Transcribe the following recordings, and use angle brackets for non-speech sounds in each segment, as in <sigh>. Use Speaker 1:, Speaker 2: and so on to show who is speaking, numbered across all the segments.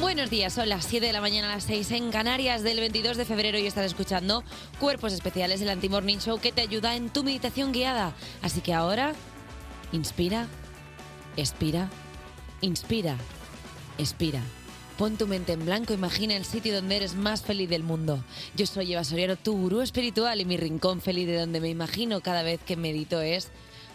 Speaker 1: Buenos días, son las 7 de la mañana a las 6 en Canarias del 22 de febrero y estás escuchando Cuerpos Especiales, el Anti-Morning Show que te ayuda en tu meditación guiada. Así que ahora, inspira, expira, inspira, expira. Pon tu mente en blanco, imagina el sitio donde eres más feliz del mundo. Yo soy Eva Soriano, tu gurú espiritual y mi rincón feliz de donde me imagino cada vez que medito es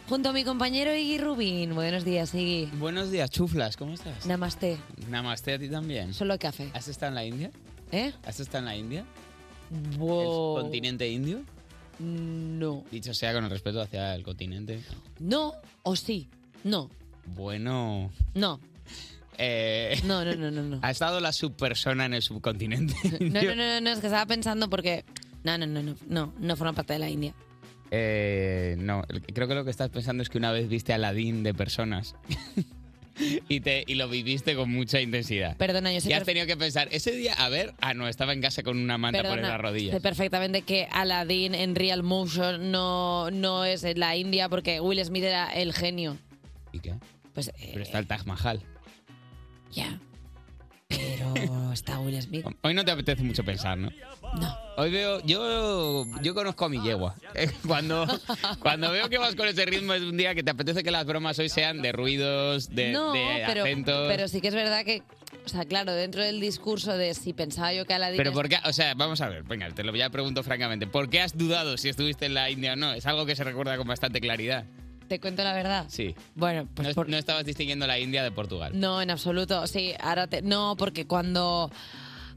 Speaker 1: junto a mi compañero Iggy Rubín. Buenos días, Iggy.
Speaker 2: Buenos días, chuflas, ¿cómo estás?
Speaker 1: Namaste.
Speaker 2: Namaste a ti también.
Speaker 1: Solo café.
Speaker 2: ¿Has estado en la India?
Speaker 1: ¿Eh?
Speaker 2: ¿Has estado en la India?
Speaker 1: Wow.
Speaker 2: ¿El continente indio?
Speaker 1: No.
Speaker 2: Dicho sea con el respeto hacia el continente.
Speaker 1: No o sí. No.
Speaker 2: Bueno.
Speaker 1: No.
Speaker 2: eh,
Speaker 1: No, no, no, no. No,
Speaker 2: ¿Ha estado la subpersona en el subcontinente? <laughs>
Speaker 1: no,
Speaker 2: indio?
Speaker 1: no, no, no, es que estaba pensando porque. No, no, no, no, no, no forma parte de la India.
Speaker 2: Eh, no, el- creo que lo que estás pensando es que una vez viste a Aladín de personas <laughs> y, te, y lo viviste con mucha intensidad.
Speaker 1: Perdona, yo sé
Speaker 2: y has
Speaker 1: per-
Speaker 2: tenido que pensar, ese día, a ver, ah, no, estaba en casa con una manta por
Speaker 1: perdona,
Speaker 2: las rodillas.
Speaker 1: sé perfectamente que Aladdin en Real Motion no, no es en la India porque Will Smith era el genio.
Speaker 2: ¿Y qué?
Speaker 1: Pues,
Speaker 2: Pero está el Taj Mahal.
Speaker 1: Ya. Pero oh, está Will Smith.
Speaker 2: <laughs> Hoy no te apetece mucho pensar, ¿no?
Speaker 1: No.
Speaker 2: Hoy veo, yo, yo conozco a mi yegua. Eh,
Speaker 1: <laughs>
Speaker 2: Cuando, cuando veo que vas con ese ritmo es un día que te apetece que las bromas hoy sean de ruidos, de,
Speaker 1: no,
Speaker 2: de
Speaker 1: pero,
Speaker 2: acentos.
Speaker 1: pero sí que es verdad que, o sea, claro, dentro del discurso de si pensaba yo que Aladdin
Speaker 2: Pero
Speaker 1: es-
Speaker 2: por qué, o sea, vamos a ver, venga, te lo ya pregunto francamente. ¿Por qué has dudado si estuviste en la India o no? Es algo que se recuerda con bastante claridad.
Speaker 1: te cuento la verdad.
Speaker 2: Sí.
Speaker 1: Bueno, pues
Speaker 2: no, no estabas distinguiendo la India de Portugal.
Speaker 1: No, en absoluto. Sí, ahora te... No, porque cuando...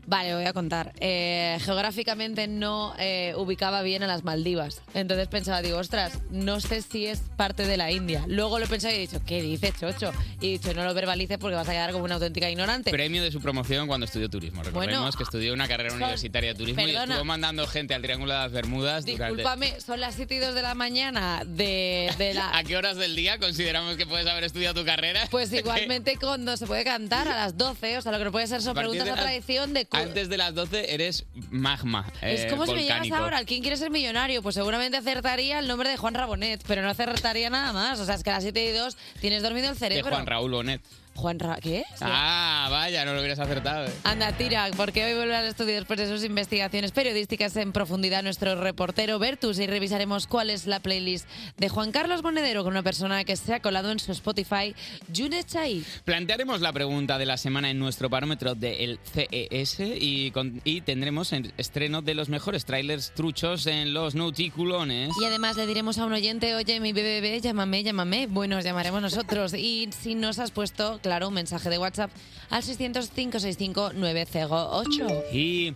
Speaker 1: Vale, voy a contar. Eh, geográficamente no eh, ubicaba bien a las Maldivas. Entonces pensaba, digo, ostras, no sé si es parte de la India. Luego lo he pensado y he dicho, ¿qué dices, chocho? Y he dicho, no lo verbalices porque vas a quedar como una auténtica ignorante.
Speaker 2: Premio de su promoción cuando estudió turismo. Recordemos
Speaker 1: Bueno,
Speaker 2: que estudió una carrera
Speaker 1: son-
Speaker 2: universitaria de turismo y
Speaker 1: perdona.
Speaker 2: estuvo mandando gente al Triángulo de las Bermudas durante...
Speaker 1: Discúlpame, son las 7 y 2 de la mañana de,
Speaker 2: <laughs>
Speaker 1: de la...
Speaker 2: ¿A qué horas del día consideramos que puedes haber estudiado tu carrera? <laughs>
Speaker 1: Pues igualmente cuando se puede cantar a las 12, o sea, lo que no puede ser son
Speaker 2: A partir
Speaker 1: preguntas
Speaker 2: de
Speaker 1: a
Speaker 2: las-
Speaker 1: tradición de... cu-
Speaker 2: Antes de las 12 eres magma.
Speaker 1: Es
Speaker 2: eh,
Speaker 1: como si me
Speaker 2: volcánico.
Speaker 1: llegas ahora al quién quiere ser millonario. Pues seguramente acertaría el nombre de Juan Rabonet, pero no acertaría nada más. O sea, es que a las 7 y 2 tienes dormido el
Speaker 2: De
Speaker 1: cerebro.
Speaker 2: Juan Raúl Bonet.
Speaker 1: Juan Ra- ¿Qué?
Speaker 2: Ah, vaya, no lo hubieras acertado. eh.
Speaker 1: Anda, tira, porque hoy vuelve al estudio después de sus investigaciones periodísticas en profundidad nuestro reportero Bertus y revisaremos cuál es la playlist de Juan Carlos Monedero con una persona que se ha colado en su Spotify, June Chai.
Speaker 2: Plantearemos la pregunta de la semana en nuestro parámetro del CES y, con- y tendremos el estreno de los mejores trailers truchos en los Noticulones.
Speaker 1: Y además le diremos a un oyente, oye, mi bebé, llámame, llámame. Bueno, os llamaremos nosotros. Y si nos has puesto, claro, un mensaje de WhatsApp al 600-565-908.
Speaker 2: Y.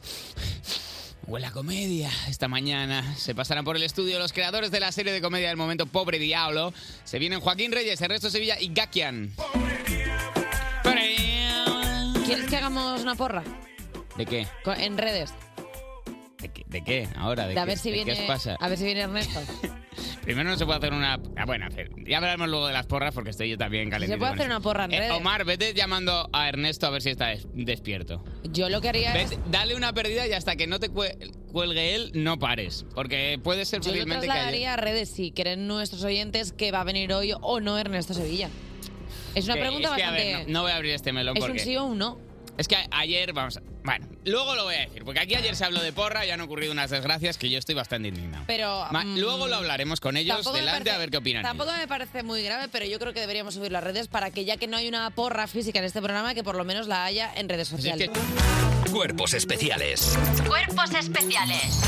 Speaker 2: Huele a comedia. Esta mañana se pasarán por el estudio los creadores de la serie de comedia del momento Pobre Diablo. Se vienen Joaquín Reyes, Ernesto Sevilla y Gakian.
Speaker 1: ¿Quieres que hagamos una porra
Speaker 2: ¿De qué?
Speaker 1: Co- en redes?
Speaker 2: ¿De qué? ¿De qué? Ahora, ¿de,
Speaker 1: De a
Speaker 2: qué,
Speaker 1: ver si
Speaker 2: de qué
Speaker 1: viene,
Speaker 2: os pasa?
Speaker 1: a ver si viene Ernesto.
Speaker 2: Primero no se puede hacer una... ah, bueno, a ver, ya hablaremos luego de las porras porque estoy yo también calentito.
Speaker 1: se puede
Speaker 2: con
Speaker 1: hacer
Speaker 2: esto.
Speaker 1: una porra en
Speaker 2: Eh,
Speaker 1: redes.
Speaker 2: Omar, vete llamando a Ernesto a ver si está des- despierto.
Speaker 1: Yo lo que haría es
Speaker 2: Vete, dale una pérdida y hasta que no te cue- cuelgue él, no pares. Porque puede ser
Speaker 1: yo lo
Speaker 2: fácilmente que haya-
Speaker 1: trasladaría a redes si creen nuestros oyentes que va a venir hoy o no Ernesto Sevilla. Es una
Speaker 2: Que-
Speaker 1: pregunta
Speaker 2: es que, a
Speaker 1: bastante...
Speaker 2: ver, no, no voy a abrir este melón
Speaker 1: es un
Speaker 2: porque...
Speaker 1: sí o un no.
Speaker 2: Es que a- ayer, vamos... a- Bueno, luego lo voy a decir. Porque aquí ayer se habló de porra y han ocurrido unas desgracias que yo estoy bastante indignado.
Speaker 1: Pero...
Speaker 2: Ma-
Speaker 1: mm,
Speaker 2: luego lo hablaremos con ellos
Speaker 1: Tampoco me
Speaker 2: delante
Speaker 1: parece-
Speaker 2: a ver qué opinan.
Speaker 1: Tampoco me parece muy grave, pero yo creo que deberíamos subir las redes para que ya que no hay una porra física en este programa, que por lo menos la haya en redes sociales.
Speaker 3: Cuerpos especiales.
Speaker 4: Cuerpos especiales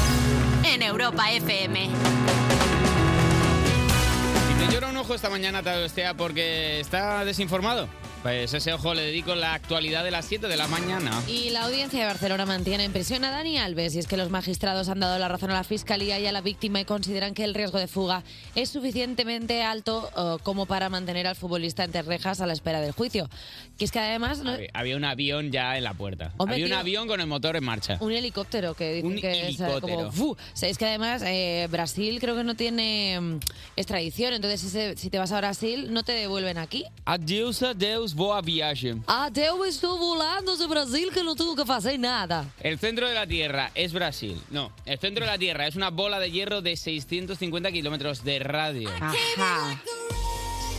Speaker 4: en Europa FM.
Speaker 2: Si te llora un ojo esta mañana, tal vez sea porque está desinformado. Pues ese ojo le dedico la actualidad de las 7 de la mañana.
Speaker 1: Y la audiencia de Barcelona mantiene en prisión a Dani Alves y es que los magistrados han dado la razón a la fiscalía y a la víctima y consideran que el riesgo de fuga es suficientemente alto eh, como para mantener al futbolista entre rejas a la espera del juicio. Que es que además no-
Speaker 2: Había- Había un avión ya en la puerta.
Speaker 1: Hombre,
Speaker 2: Había
Speaker 1: tío.
Speaker 2: un avión con el motor en marcha.
Speaker 1: un helicóptero que dicen
Speaker 2: Eh. Un
Speaker 1: que es eh, como
Speaker 2: helicóptero.
Speaker 1: ¡fu! O sea, es que además eh, Brasil creo que no tiene mm, extradición, entonces ese- si te vas a Brasil no te devuelven aquí.
Speaker 2: Adiós, adiós, boa viaje.
Speaker 1: Até eu estou volando de Brasil que no tuvo que hacer nada.
Speaker 2: El centro de la Tierra es Brasil. No, el centro de la Tierra es una bola de hierro de 650 kilómetros de radio.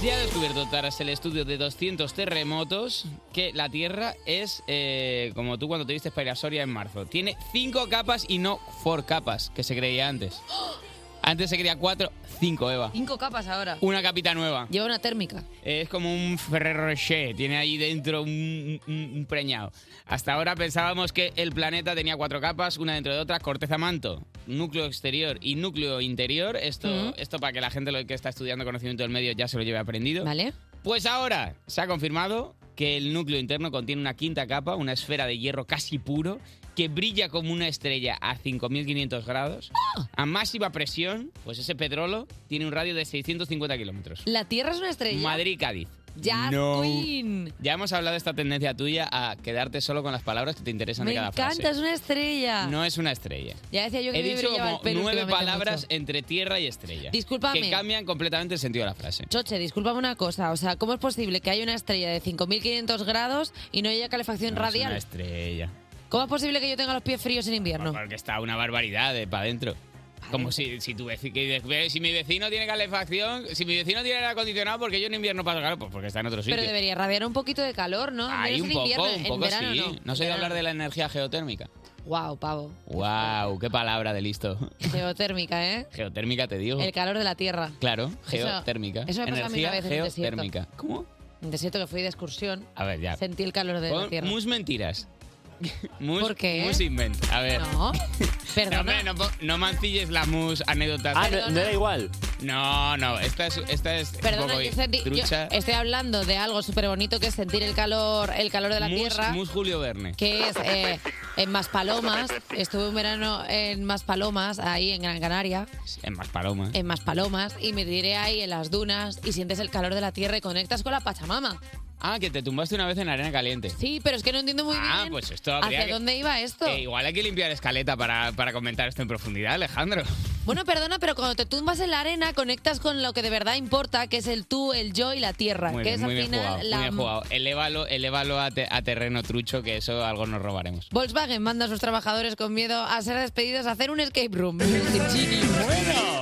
Speaker 2: Se ha descubierto tras el estudio de 200 terremotos que la Tierra es eh, como tú cuando te viste para ir a Soria en marzo. Tiene cinco capas y no four capas, que se creía antes. Antes se creía cuatro, cinco, Eva.
Speaker 1: Cinco capas ahora.
Speaker 2: Una capita nueva.
Speaker 1: Lleva una térmica.
Speaker 2: Es como un Ferrero Rocher, tiene ahí dentro un, un- un preñado. Hasta ahora pensábamos que el planeta tenía cuatro capas, una dentro de otra, corteza manto, núcleo exterior y núcleo interior. Esto,
Speaker 5: Ujú.
Speaker 2: esto para que la gente lo que está estudiando conocimiento del medio ya se lo lleve aprendido.
Speaker 1: Vale.
Speaker 2: Pues ahora se ha confirmado que el núcleo interno contiene una quinta capa, una esfera de hierro casi puro, que brilla como una estrella a 5.500 grados, a máxima presión, pues ese petrolo tiene un radio de 650 kilómetros.
Speaker 1: La Tierra es una estrella.
Speaker 2: Madrid-Cádiz.
Speaker 1: Ya,
Speaker 2: No.
Speaker 1: Queen.
Speaker 2: Ya hemos hablado de esta tendencia tuya a quedarte solo con las palabras que te interesan
Speaker 1: Me
Speaker 2: de cada
Speaker 1: encanta, es
Speaker 2: frase.
Speaker 1: una estrella.
Speaker 2: No es una estrella.
Speaker 1: Ya decía yo que
Speaker 2: He
Speaker 1: me
Speaker 2: dicho
Speaker 1: brillaba
Speaker 2: como
Speaker 1: el pelo
Speaker 2: nueve
Speaker 1: últimamente
Speaker 2: palabras
Speaker 1: mucho.
Speaker 2: entre tierra y estrella.
Speaker 1: Discúlpame.
Speaker 2: Que cambian completamente el sentido de la frase.
Speaker 1: Choche, discúlpame una cosa. O sea, ¿cómo es posible que haya una estrella de 5.500 grados y no haya calefacción
Speaker 2: No Es
Speaker 1: radial?
Speaker 2: una estrella.
Speaker 1: ¿Cómo es posible que yo tenga los pies fríos en invierno?
Speaker 2: Porque está una barbaridad de para adentro. Como si, si tu vecino, si mi vecino tiene calefacción, si mi vecino tiene aire acondicionado, porque yo en invierno paso calor, pues porque está en otro sitio.
Speaker 1: Pero debería radiar un poquito de calor, ¿no?
Speaker 2: Hay
Speaker 1: Menos
Speaker 2: un
Speaker 1: en
Speaker 2: poco,
Speaker 1: invierno,
Speaker 2: un poco
Speaker 1: en verano
Speaker 2: sí.
Speaker 1: no.
Speaker 2: No sé hablar de la energía geotérmica. <laughs>
Speaker 1: Wow, pavo.
Speaker 2: Wow, qué palabra de listo.
Speaker 1: Geotérmica, ¿eh?
Speaker 2: Geotérmica te digo.
Speaker 1: El calor de la Tierra.
Speaker 2: Claro, geotérmica.
Speaker 1: Eso me pasa a mí
Speaker 2: Energía
Speaker 1: una vez en un desierto.
Speaker 2: geotérmica. ¿Cómo?
Speaker 1: Un desierto que fui de excursión.
Speaker 2: A ver, ya.
Speaker 1: Sentí el calor de la
Speaker 2: Pon
Speaker 1: Tierra.
Speaker 2: mus
Speaker 1: <laughs>
Speaker 2: mentiras. Mus,
Speaker 1: ¿Por qué?
Speaker 2: Mus invent. A ver.
Speaker 1: No.
Speaker 2: <laughs> No, hombre, no, po- no mancilles la mus anécdota.
Speaker 6: Ah, no- no era
Speaker 2: igual. No, no, esta es, esta es un
Speaker 1: Perdona,
Speaker 2: poco
Speaker 1: yo, sentí- yo
Speaker 2: trucha.
Speaker 1: estoy hablando de algo súper bonito que es sentir el calor, el calor de la
Speaker 2: mus,
Speaker 1: tierra,
Speaker 2: mus Julio Verne.
Speaker 1: que es eh, en Maspalomas. Estuve un verano en Maspalomas, ahí en Gran Canaria,
Speaker 2: En más paloma.
Speaker 1: en Maspalomas, y me tiré ahí en las dunas y sientes el calor de la tierra y conectas con la Pachamama.
Speaker 2: Ah, que te tumbaste una vez en arena caliente.
Speaker 1: Sí, pero es que no entiendo muy
Speaker 2: Ah,
Speaker 1: bien
Speaker 2: pues esto habría
Speaker 1: hacia
Speaker 2: que-
Speaker 1: dónde iba esto.
Speaker 2: Eh, igual hay que limpiar escaleta para, para comentar esto en profundidad, Alejandro.
Speaker 1: Bueno, perdona, pero cuando te tumbas en la arena conectas con lo que de verdad importa, que es el tú, el yo y la tierra,
Speaker 2: Muy
Speaker 1: que
Speaker 2: bien,
Speaker 1: es
Speaker 2: muy
Speaker 1: al
Speaker 2: bien
Speaker 1: final
Speaker 2: jugado,
Speaker 1: la
Speaker 2: muy bien jugado. Elévalo, elévalo a, te- a terreno trucho, que eso algo nos robaremos.
Speaker 1: Volkswagen manda a sus trabajadores con miedo a ser despedidos a hacer un escape room.
Speaker 2: <laughs>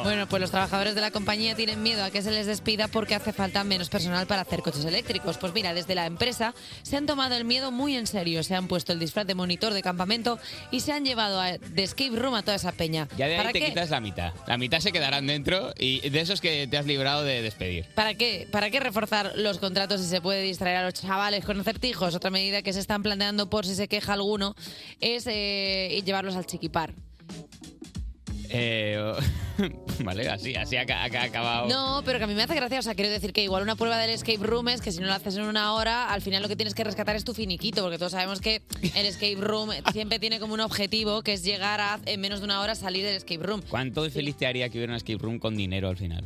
Speaker 1: Bueno, pues los trabajadores de la compañía tienen miedo a que se les despida porque hace falta menos personal para hacer coches eléctricos. Pues mira, desde la empresa se han tomado el miedo muy en serio. Se han puesto el disfraz de monitor de campamento y se han llevado a- de escape room a toda esa peña.
Speaker 2: Ya de
Speaker 1: ¿Para
Speaker 2: ahí te
Speaker 1: qué?
Speaker 2: quitas la mitad. La mitad se quedarán dentro y de esos que te has librado de despedir.
Speaker 1: ¿Para qué? ¿Para qué reforzar los contratos si se puede distraer a los chavales con acertijos? Otra medida que se están planteando por si se queja alguno es eh, llevarlos al chiquipar.
Speaker 2: Eh, <laughs> vale, así, así ha, ca- ha acabado.
Speaker 1: No, pero que a mí me hace gracia. O sea, quiero decir que igual una prueba del escape room es que si no lo haces en una hora, al final lo que tienes que rescatar es tu finiquito, porque todos sabemos que el escape room siempre tiene como un objetivo que es llegar a en menos de una hora salir del escape room.
Speaker 2: ¿Cuánto de feliz te haría que hubiera un escape room con dinero al final?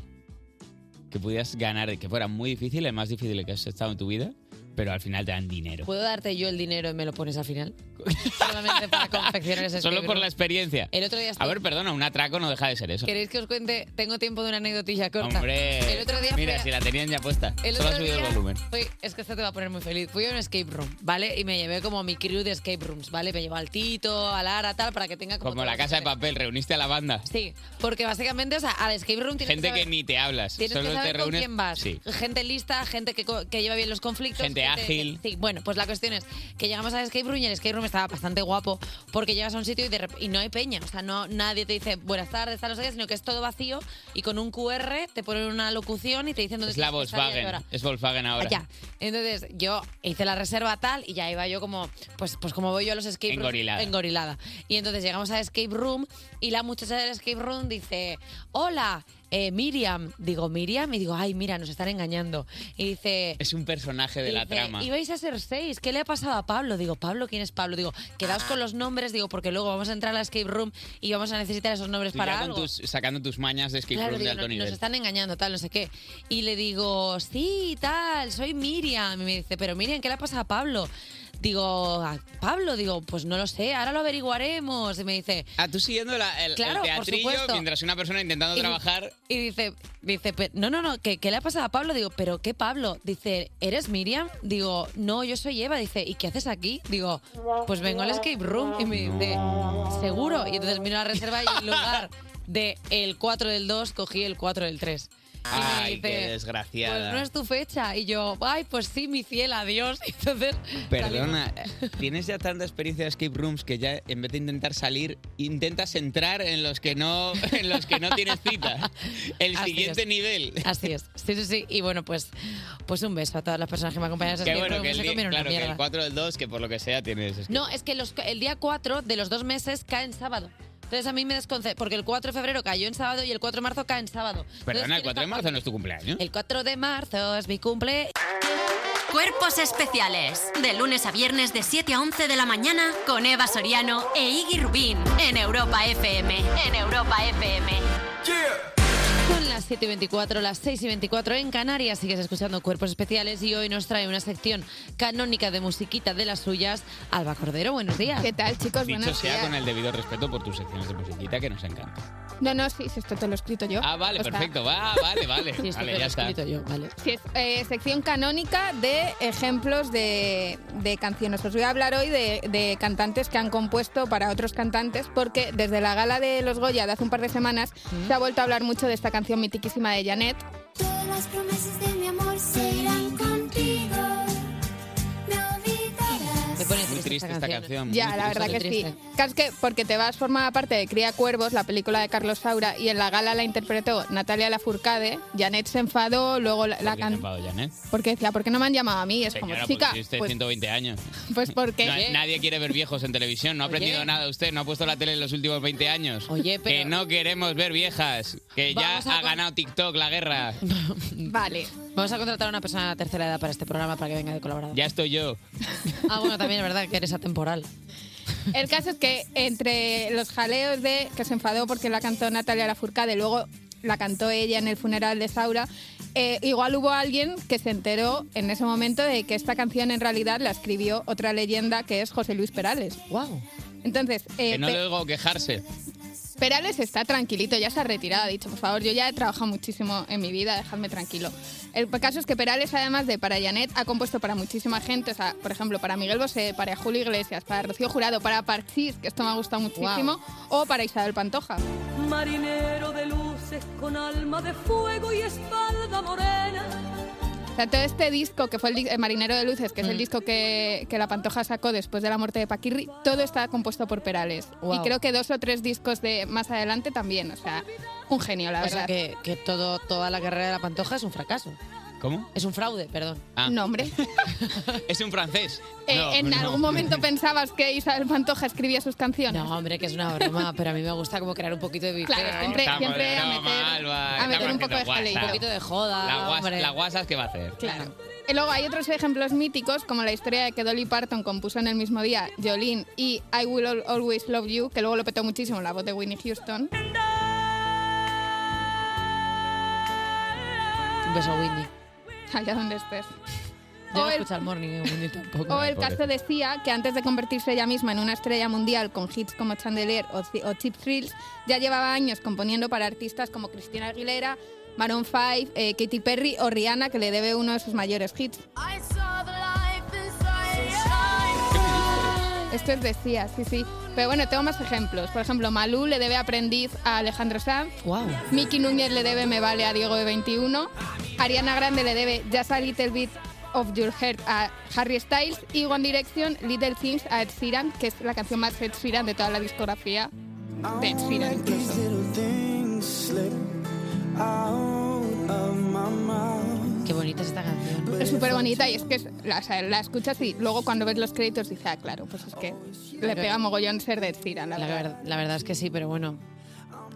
Speaker 2: Que pudieras ganar, que fuera muy difícil, el más difícil que has estado en tu vida, pero al final te dan dinero.
Speaker 1: ¿Puedo darte yo el dinero y me lo pones
Speaker 2: <laughs>
Speaker 1: al final? Solamente para confeccionar ese escape
Speaker 2: Solo por
Speaker 1: room.
Speaker 2: la experiencia.
Speaker 1: El otro día
Speaker 2: A
Speaker 1: estuve-
Speaker 2: ver, perdona, un atraco no deja de ser eso.
Speaker 1: ¿Queréis que os cuente? Tengo tiempo de una anécdotilla corta.
Speaker 2: Hombre,
Speaker 1: El otro día fui
Speaker 2: mira,
Speaker 1: a-
Speaker 2: si la tenían ya puesta.
Speaker 1: El
Speaker 2: Solo ha
Speaker 1: otro
Speaker 2: subido
Speaker 1: día
Speaker 2: el volumen.
Speaker 1: fui- es que esto te va a poner muy feliz. Fui a un escape room, ¿vale? Y me llevé como mi crew de escape rooms, ¿vale? Me llevó al Tito, a Lara, tal, para que tenga como...
Speaker 2: Como la
Speaker 1: todos-
Speaker 2: casa de papel, reuniste a la banda.
Speaker 1: Sí, porque básicamente, o sea, al escape room tienes
Speaker 2: Gente
Speaker 1: que
Speaker 2: que
Speaker 1: saber,
Speaker 2: ni te hablas.
Speaker 1: tienes
Speaker 2: solo
Speaker 1: que saber
Speaker 2: te
Speaker 1: con
Speaker 2: reúnes.
Speaker 1: quién vas. <laughs>
Speaker 2: Sí.
Speaker 1: Gente lista, gente que, co- que lleva bien los conflictos.
Speaker 2: Gente ágil.
Speaker 1: Sí, bueno, pues la cuestión es que llegamos al escape room y el escape room estaba bastante guapo porque llegas a un sitio y, de rep- y no hay peña. O sea, no, nadie te dice buenas tardes, tal, no sé qué, sino que es todo vacío y con un QR te ponen una locución y te dicen dónde
Speaker 2: Es la
Speaker 1: tienes que estar y a qué
Speaker 2: Volkswagen.
Speaker 1: hora.
Speaker 2: Es Volkswagen ahora.
Speaker 1: Ya. Entonces yo hice la reserva tal y ya iba yo como, pues, pues como voy yo a los escape rooms.
Speaker 2: Engorilada.
Speaker 1: engorilada. Y entonces llegamos al escape room y la muchacha del escape room dice, hola, eh, Miriam. Digo, Miriam. Y digo, ay, mira, nos están engañando. Y dice,
Speaker 2: Es un personaje de la
Speaker 1: Dice,
Speaker 2: trama.
Speaker 1: Ibais a ser seis. ¿Qué le ha pasado a Pablo? Digo, Pablo, ¿quién es Pablo? Digo,
Speaker 2: Ah.
Speaker 1: quedaos con los nombres, digo, porque luego vamos a entrar a la escape room y vamos a necesitar esos nombres
Speaker 2: Tú ya
Speaker 1: para
Speaker 2: con
Speaker 1: algo.
Speaker 2: tus- sacando tus mañas de escape
Speaker 1: Claro,
Speaker 2: room
Speaker 1: digo,
Speaker 2: de alto
Speaker 1: no-
Speaker 2: nivel.
Speaker 1: nos están engañando, tal, no sé qué. Y le digo, sí, tal, soy Miriam. Y me dice, pero Miriam, ¿qué le ha pasado a Pablo? Digo, a Pablo, digo, pues no lo sé, ahora lo averiguaremos. Y me dice,
Speaker 2: Ah, tú siguiendo la- el, el
Speaker 1: Claro, por
Speaker 2: teatrillo
Speaker 1: supuesto.
Speaker 2: mientras una persona intentando
Speaker 1: Y-
Speaker 2: trabajar.
Speaker 1: Y dice, dice, pe- no, no, no, ¿qué, qué le ha pasado a Pablo? Digo, ¿pero qué Pablo? Dice, ¿eres Miriam? Digo, no, yo soy Eva. Dice, ¿y qué haces aquí? Digo, pues vengo al escape room. Y me dice, ¿seguro? Y entonces miro la reserva y
Speaker 2: <laughs>
Speaker 1: en lugar de el 4 del 2, cogí el 4 del 3. Y me
Speaker 2: Ay,
Speaker 1: dice,
Speaker 2: qué
Speaker 1: pues
Speaker 2: desgraciada.
Speaker 1: no es tu fecha. Y yo, ay, pues sí, mi cielo, adiós. <laughs> Y entonces,
Speaker 2: Perdona, eh, tienes ya tanta experiencia de escape rooms que ya en vez de intentar salir, intentas entrar en los que no, <laughs> en los que no tienes cita. El
Speaker 1: Así
Speaker 2: siguiente
Speaker 1: es.
Speaker 2: nivel.
Speaker 1: así es. Sí, sí, sí. Y bueno, pues, pues un beso a todas las personas que me acompañan.
Speaker 2: Qué bueno que
Speaker 1: se
Speaker 2: el, día-
Speaker 1: comieron una
Speaker 2: claro, que
Speaker 1: mierda.
Speaker 2: el 4 del 2, que por lo que sea tienes. escape
Speaker 1: No, es que los- el día 4 de los dos meses cae en sábado. Entonces a mí me desconcentra, porque el 4 de febrero cayó en sábado y el 4 de marzo cae en sábado.
Speaker 2: Perdona, el 4 de marzo no es tu cumpleaños.
Speaker 1: El 4 de marzo es mi cumple.
Speaker 4: Cuerpos especiales. De lunes a viernes de 7 a 11 de la mañana con Eva Soriano e Iggy Rubín en Europa FM. En Europa FM.
Speaker 1: Son las 7 y 24, las 6 y 24 en Canarias. Sigues escuchando Cuerpos Especiales y hoy nos trae una sección canónica de musiquita de las suyas. Alba Cordero, buenos días.
Speaker 5: ¿Qué tal, chicos?
Speaker 2: Dicho
Speaker 5: Buenos
Speaker 2: sea
Speaker 5: días.
Speaker 2: con el debido respeto por tus secciones de musiquita que nos encantan.
Speaker 5: No, no, sí, sí, esto te lo he escrito yo.
Speaker 2: Ah, vale,
Speaker 5: O sea,
Speaker 2: perfecto. Va, vale, vale.
Speaker 5: <laughs> Sí, esto
Speaker 2: vale,
Speaker 5: te lo
Speaker 2: ya
Speaker 5: he
Speaker 2: está.
Speaker 5: escrito
Speaker 1: yo, vale.
Speaker 5: Sí, es eh, sección canónica de ejemplos de, de canciones. Os voy a hablar hoy de, de cantantes que han compuesto para otros cantantes, porque desde la gala de los Goya de hace un par de semanas se ha vuelto a hablar mucho de esta canción mitiquísima de Janet.
Speaker 6: Todas las promesas de mi amor se irán contigo. Me olvidarás.
Speaker 1: Me pone
Speaker 2: Muy triste esta canción.
Speaker 5: Ya,
Speaker 2: muy
Speaker 5: la
Speaker 2: Ah, triste.
Speaker 5: verdad que sí. Claro, es que porque te vas formaba parte de Cría Cuervos, la película de Carlos Saura, y en la gala la interpretó Natalia Lafourcade. Janet se enfadó, luego la, la
Speaker 2: Bien
Speaker 5: can-
Speaker 2: llamado, Janet.
Speaker 5: Porque decía, ¿por qué no me han llamado a mí? Es
Speaker 2: ¿eh? Señora,
Speaker 5: como,
Speaker 2: pues
Speaker 5: chica,
Speaker 2: tiene usted
Speaker 5: pues,
Speaker 2: 120 años.
Speaker 5: pues porque...
Speaker 2: No, nadie quiere ver viejos en televisión. No ha aprendido
Speaker 5: Oye.
Speaker 2: nada usted. No ha puesto la tele en los últimos 20 años.
Speaker 5: Oye, pero-
Speaker 2: Que no queremos ver viejas. Que ya
Speaker 1: Vamos a
Speaker 2: ha
Speaker 1: con-
Speaker 2: ganado TikTok la guerra.
Speaker 1: <laughs>
Speaker 5: Vale.
Speaker 1: Vamos a contratar a una persona de la tercera edad para este programa para que venga de colaborador.
Speaker 2: Ya estoy yo.
Speaker 1: Ah, bueno, también es verdad que eres atemporal.
Speaker 5: El caso es que entre los jaleos de que se enfadó porque la cantó Natalia Lafourcade, luego la cantó ella en el funeral de Saura, eh, igual hubo alguien que se enteró en ese momento de que esta canción en realidad la escribió otra leyenda que es José Luis Perales.
Speaker 1: Wow.
Speaker 5: Entonces, eh,
Speaker 2: Que no
Speaker 5: Pe-
Speaker 2: le oigo quejarse.
Speaker 5: Perales está tranquilito, ya se ha retirado, ha dicho, por favor, yo ya he trabajado muchísimo en mi vida, dejadme tranquilo. El caso es que Perales, además de para Janet, ha compuesto para muchísima gente, o sea, por ejemplo, para Miguel Bosé, para Julio Iglesias, para Rocío Jurado, para Parchís, que esto me ha gustado muchísimo, o para Isabel Pantoja.
Speaker 7: Marinero de luces con alma de fuego y espalda morena.
Speaker 5: O sea, todo este disco, que fue el, di- el Marinero de Luces,
Speaker 1: Mm.
Speaker 5: que es el disco que, que la Pantoja sacó después de la muerte de Paquirri, todo está compuesto por Perales. Y
Speaker 1: Guau.
Speaker 5: creo que dos o tres discos de más adelante también, o sea, un genio, la
Speaker 1: o sea
Speaker 5: verdad.
Speaker 1: que, que todo, toda la carrera de la pantoja es un fracaso.
Speaker 2: ¿Cómo?
Speaker 1: Es un fraude, perdón.
Speaker 2: Ah,
Speaker 5: Eh, No, hombre.
Speaker 2: es un francés.
Speaker 5: Eh,
Speaker 2: No,
Speaker 5: ¿En
Speaker 2: no.
Speaker 5: algún
Speaker 2: <laughs>
Speaker 5: momento pensabas que Isabel Pantoja escribía sus canciones?
Speaker 1: No, hombre, que es una broma, pero a mí me gusta como crear un poquito de bifeo.
Speaker 5: Claro, siempre,
Speaker 2: Estamos
Speaker 5: siempre
Speaker 2: de
Speaker 5: a
Speaker 2: broma,
Speaker 5: meter,
Speaker 2: Alba,
Speaker 5: a meter
Speaker 2: estamos
Speaker 5: un poco de
Speaker 2: haciendo
Speaker 5: jaleo.
Speaker 2: guasa.
Speaker 1: Un poquito de joda,
Speaker 2: La, guas-
Speaker 1: hombre.
Speaker 2: la guasas que va a hacer.
Speaker 5: Claro. Y luego hay otros ejemplos míticos, como la historia de que Dolly Parton compuso en el mismo día Jolene y I Will Al- Always Love You, que luego lo petó muchísimo en la voz de Winnie Houston.
Speaker 1: Un beso a Windy.
Speaker 5: Allá donde estés.
Speaker 1: Yo
Speaker 5: O
Speaker 1: no
Speaker 5: el-
Speaker 1: escucho al morning de Windy tampoco.
Speaker 5: O el caso de Sia, que antes de convertirse ella misma en una estrella mundial con hits como Chandelier o, Ci- o Cheap Thrills, ya llevaba años componiendo para artistas como Cristina Aguilera, Maroon 5, eh, Katy Perry o Rihanna, que le debe uno de sus mayores hits. Esto es de Sia, sí, sí. Pero bueno, tengo más ejemplos. Por ejemplo, Malú le debe Aprendiz a Alejandro Sanz,
Speaker 1: Wow.
Speaker 5: Miki Núñez le debe Me Vale a Diego de 21, Ariana Grande le debe Just a Little Bit of Your Heart a Harry Styles y One Direction Little Things a Ed Sheeran, que es la canción más Ed Sheeran de toda la discografía de Ed Sheeran incluso.
Speaker 1: Qué bonita es esta canción.
Speaker 5: Es súper bonita y es que es- la, o sea, la escuchas y luego cuando ves los créditos dices, ah, claro, pues es que le pega mogollón ser de Ed Sheeran, la
Speaker 1: La,
Speaker 5: verdad.
Speaker 1: ver- la verdad es que sí, pero bueno.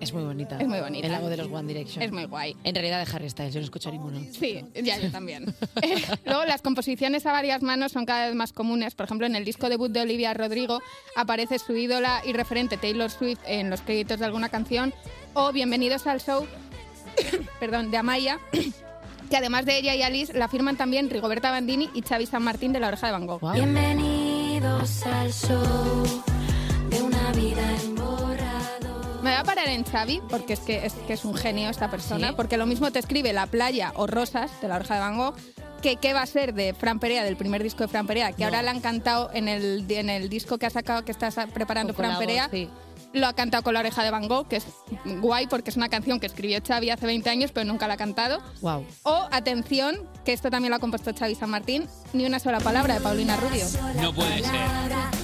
Speaker 1: Es muy bonita.
Speaker 5: Es muy bonita.
Speaker 1: El lago de los One Direction.
Speaker 5: Es muy guay.
Speaker 1: En realidad de Harry Styles, yo no escucho ninguno.
Speaker 5: Sí, ya yo también. <laughs> Luego, las composiciones a varias manos son cada vez más comunes. Por ejemplo, en el disco debut de Olivia Rodrigo aparece su ídola y referente Taylor Swift en los créditos de alguna canción o Bienvenidos al Show, <coughs> perdón, de Amaya, <coughs> que además de ella y Alice la firman también Rigoberta Bandini y Xavi San Martín de La Oreja de Van Gogh.
Speaker 6: Bienvenidos al show de una vida en
Speaker 5: Me voy a parar en Xavi, porque es que es, que es un genio esta persona, porque lo mismo te escribe La playa o Rosas, de la oreja de Van Gogh, que qué va a ser de Fran Perea, del primer disco de Fran Perea, que
Speaker 8: No.
Speaker 5: ahora la han cantado en el, en el disco que ha sacado, que está sa- preparando
Speaker 8: Con
Speaker 5: Fran
Speaker 8: la voz,
Speaker 5: Perea.
Speaker 8: sí.
Speaker 5: Lo ha cantado con la oreja de Van Gogh, que es guay porque es una canción que escribió Xavi hace 20 años, pero nunca la ha cantado.
Speaker 1: Wow.
Speaker 5: O, atención, que esto también lo ha compuesto Xavi San Martín, Ni una sola palabra de Paulina Rubio.
Speaker 2: No puede ser.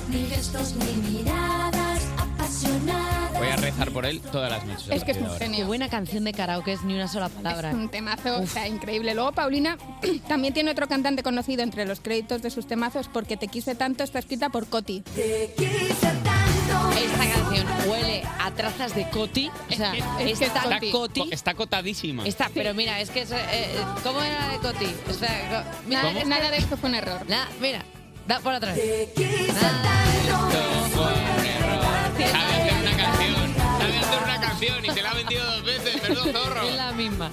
Speaker 6: Ni gestos ni miradas apasionadas.
Speaker 2: Voy a rezar por él todas las noches. a
Speaker 5: Es que
Speaker 2: partir
Speaker 5: es un
Speaker 2: de ahora.
Speaker 5: genio.
Speaker 1: Qué buena canción de karaoke es ni una sola palabra.
Speaker 5: Es un temazo, o sea, increíble. Luego Paulina <clears throat> también tiene otro cantante conocido entre los créditos de sus temazos porque Te quise tanto está escrita por Coti.
Speaker 1: Esta canción huele a trazas de Coti. O sea,
Speaker 5: es que es
Speaker 1: está
Speaker 5: Coti.
Speaker 1: Coti.
Speaker 2: Co- Está cotadísima.
Speaker 1: Está, pero mira, es que es, eh, eh, ¿cómo era la de Coti? O sea, co- mira,
Speaker 5: Nada,
Speaker 1: es-
Speaker 5: nada de esto fue un error.
Speaker 1: nada, mira, da por atrás.
Speaker 2: Sabe hacer una canción. Sabe hacer una canción y te la ha vendido dos veces. Perdón, zorro.
Speaker 1: Es la misma.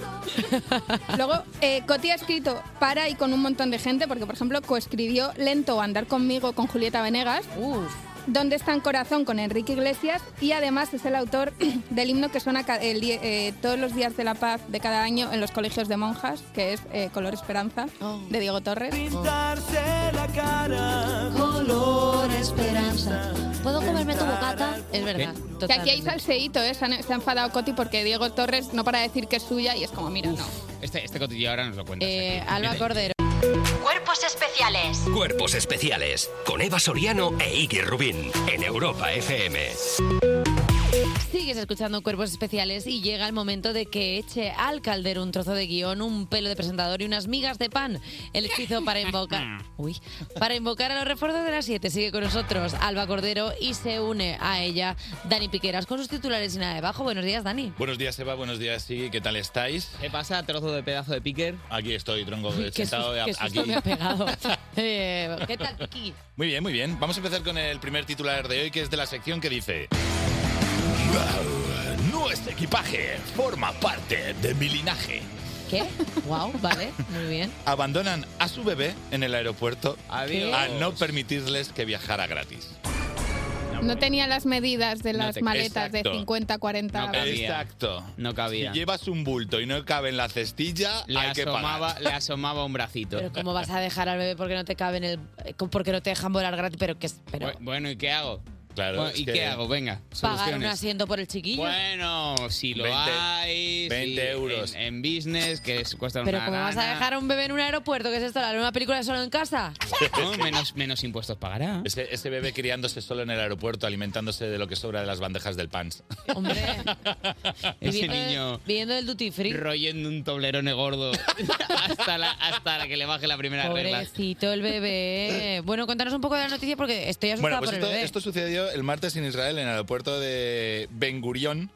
Speaker 5: Luego eh, Coti ha escrito para y con un montón de gente porque, por ejemplo, coescribió Lento o Andar conmigo con Julieta Venegas.
Speaker 1: Uf.
Speaker 5: ¿Dónde está en corazón con Enrique Iglesias? Y además es el autor <clears throat> del himno que suena ca- el die- eh, todos los días de la paz de cada año en los colegios de monjas, que es eh, Color Esperanza,
Speaker 1: Oh.
Speaker 5: de Diego Torres.
Speaker 1: Color esperanza. ¿Puedo comerme tu bocata? Es verdad.
Speaker 5: Que aquí hay
Speaker 1: totalmente.
Speaker 5: salseíto, ¿eh? Se, han- se ha enfadado Coti porque Diego Torres no para de decir que es suya y es como, mira, no.
Speaker 2: Este, este cotillo ahora nos lo cuentas.
Speaker 1: Eh,
Speaker 2: aquí.
Speaker 1: Alba Cordero.
Speaker 4: Cuerpos especiales
Speaker 3: Cuerpos especiales con Eva Soriano e Iggy Rubín en Europa FM.
Speaker 1: Sigues escuchando Cuerpos Especiales y llega el momento de que eche al caldero un trozo de guión, un pelo de presentador y unas migas de pan. El hechizo para invocar... Uy. Para invocar a los refuerzos de las 7 sigue con nosotros Alba Cordero y se une a ella Dani Piqueras con sus titulares y nada debajo. Buenos días, Dani.
Speaker 9: Buenos días, Eva. Buenos días, Sigui. ¿Qué tal estáis?
Speaker 2: ¿Qué pasa, trozo de pedazo de picker?
Speaker 9: Aquí estoy, tronco,
Speaker 1: Qué
Speaker 9: sentado
Speaker 1: sus- qué susto
Speaker 9: aquí.
Speaker 1: me ha pegado. Eh, ¿Qué tal, Piqui?
Speaker 9: Muy bien, muy bien. Vamos a empezar con el primer titular de hoy, que es de la sección que dice... "Wow, Nuestro equipaje forma parte de mi linaje.
Speaker 1: ¿Qué? Wow, vale, muy bien.
Speaker 9: Abandonan a su bebé en el aeropuerto
Speaker 2: Adiós.
Speaker 9: al no permitirles que viajara gratis.
Speaker 5: No tenía las medidas de
Speaker 2: No
Speaker 5: las
Speaker 2: te-
Speaker 5: maletas
Speaker 9: exacto.
Speaker 5: de 50, 40...
Speaker 2: No, pero- Cabía.
Speaker 9: Exacto.
Speaker 2: No cabía.
Speaker 9: Si llevas un bulto y no cabe en la cestilla,
Speaker 2: Le
Speaker 9: hay que pagar.
Speaker 2: asomaba, le asomaba un bracito.
Speaker 1: Pero ¿cómo vas a dejar al bebé porque no te cabe en el... eh, porque no te dejan volar gratis? Pero que... es- Pero,
Speaker 2: Bu- Bueno, ¿y qué hago?
Speaker 9: Claro,
Speaker 2: Bueno,
Speaker 9: es
Speaker 2: ¿Y
Speaker 9: que
Speaker 2: qué hago? Venga,
Speaker 1: ¿Pagar un
Speaker 2: soluciones.
Speaker 1: asiento por el chiquillo?
Speaker 2: Bueno, si lo
Speaker 9: 20,
Speaker 2: hay... si
Speaker 9: 20 euros.
Speaker 2: En, en business, que es- cuesta
Speaker 1: Pero
Speaker 2: una
Speaker 1: ¿cómo vas a
Speaker 2: gana.
Speaker 1: dejar a un bebé en un aeropuerto? ¿Qué es esto? ¿La nueva película de solo en casa?
Speaker 9: <laughs>
Speaker 2: No, menos, menos impuestos pagará.
Speaker 9: Ese, ese bebé criándose solo en el aeropuerto, alimentándose de lo que sobra de las bandejas del pan. <laughs>
Speaker 1: Hombre,
Speaker 2: Ah, Ese
Speaker 1: viviendo, de-
Speaker 2: niño
Speaker 1: viviendo del duty free.
Speaker 2: royendo un toblerone gordo hasta la, hasta la que le baje la primera regla.
Speaker 1: Pobrecito
Speaker 2: <laughs>
Speaker 1: el bebé. Bueno, cuéntanos un poco de la noticia porque estoy asustada
Speaker 9: Bueno, pues
Speaker 1: por
Speaker 9: esto,
Speaker 1: el bebé.
Speaker 9: esto sucedió el martes en Israel, en el aeropuerto de Ben Gurión.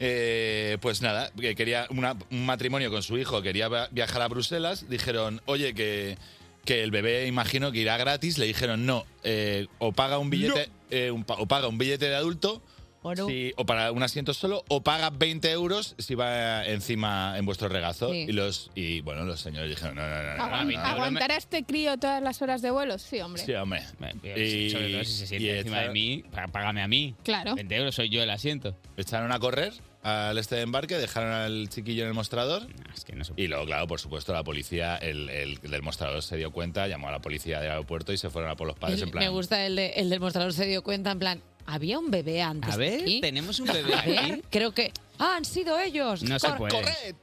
Speaker 9: Eh, pues nada, que quería una- un matrimonio con su hijo, quería va- viajar a Bruselas. Dijeron, oye, que, que el bebé imagino que irá gratis. Le dijeron, no, eh, o paga un billete, eh, un pa- o paga un billete de adulto.
Speaker 1: ¿O no?
Speaker 9: si- o para un asiento solo, o paga 20 euros si va encima en vuestro regazo.
Speaker 1: Sí.
Speaker 9: Y los y bueno, los señores dijeron, no, no, no, no, no,
Speaker 5: Aguan-
Speaker 9: no, no,
Speaker 5: ¿Aguantar a este crío todas las horas de vuelo? Sí, hombre.
Speaker 9: Sí, hombre.
Speaker 2: Y, sobre todo si se siente
Speaker 9: y
Speaker 2: encima de
Speaker 9: echaron-
Speaker 2: mí, pá- págame a mí.
Speaker 5: Claro.
Speaker 2: 20 euros soy yo el asiento.
Speaker 9: Echaron a correr al este de embarque, dejaron al chiquillo en el mostrador.
Speaker 2: No, es que no se
Speaker 9: Y luego, claro, por supuesto, la policía, el, el del mostrador se dio cuenta, llamó a la policía del aeropuerto y se fueron a por los padres
Speaker 1: El-
Speaker 9: en plan.
Speaker 1: Me gusta el, de- el del mostrador, se dio cuenta en plan, había un bebé antes.
Speaker 2: A ver,
Speaker 1: aquí?
Speaker 2: tenemos un
Speaker 1: <laughs>
Speaker 2: bebé
Speaker 1: A ver,
Speaker 2: aquí.
Speaker 1: creo que... ¡Ah, han sido ellos!
Speaker 2: No se puede.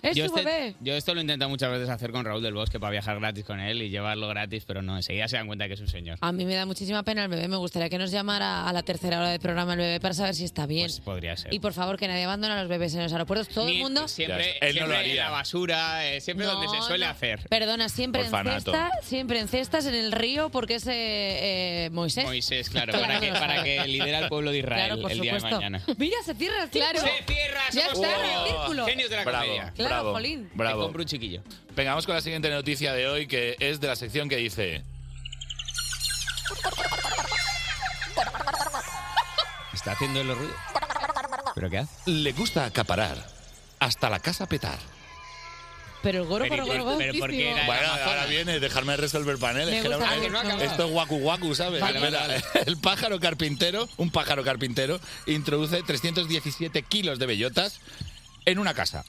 Speaker 1: ¡Es
Speaker 2: yo, este-
Speaker 1: su bebé!
Speaker 2: yo esto lo he intentado muchas veces hacer con Raúl del Bosque para viajar gratis con él y llevarlo gratis, pero no, enseguida se dan cuenta que es un señor.
Speaker 1: A mí me da muchísima pena el bebé. Me gustaría que nos llamara a la tercera hora del programa el bebé para saber si está bien.
Speaker 2: Pues podría ser.
Speaker 1: Y por favor, que nadie abandone a los bebés en los aeropuertos. Todo
Speaker 2: Ni-
Speaker 1: el mundo.
Speaker 9: Ya
Speaker 2: Siempre,
Speaker 9: está. Él no
Speaker 2: siempre
Speaker 9: lo haría.
Speaker 2: en la basura, eh, siempre donde se
Speaker 1: No,
Speaker 2: suele
Speaker 1: no.
Speaker 2: hacer.
Speaker 1: Perdona, siempre en,
Speaker 9: Orfanato.
Speaker 1: cesta, siempre en cestas en el río porque es eh, eh, Moisés.
Speaker 2: Moisés, claro, para que, para que lidera al pueblo de Israel
Speaker 1: claro, por
Speaker 2: el día de
Speaker 1: supuesto.
Speaker 2: mañana.
Speaker 1: Mira, se cierra el tiempo.
Speaker 5: Claro.
Speaker 2: ¡Se cierra
Speaker 5: Ya Ya está.
Speaker 1: Círculo.
Speaker 2: Genios de la
Speaker 9: Bravo,
Speaker 2: comedia.
Speaker 1: Claro,
Speaker 9: bravo,
Speaker 1: Jolín.
Speaker 9: bravo.
Speaker 2: Te compro un chiquillo.
Speaker 9: Venga, vamos con la siguiente noticia de hoy, que es de la sección que dice...
Speaker 2: Está haciendo el ruido. ¿Pero qué hace?
Speaker 9: Le gusta acaparar, hasta la casa petar.
Speaker 1: Pero el goro,
Speaker 2: Pero,
Speaker 1: pero,
Speaker 2: pero, pero ¿por qué era
Speaker 9: Bueno,
Speaker 2: Amazonas?
Speaker 9: ahora viene, dejarme resolver paneles.
Speaker 1: Me
Speaker 9: que era
Speaker 1: gusta
Speaker 9: un-
Speaker 1: que no acababa.
Speaker 9: esto es guacu guacu, ¿sabes?
Speaker 2: Vale,
Speaker 9: Espera,
Speaker 2: vale,
Speaker 9: <laughs> El pájaro carpintero, un pájaro carpintero, introduce 317 kilos de bellotas en una casa.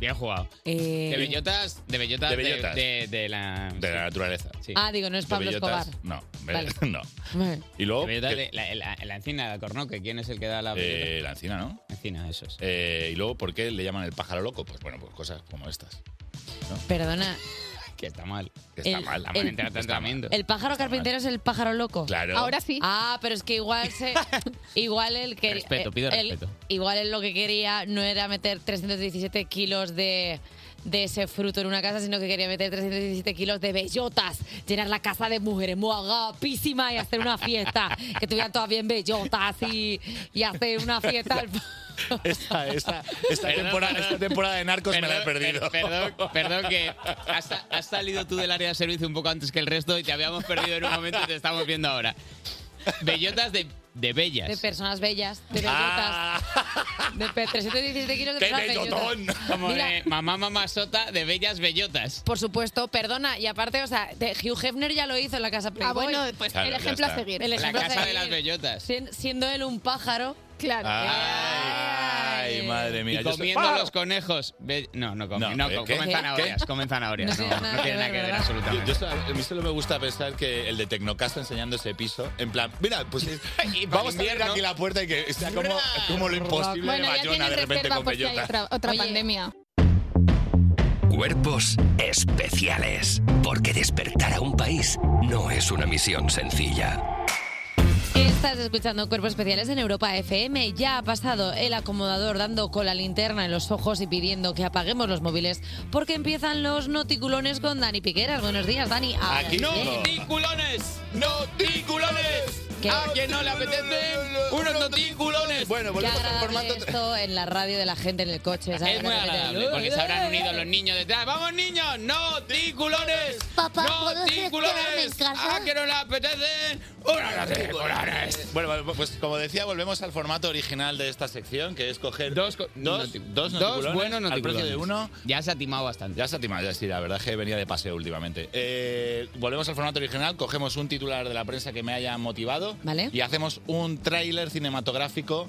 Speaker 2: Bien jugado.
Speaker 1: Eh,
Speaker 2: De bellotas, de bellotas,
Speaker 9: De
Speaker 2: de,
Speaker 9: bellotas.
Speaker 2: de- Eh, de la...
Speaker 9: De la naturaleza.
Speaker 2: Sí.
Speaker 1: Ah, digo, no es
Speaker 9: De
Speaker 1: Pablo
Speaker 9: bellotas,
Speaker 1: Escobar.
Speaker 9: No,
Speaker 1: Vale.
Speaker 9: <laughs> no.
Speaker 1: Vale.
Speaker 9: Y
Speaker 2: De
Speaker 9: luego,
Speaker 2: bellotas
Speaker 9: que-
Speaker 2: de- la, la- la encina, la cornoque. ¿Quién es el que da la bellota?
Speaker 9: eh, la encina, ¿no?
Speaker 2: encina, eso es.
Speaker 9: Eh, y luego, ¿por qué le llaman el pájaro loco? Pues bueno, pues cosas como estas.
Speaker 1: Perdona,
Speaker 2: Que está mal.
Speaker 9: Que Está
Speaker 1: El-
Speaker 9: mal, la
Speaker 1: el-
Speaker 9: manera
Speaker 2: <laughs>
Speaker 9: en que está mal.
Speaker 1: el pájaro carpintero es el pájaro loco.
Speaker 9: Claro.
Speaker 5: Ahora sí.
Speaker 1: Ah, pero es que
Speaker 5: <laughs>
Speaker 1: igual se igual el que
Speaker 2: Respeto,
Speaker 1: eh,
Speaker 2: pido
Speaker 1: el-
Speaker 2: respeto.
Speaker 1: Igual él lo que quería no era meter 317 kilos de de ese fruto en una casa, sino que quería meter 317 kilos de bellotas, llenar la casa de mujeres muy guapísimas y hacer una fiesta, que tuvieran todas bien bellotas y, y hacer una fiesta. al-
Speaker 9: Esta, esta, esta
Speaker 2: Perdón,
Speaker 9: temporada,
Speaker 2: perdón. <laughs>
Speaker 9: esta temporada de narcos me la he perdido.
Speaker 2: per- perdón, perdón que has, has salido tú del área de servicio un poco antes que el resto y te habíamos perdido en un momento y te estamos viendo ahora. Bellotas de, de bellas.
Speaker 1: de personas bellas, de bellotas,
Speaker 9: Ah,
Speaker 1: de pe- 317 kilos de
Speaker 9: ¡Qué
Speaker 1: personas bellotas.
Speaker 9: bellotón!
Speaker 2: Como
Speaker 1: Mira.
Speaker 2: de mamá mamá sota de bellas bellotas.
Speaker 1: Por supuesto, perdona, y aparte, o sea, de- Hugh Hefner ya lo hizo en la casa
Speaker 5: Ah,
Speaker 1: Playboy.
Speaker 5: bueno, pues
Speaker 9: Claro,
Speaker 5: el
Speaker 9: ya
Speaker 5: ejemplo a
Speaker 9: está.
Speaker 5: seguir.
Speaker 1: El
Speaker 2: La
Speaker 1: ejemplo a
Speaker 2: casa de
Speaker 1: seguir.
Speaker 2: las bellotas.
Speaker 1: Sien- siendo él un pájaro. Ah.
Speaker 5: Claro. Ah.
Speaker 9: Ay,
Speaker 1: Ay.
Speaker 9: madre mía.
Speaker 2: y
Speaker 9: yo soy- ¡Ah!
Speaker 2: comiendo los conejos. be- No, no
Speaker 9: No,
Speaker 2: comen. No,
Speaker 9: ¿eh?
Speaker 2: co-
Speaker 9: ¿Qué?
Speaker 2: comen
Speaker 1: ¿Qué?
Speaker 2: zanahorias. Comen zanahorias.
Speaker 1: No
Speaker 2: No,
Speaker 1: tiene nada
Speaker 2: no
Speaker 1: que
Speaker 2: tiene nada
Speaker 1: ver,
Speaker 2: que ver,
Speaker 1: ¿verdad?
Speaker 9: Yo, yo
Speaker 2: absolutamente.
Speaker 9: solo- a mí solo me gusta pensar que el de Tecnocasta enseñando ese piso, en plan, mira, pues es-
Speaker 2: <laughs> Y para
Speaker 9: vamos a abrir
Speaker 2: invierno-
Speaker 9: aquí la puerta y que sea como, como lo imposible
Speaker 5: Bueno,
Speaker 9: de
Speaker 5: ya
Speaker 9: Bayona de
Speaker 5: tienes
Speaker 9: repente
Speaker 5: reserva
Speaker 9: con
Speaker 5: por si hay
Speaker 9: bellota.
Speaker 5: otra, otra
Speaker 1: Oye.
Speaker 5: pandemia.
Speaker 3: Cuerpos especiales. Porque despertar a un país no es una misión sencilla.
Speaker 1: Estás escuchando Cuerpos Especiales en Europa FM. Ya ha pasado el acomodador dando con la linterna en los ojos y pidiendo que apaguemos los móviles porque empiezan los noticulones con Dani Piqueras. Buenos días, Dani. Ah,
Speaker 9: Aquí no.
Speaker 1: ¿qué?
Speaker 2: ¡Noticulones!
Speaker 9: ¡Noticulones!
Speaker 1: ¿Qué?
Speaker 2: ¿A quien no le apetece? ¡Unos noticulones!
Speaker 9: Bueno,
Speaker 1: Qué
Speaker 9: volvemos al
Speaker 1: agradable
Speaker 9: formato.
Speaker 1: esto en la radio de la gente en el coche. ¿sabes?
Speaker 2: Es muy agradable, porque se habrán unido los niños detrás. ¡Vamos, niños! ¡No ticulones!
Speaker 8: Papá,
Speaker 2: ¡No
Speaker 8: ¿puedo quedarme en
Speaker 2: ticulones!
Speaker 8: casa?
Speaker 2: ¡Ah, que no le apetecen! ¡Unos noticulones!
Speaker 9: Bueno, vale, pues como decía, volvemos al formato original de esta sección, que es coger
Speaker 2: Dos, co-
Speaker 9: dos,
Speaker 2: noti-
Speaker 9: dos noticulones
Speaker 2: dos buenos noticulones.
Speaker 9: al precio de uno.
Speaker 2: Ya se ha timado bastante.
Speaker 9: Ya está timado, ya sí, la verdad es que venía de paseo últimamente. Eh, volvemos al formato original, cogemos un titular de la prensa que me haya motivado
Speaker 1: Vale.
Speaker 9: y hacemos un tráiler cinematográfico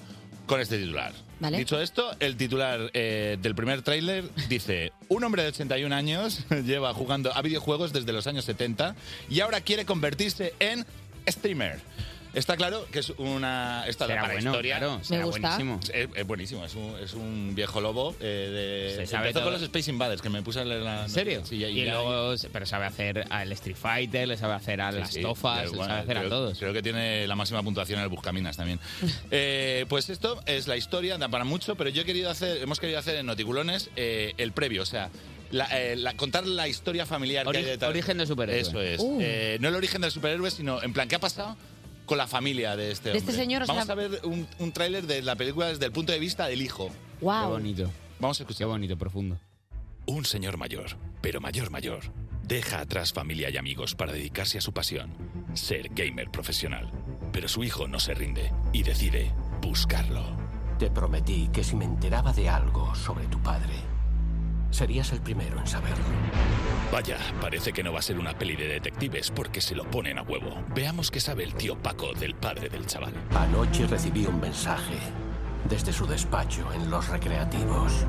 Speaker 9: con este titular.
Speaker 1: Vale.
Speaker 9: Dicho esto, el titular eh, del primer tráiler dice, un hombre de 81 años <laughs> lleva jugando a videojuegos desde los años 70 y ahora quiere convertirse en streamer. Está claro que es una... Esta da
Speaker 2: Será
Speaker 9: para
Speaker 2: bueno,
Speaker 9: historia.
Speaker 2: claro. Será
Speaker 1: gusta.
Speaker 2: buenísimo.
Speaker 9: Es, es buenísimo, es un, es un viejo lobo. eh,
Speaker 2: Se
Speaker 9: de,
Speaker 2: sabe
Speaker 9: empezó con
Speaker 2: todo.
Speaker 9: los Space Invaders, que me puse a leer la.
Speaker 2: ¿En serio?
Speaker 9: Sí,
Speaker 2: y
Speaker 9: ya- ya-
Speaker 2: luego, pero sabe hacer al Street Fighter, le sabe hacer a
Speaker 9: sí,
Speaker 2: las
Speaker 9: sí,
Speaker 2: tofas,
Speaker 9: pero
Speaker 2: le
Speaker 9: bueno,
Speaker 2: sabe hacer
Speaker 9: creo-
Speaker 2: a todos.
Speaker 9: Creo que tiene la máxima puntuación en el
Speaker 2: <laughs>
Speaker 9: Buscaminas también. Eh, pues esto es la historia, da para mucho, pero yo he querido hacer, hemos querido hacer en Noticulones eh, el previo, o sea. la- eh, la- contar la historia familiar que
Speaker 2: Ori-
Speaker 9: hay detrás.
Speaker 2: origen del superhéroe. Uh.
Speaker 9: Eso es. Eh, no el origen del superhéroe, sino en plan, ¿qué ha pasado con la familia de este
Speaker 1: De
Speaker 9: hombre?
Speaker 1: este señor, o
Speaker 9: Vamos
Speaker 1: sea-
Speaker 9: a ver un, un tráiler de la película desde el punto de vista del hijo.
Speaker 2: Qué
Speaker 1: Wow.
Speaker 2: bonito,
Speaker 9: Vamos a
Speaker 2: qué
Speaker 9: escuchar.
Speaker 2: bonito, profundo.
Speaker 9: Un señor mayor, pero mayor mayor, deja atrás familia y amigos para dedicarse a su pasión, ser gamer profesional. Pero su hijo no se rinde y decide buscarlo.
Speaker 10: Te prometí que si me enteraba de algo sobre tu padre, serías el primero en saberlo.
Speaker 9: Vaya, parece que no va a ser una peli de detectives porque se lo ponen a huevo. Veamos qué sabe el tío Paco del padre del chaval.
Speaker 10: Anoche recibí un mensaje desde su despacho en los recreativos.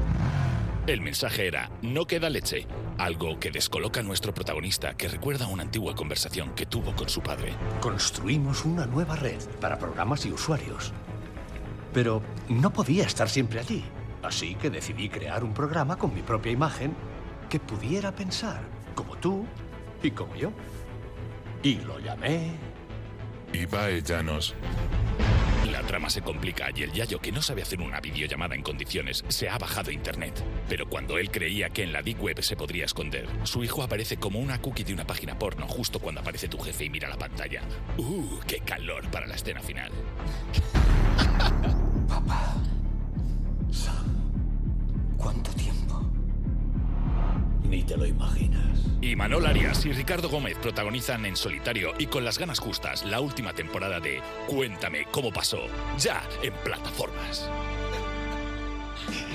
Speaker 9: El mensaje era, no queda leche, algo que descoloca a nuestro protagonista que recuerda una antigua conversación que tuvo con su padre.
Speaker 10: Construimos una nueva red para programas y usuarios. Pero no podía estar siempre allí. Así que decidí crear un programa con mi propia imagen que pudiera pensar, como tú y como yo. Y lo llamé
Speaker 9: Ibae Llanos. La trama se complica y el Yayo, que no sabe hacer una videollamada en condiciones, se ha bajado a internet. Pero cuando él creía que en la Deep Web se podría esconder, su hijo aparece como una cookie de una página porno justo cuando aparece tu jefe y mira la pantalla. ¡Uh, qué calor para la escena final!
Speaker 10: Ni te lo imaginas.
Speaker 9: Y Manol Arias y Ricardo Gómez protagonizan en solitario y con las ganas justas la última temporada de Cuéntame cómo pasó, ya en plataformas.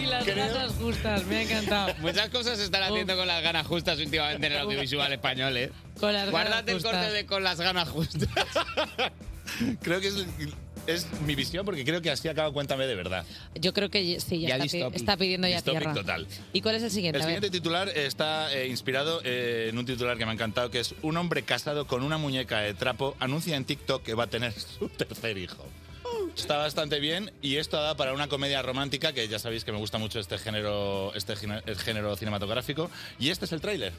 Speaker 2: Y las ganas justas, me ha encantado. Muchas cosas se están haciendo con las ganas justas últimamente en el audiovisual español, ¿eh?
Speaker 1: Con las
Speaker 2: Guárdate
Speaker 1: ganas
Speaker 2: el corte
Speaker 1: justas.
Speaker 2: de con las ganas justas.
Speaker 9: Creo que es, es mi visión porque creo que así acaba Cuéntame de verdad.
Speaker 1: Yo creo que sí, ya,
Speaker 9: Ya
Speaker 1: está,
Speaker 9: distopic.
Speaker 1: pi- está pidiendo ya
Speaker 9: Distopic
Speaker 1: tierra.
Speaker 9: total.
Speaker 1: ¿Y cuál es el siguiente?
Speaker 9: El
Speaker 1: A ver.
Speaker 9: siguiente titular está eh, inspirado eh, en un titular que me ha encantado, que es un hombre casado con una muñeca de trapo anuncia en TikTok que va a tener <laughs> su tercer hijo. Está bastante bien y esto da para una comedia romántica que ya sabéis que me gusta mucho este género, este gine- el género cinematográfico y este es el tráiler.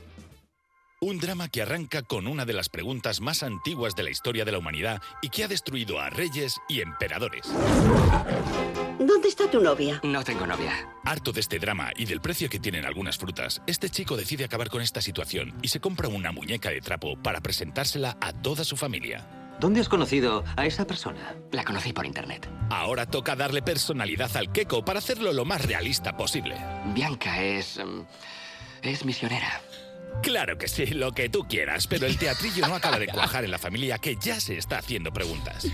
Speaker 9: Un drama que arranca con una <laughs> de las preguntas más antiguas de la historia de la humanidad y que ha destruido a reyes y emperadores.
Speaker 8: ¿Dónde está tu novia?
Speaker 9: No tengo novia. Harto de este drama y del precio que tienen algunas frutas, este chico decide acabar con esta situación y se compra una muñeca de trapo para presentársela a toda su familia.
Speaker 11: ¿Dónde has conocido a esa persona? La conocí por internet.
Speaker 9: Ahora toca darle personalidad al queco para hacerlo lo más realista posible.
Speaker 11: Bianca es... mm, es misionera.
Speaker 9: Claro que sí, lo que tú quieras, pero el teatrillo no acaba de cuajar en la familia que ya se está haciendo preguntas.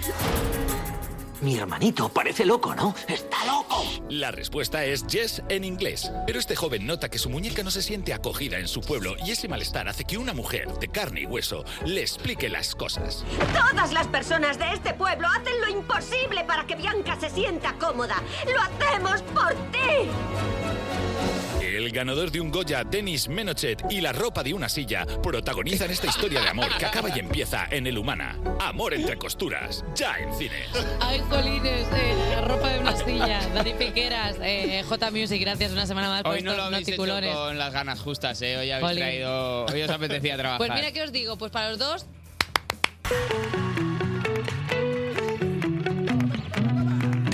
Speaker 11: Mi hermanito parece loco, ¿no? Está loco.
Speaker 9: La respuesta es yes en inglés. Pero este joven nota que su muñeca no se siente acogida en su pueblo y ese malestar hace que una mujer de carne y hueso le explique las cosas.
Speaker 8: Todas las personas de este pueblo hacen lo imposible para que Bianca se sienta cómoda. ¡Lo hacemos por ti!
Speaker 9: El ganador de un Goya, Denis Menochet, y la ropa de una silla protagonizan esta historia de amor que acaba y empieza en El Humana. Amor entre costuras, ya en cines.
Speaker 1: Ay, Colines, eh, la ropa de
Speaker 2: <laughs>
Speaker 1: una silla. Dani Piqueras, eh, J Music, gracias una semana más por
Speaker 2: Hoy no
Speaker 1: estos
Speaker 2: lo habéis hecho
Speaker 1: noticulones.
Speaker 2: con las ganas justas, ¿eh? Hoy habéis
Speaker 1: Jolín.
Speaker 2: traído... Hoy os
Speaker 1: <laughs>
Speaker 2: apetecía trabajar.
Speaker 1: Pues mira que os digo, pues para los dos,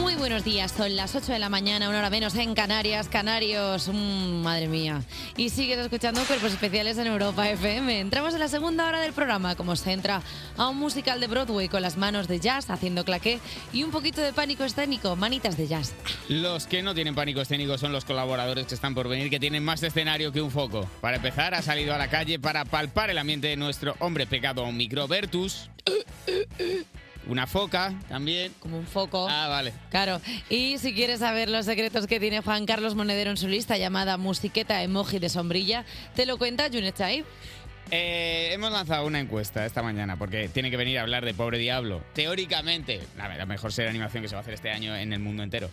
Speaker 1: muy buenos días. Son las 8 de la mañana, una hora menos en Canarias, Canarios. Mm, madre mía. Y sigues escuchando Cuerpos Especiales en Europa FM. Entramos en la segunda hora del programa, como se entra a un musical de Broadway con las manos de jazz haciendo claqué y un poquito de pánico escénico, manitas de jazz.
Speaker 2: Los que no tienen pánico escénico son los colaboradores que están por venir, que tienen más escenario que un foco. Para empezar, ha salido a la calle para palpar el ambiente de nuestro hombre pecado Microbertus. Una foca también.
Speaker 1: Como un foco.
Speaker 2: Ah, vale.
Speaker 1: Claro, y si quieres saber los secretos que tiene Juan Carlos Monedero en su lista llamada Musiqueta Emoji de Sombrilla, te lo cuenta Junet Chaib.
Speaker 2: Eh, hemos lanzado una encuesta esta mañana porque tiene que venir a hablar de Pobre Diablo. Teóricamente, la, la mejor serie de animación que se va a hacer este año en el mundo entero.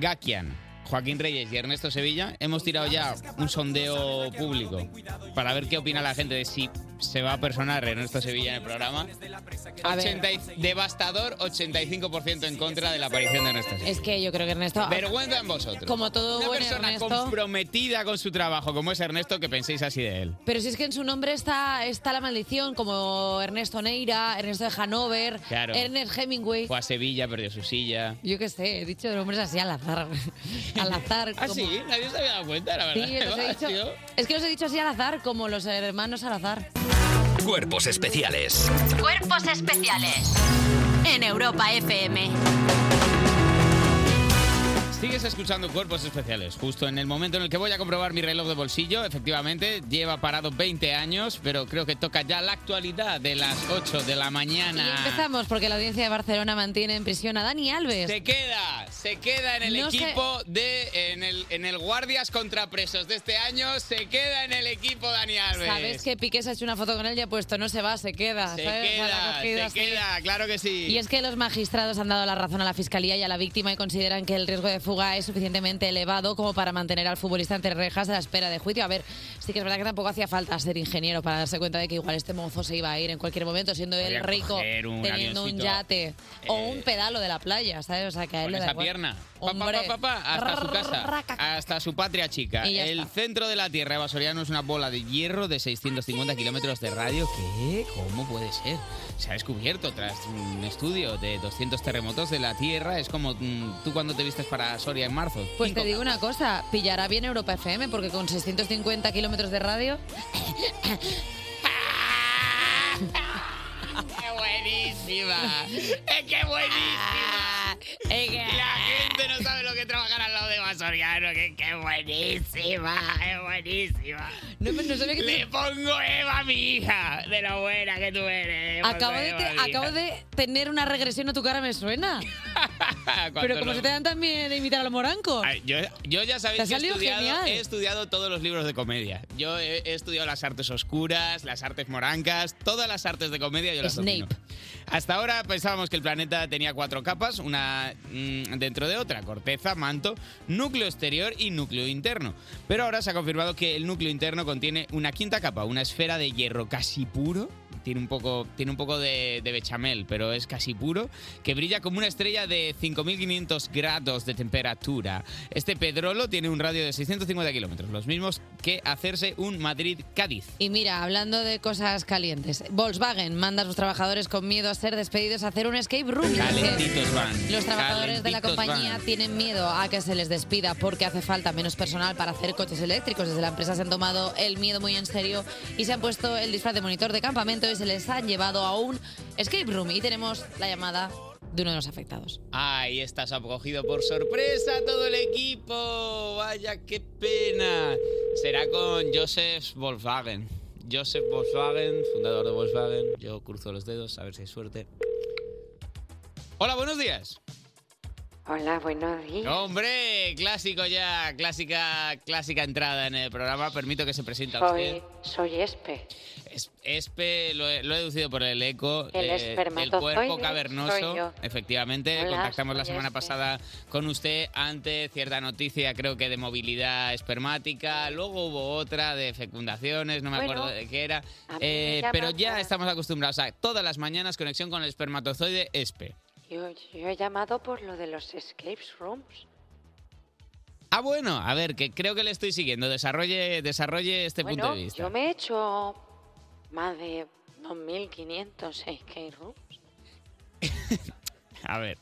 Speaker 2: Gakian, Joaquín Reyes y Ernesto Sevilla hemos tirado ya un sondeo público para ver qué opina la gente de si se va a personar Ernesto Sevilla en el programa. 80 y- devastador, 85% en contra de la aparición de Ernesto Sevilla.
Speaker 1: Es que yo creo que Ernesto...
Speaker 2: Vergüenza en vosotros.
Speaker 1: Como todo
Speaker 2: Una
Speaker 1: buen
Speaker 2: persona
Speaker 1: Ernesto.
Speaker 2: comprometida con su trabajo, como es Ernesto, que penséis así de él.
Speaker 1: Pero si es que en su nombre está, está la maldición, como Ernesto Neira, Ernesto de Hanover,
Speaker 2: Claro.
Speaker 1: Ernest Hemingway.
Speaker 2: Fue a Sevilla, perdió su silla.
Speaker 1: Yo qué sé, he dicho nombres así
Speaker 2: <laughs>
Speaker 1: al azar. al azar.
Speaker 2: Ah,
Speaker 1: como-
Speaker 2: sí, nadie se había dado cuenta, la verdad.
Speaker 1: Sí, los he dicho-
Speaker 2: Tío.
Speaker 1: es que los he dicho así al azar, como los hermanos al azar.
Speaker 3: Cuerpos especiales.
Speaker 4: Cuerpos especiales en Europa FM.
Speaker 2: Sigues escuchando Cuerpos Especiales, justo en el momento en el que voy a comprobar mi reloj de bolsillo. Efectivamente, lleva parado 20 años, pero creo que toca ya la actualidad de las 8 de la
Speaker 1: Y
Speaker 2: mañana.
Speaker 1: empezamos porque la audiencia de Barcelona mantiene en prisión a Dani Alves.
Speaker 2: Se queda, se queda en el
Speaker 1: No sé.
Speaker 2: equipo de. En el, en el Guardias contra Presos de este año, se queda en el equipo Dani Alves.
Speaker 1: Sabes que Piqué se ha hecho una foto con él y ha puesto no se va, se queda.
Speaker 2: Se
Speaker 1: ¿sabes? La ha
Speaker 2: queda,
Speaker 1: cogido
Speaker 2: se
Speaker 1: así.
Speaker 2: queda, claro que sí.
Speaker 1: Y es que los magistrados han dado la razón a la fiscalía y a la víctima y consideran que el riesgo de fuga es suficientemente elevado como para mantener al futbolista entre rejas a la espera de juicio. A ver, sí que es verdad que tampoco hacía falta ser ingeniero para darse cuenta de que igual este mozo se iba a ir en cualquier momento, siendo él
Speaker 2: Podría
Speaker 1: rico,
Speaker 2: coger un
Speaker 1: teniendo un
Speaker 2: avioncito, eh,
Speaker 1: yate o un pedalo de la playa, ¿sabes? O sea, que a él
Speaker 2: Con
Speaker 1: le da
Speaker 2: esa
Speaker 1: igual.
Speaker 2: pierna. Pa, pa,
Speaker 1: Hombre.
Speaker 2: pa, pa, pa, hasta su casa. Hasta su patria chica.
Speaker 1: Y ya
Speaker 2: El
Speaker 1: está.
Speaker 2: centro de la Tierra evasoriano es una bola de hierro de 650 kilómetros de radio. ¿Qué? ¿Cómo puede ser? Se ha descubierto tras un estudio de 200 terremotos de la Tierra. Es como mm, tú cuando te vistes para Soria en marzo. <laughs>
Speaker 1: Pues te digo una cosa, pillará bien Europa FM porque con 650 kilómetros de radio <laughs>
Speaker 2: buenísima. Es que es
Speaker 1: Ah,
Speaker 2: buenísima. La gente no sabe lo que es trabajar al lado de Masoriano, que es que es buenísima, es buenísima.
Speaker 12: No,
Speaker 1: pues,
Speaker 12: pero no sabía que
Speaker 2: Le
Speaker 12: tú-
Speaker 2: pongo Eva a mi hija, de lo buena que tú eres.
Speaker 12: Acabo
Speaker 2: Pongo
Speaker 12: de,
Speaker 2: Eva,
Speaker 12: te-
Speaker 2: mi hija.
Speaker 12: acabo de tener una regresión a tu cara,
Speaker 2: <laughs>
Speaker 12: me suena.
Speaker 2: Cuánto
Speaker 12: Pero como
Speaker 2: no.
Speaker 12: se te dan también de imitar a los morancos.
Speaker 2: Ay, yo, yo ya
Speaker 12: Te ha
Speaker 2: sabéis que he
Speaker 12: salido
Speaker 2: estudiado,
Speaker 12: genial.
Speaker 2: he estudiado todos los libros de comedia. Yo he, he estudiado las artes oscuras, las artes morancas, todas las artes de comedia yo las
Speaker 12: Snape.
Speaker 2: domino. Hasta ahora pensábamos que el planeta tenía cuatro capas, una mm, dentro de otra, corteza, manto, núcleo exterior y núcleo interno. Pero ahora se ha confirmado que el núcleo interno contiene una quinta capa, una esfera de hierro casi puro. Tiene un poco, tiene un poco de, de bechamel, pero es casi puro, que brilla como una estrella de 5.500 grados de temperatura. Este pedrolo tiene un radio de 650 kilómetros, los mismos que hacerse un Madrid-Cádiz.
Speaker 12: Y mira, hablando de cosas calientes, Volkswagen manda a sus trabajadores con miedo a ser despedidos a hacer un escape room. Y es que
Speaker 2: Calentitos van.
Speaker 12: Los trabajadores de la
Speaker 2: calentitos
Speaker 12: compañía
Speaker 2: van.
Speaker 12: tienen miedo a que se les despida porque hace falta menos personal para hacer coches eléctricos. Desde la empresa se han tomado el miedo muy en serio y se han puesto el disfraz de monitor de campamento y se les han llevado a un escape room. Y tenemos la llamada de uno de los afectados.
Speaker 2: Ahí estás acogido por sorpresa todo el equipo. Vaya, qué pena. Será con Joseph Volkswagen. Joseph Volkswagen, fundador de Volkswagen. Yo cruzo los dedos, a ver si hay suerte. Hola, buenos días.
Speaker 1: Hola, buenos días.
Speaker 2: Hombre, clásico ya, clásica, clásica entrada en el programa. Permito que se presente a usted.
Speaker 1: Soy, soy Espe.
Speaker 2: Es- Espe, lo he, lo he deducido por el eco. eh,
Speaker 1: El
Speaker 2: del
Speaker 1: espermatozoide
Speaker 2: cuerpo
Speaker 1: soy yo.
Speaker 2: cavernoso. Efectivamente,
Speaker 1: Hola,
Speaker 2: contactamos la
Speaker 1: soy este.
Speaker 2: semana
Speaker 1: Espe.
Speaker 2: pasada con usted ante cierta noticia, creo que de movilidad espermática. Luego hubo otra de fecundaciones, no me
Speaker 1: Bueno,
Speaker 2: acuerdo de qué era. Eh,
Speaker 1: me llaman
Speaker 2: pero ya estamos acostumbrados a todas las mañanas conexión con el espermatozoide Espe.
Speaker 1: Yo, yo he llamado por lo de los escape rooms.
Speaker 2: Ah, bueno, a ver, que creo que le estoy siguiendo. Desarrolle, desarrolle este punto
Speaker 1: bueno,
Speaker 2: de vista.
Speaker 1: yo me he hecho más de 2.500 escape rooms.
Speaker 2: A ver.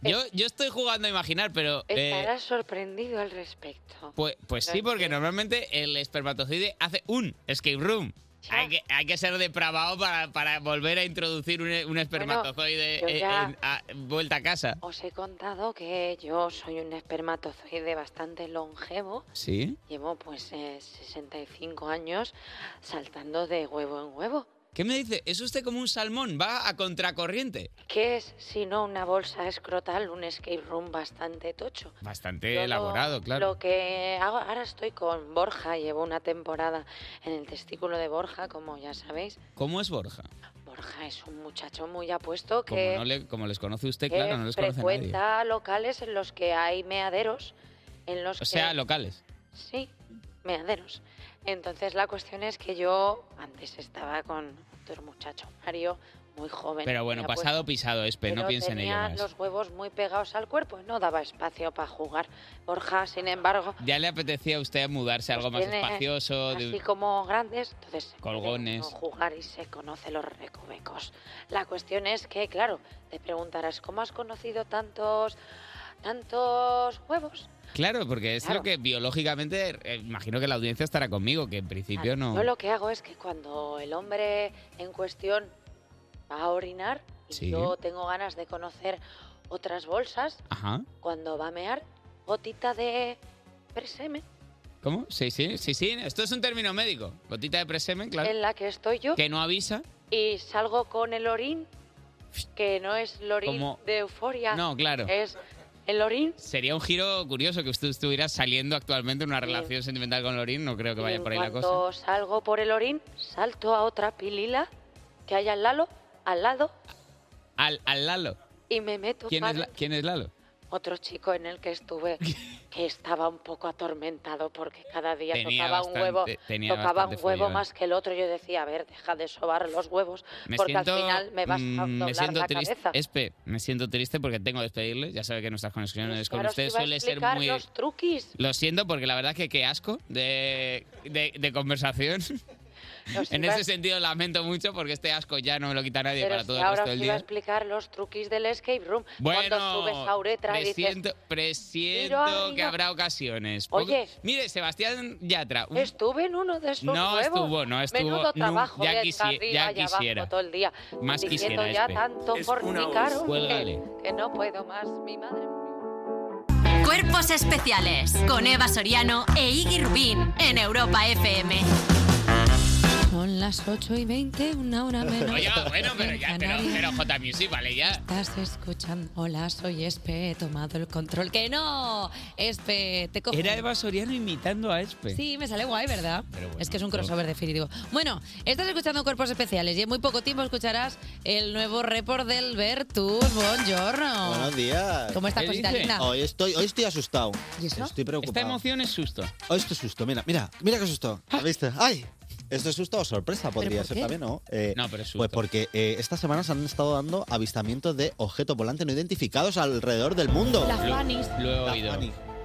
Speaker 2: Yo, yo estoy jugando a imaginar, pero... eh,
Speaker 1: Estarás sorprendido al respecto.
Speaker 2: Pues, pues sí, porque normalmente el espermatozoide hace un escape room. Hay que, hay que ser depravado para, para volver a introducir un, un espermatozoide eh,
Speaker 1: yo pues ya-
Speaker 2: en- a- vuelta a casa.
Speaker 1: Os he contado que yo soy un espermatozoide bastante longevo.
Speaker 2: ¿Sí?
Speaker 1: Llevo pues eh, 65 años saltando de huevo en huevo.
Speaker 2: ¿Qué me dice? Es usted como un salmón, va a contracorriente.
Speaker 1: ¿Qué es sino una bolsa escrotal, un escape room bastante tocho?
Speaker 2: Bastante
Speaker 1: Yo lo-
Speaker 2: elaborado, claro.
Speaker 1: Lo que hago, ahora estoy con Borja, llevo una temporada en el testículo de Borja, como ya sabéis.
Speaker 2: ¿Cómo es Borja?
Speaker 1: Borja es un muchacho muy apuesto
Speaker 2: Como,
Speaker 1: que,
Speaker 2: no le- como les conoce usted,
Speaker 1: que
Speaker 2: claro, no les conoce nadie.
Speaker 1: frecuenta locales en los que hay meaderos, en los
Speaker 2: O sea,
Speaker 1: pues que...
Speaker 2: locales.
Speaker 1: Sí, meaderos. Entonces la cuestión es que yo antes estaba con otro muchacho, Mario, muy joven.
Speaker 2: Pero bueno,
Speaker 1: muy apuesto.
Speaker 2: pasado pisado, Espe, no
Speaker 1: pues, Pero
Speaker 2: piense en ello
Speaker 1: tenía
Speaker 2: más.
Speaker 1: los huevos muy pegados al cuerpo y no daba espacio para jugar. Borja, sin embargo,
Speaker 2: Ya le apetecía a usted mudarse a algo más
Speaker 1: pues tiene
Speaker 2: espacioso, de
Speaker 1: así como grandes, entonces
Speaker 2: colgones.
Speaker 1: no jugar y se conoce los recovecos. La cuestión es que, claro, te preguntarás, ¿cómo has conocido tantos, tantos huevos?
Speaker 2: Claro, porque es lo
Speaker 1: Claro.
Speaker 2: que biológicamente, eh, imagino que la audiencia estará conmigo, que en principio no.
Speaker 1: Yo lo que hago es que cuando el hombre en cuestión va a orinar y
Speaker 2: Sí.
Speaker 1: yo tengo ganas de conocer otras bolsas,
Speaker 2: Ajá.
Speaker 1: cuando va a mear, gotita de presemen.
Speaker 2: ¿Cómo? Sí, sí, sí, sí. Esto es un término médico. Gotita de presemen, claro.
Speaker 1: en la que estoy yo
Speaker 2: Que no avisa.
Speaker 1: y salgo con el orín, que no es el orín
Speaker 2: Como-
Speaker 1: de euforia.
Speaker 2: No, claro.
Speaker 1: Es el orín.
Speaker 2: Sería un giro curioso que usted estuviera saliendo actualmente en una
Speaker 1: Sí.
Speaker 2: relación sentimental con Lorín. No creo que
Speaker 1: y
Speaker 2: vaya
Speaker 1: en
Speaker 2: por ahí la cosa.
Speaker 1: cuanto salgo por el orín, salto a otra pilila que hay al lado, al lado
Speaker 2: Al, al Lalo.
Speaker 1: y me meto
Speaker 2: ¿Quién es,
Speaker 1: para
Speaker 2: la- ¿Quién es Lalo?
Speaker 1: otro chico en el que
Speaker 2: <laughs>
Speaker 1: estuve que estaba un poco atormentado porque cada día
Speaker 2: Tenía
Speaker 1: tocaba
Speaker 2: bastante-
Speaker 1: un huevo,
Speaker 2: tenía
Speaker 1: tocaba un
Speaker 2: bastante
Speaker 1: huevo
Speaker 2: follón.
Speaker 1: más que el otro. Yo decía, a ver, deja de sobar los huevos
Speaker 2: Me
Speaker 1: porque
Speaker 2: siento,
Speaker 1: al final me vas
Speaker 2: mm,
Speaker 1: a doblar
Speaker 2: me siento
Speaker 1: la
Speaker 2: triste.
Speaker 1: cabeza.
Speaker 2: Espe, me siento triste porque tengo que despedirle. Ya sabe que nuestras conexiones con
Speaker 1: Pues Claro, os
Speaker 2: usted
Speaker 1: iba a
Speaker 2: suele ser
Speaker 1: explicar
Speaker 2: muy.
Speaker 1: los truquis.
Speaker 13: <laughs>
Speaker 2: Lo siento porque la verdad que qué asco de, de, de conversación.
Speaker 13: Los
Speaker 2: en
Speaker 13: ibas-
Speaker 2: ese sentido lamento mucho porque este asco ya no me lo quita nadie
Speaker 13: Pero
Speaker 2: para
Speaker 13: es
Speaker 2: todo
Speaker 13: que
Speaker 2: el
Speaker 13: ahora
Speaker 2: resto
Speaker 13: os
Speaker 2: del
Speaker 13: iba a
Speaker 2: día.
Speaker 13: explicar los truquis del escape room. Cuando subes
Speaker 2: Bueno,
Speaker 13: a uretra y dices,
Speaker 2: presiento, presiento
Speaker 13: "Miro arriba".
Speaker 2: que habrá ocasiones. Poco-
Speaker 13: Oye.
Speaker 2: mire, Sebastián Yatra, un-
Speaker 13: Estuve en uno de esos
Speaker 2: No
Speaker 13: nuevos.
Speaker 2: estuvo, no estuvo,
Speaker 13: Menudo
Speaker 2: no,
Speaker 13: trabajo
Speaker 2: ya
Speaker 13: de
Speaker 2: quisi-
Speaker 13: arriba
Speaker 2: ya
Speaker 13: y abajo
Speaker 2: quisiera.
Speaker 13: todo el día.
Speaker 2: Más
Speaker 13: Diciendo
Speaker 2: quisiera
Speaker 13: ya
Speaker 2: este. Pues
Speaker 13: tanto
Speaker 2: Es
Speaker 13: por mi
Speaker 2: una os- Cuélgale.
Speaker 13: que no puedo más, mi madre.
Speaker 4: Cuerpos especiales con Eva Soriano e Iggy Rubín en Europa FM.
Speaker 1: Son las 8 y 20, una hora menos.
Speaker 2: Oye, bueno, pero
Speaker 1: en
Speaker 2: ya, pero,
Speaker 1: Canarias.
Speaker 2: pero J Music, vale, ya.
Speaker 1: Estás escuchando. Hola, soy Espe, he tomado el control. ¡Que no! Espe, te cojo.
Speaker 2: Era Eva Soriano imitando a Espe.
Speaker 1: Sí, me sale guay, ¿verdad?
Speaker 2: Pero bueno,
Speaker 1: es que es un
Speaker 2: no.
Speaker 1: crossover definitivo. Bueno, estás escuchando Cuerpos Especiales y en muy poco tiempo escucharás el nuevo report del Bertus. Buongiorno.
Speaker 14: Buenos días.
Speaker 1: ¿Cómo estás,
Speaker 14: ¿Qué
Speaker 1: cosita
Speaker 14: dices?
Speaker 1: linda?
Speaker 14: Hoy estoy, hoy estoy asustado.
Speaker 1: ¿Y eso?
Speaker 14: Estoy preocupado.
Speaker 2: Esta emoción es susto. Ah.
Speaker 14: Oh, esto es susto, mira, mira, mira qué susto. ¿Has visto? ¡Ay! Esto es susto o sorpresa, podría
Speaker 2: por
Speaker 14: ser
Speaker 2: qué?
Speaker 14: también, ¿no? Eh,
Speaker 2: No, pero es susto.
Speaker 14: Pues porque eh, estas semanas han estado dando avistamientos de objetos volantes no identificados alrededor del mundo.
Speaker 1: Las Fanis.
Speaker 2: Lo he oído.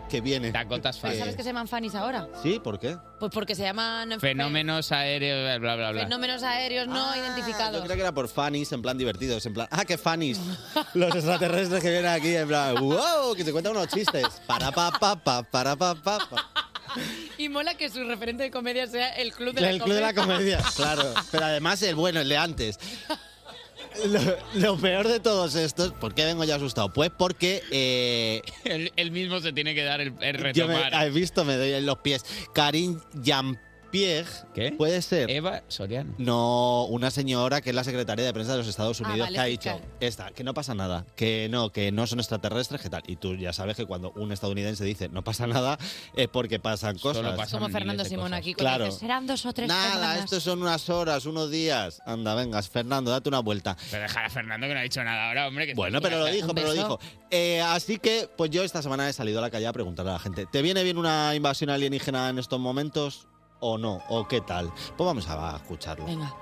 Speaker 14: que viene.
Speaker 2: Dakotas
Speaker 1: Pero ¿Sabes
Speaker 2: Fanny.
Speaker 1: que se llaman Fanis ahora?
Speaker 14: Sí, ¿por qué?
Speaker 1: Pues porque se llaman
Speaker 2: Fenómenos aéreos, bla, bla,
Speaker 1: fe-
Speaker 2: bla.
Speaker 1: fenómenos aéreos no
Speaker 14: Ah, Yo
Speaker 1: identificados.
Speaker 14: creo que era por fanis, en plan divertidos, en plan, ¡ah, qué fanis! <laughs> Los extraterrestres que vienen aquí, en plan, ¡wow! Que te cuentan unos chistes. Para, pa, pa, pa, para, pa, pa, pa.
Speaker 1: Y mola que su referente de comedia sea el Club de la
Speaker 14: El Club de la Comedia,
Speaker 1: <laughs>
Speaker 14: claro. Pero además el bueno, el de antes. Lo, lo peor de todos estos, ¿por qué vengo yo asustado? Pues porque eh,
Speaker 2: Él, él mismo se tiene que dar el, el
Speaker 14: yo me,
Speaker 2: retomar.
Speaker 14: has visto, me doy en los pies. Karin Jean-Pierre, puede ser.
Speaker 2: Eva Soriano.
Speaker 14: No, una señora que es la secretaria de prensa de los Estados
Speaker 2: Ah,
Speaker 14: Unidos
Speaker 2: vale,
Speaker 14: que ha
Speaker 2: fiscal.
Speaker 14: dicho esta, que no pasa nada, que no, que no son extraterrestres, que tal. Y tú ya sabes que cuando un estadounidense dice no pasa nada, es porque pasan cosas.
Speaker 1: Es como Fernando Simón aquí. cuando
Speaker 14: Claro.
Speaker 1: dice, Serán dos o tres
Speaker 14: Nada,
Speaker 1: semanas".
Speaker 14: estos son unas horas, unos días. Anda, vengas, Fernando, date una vuelta.
Speaker 2: Pero dejar a Fernando que no ha dicho nada ahora, hombre. Que
Speaker 14: Bueno, pero lo dijo, pero lo dijo. Eh, así que, pues yo esta semana he salido a la calle a preguntarle a la gente, ¿te viene bien una invasión alienígena en estos momentos o no? ¿O qué tal? Pues vamos a escucharlo.
Speaker 1: Venga.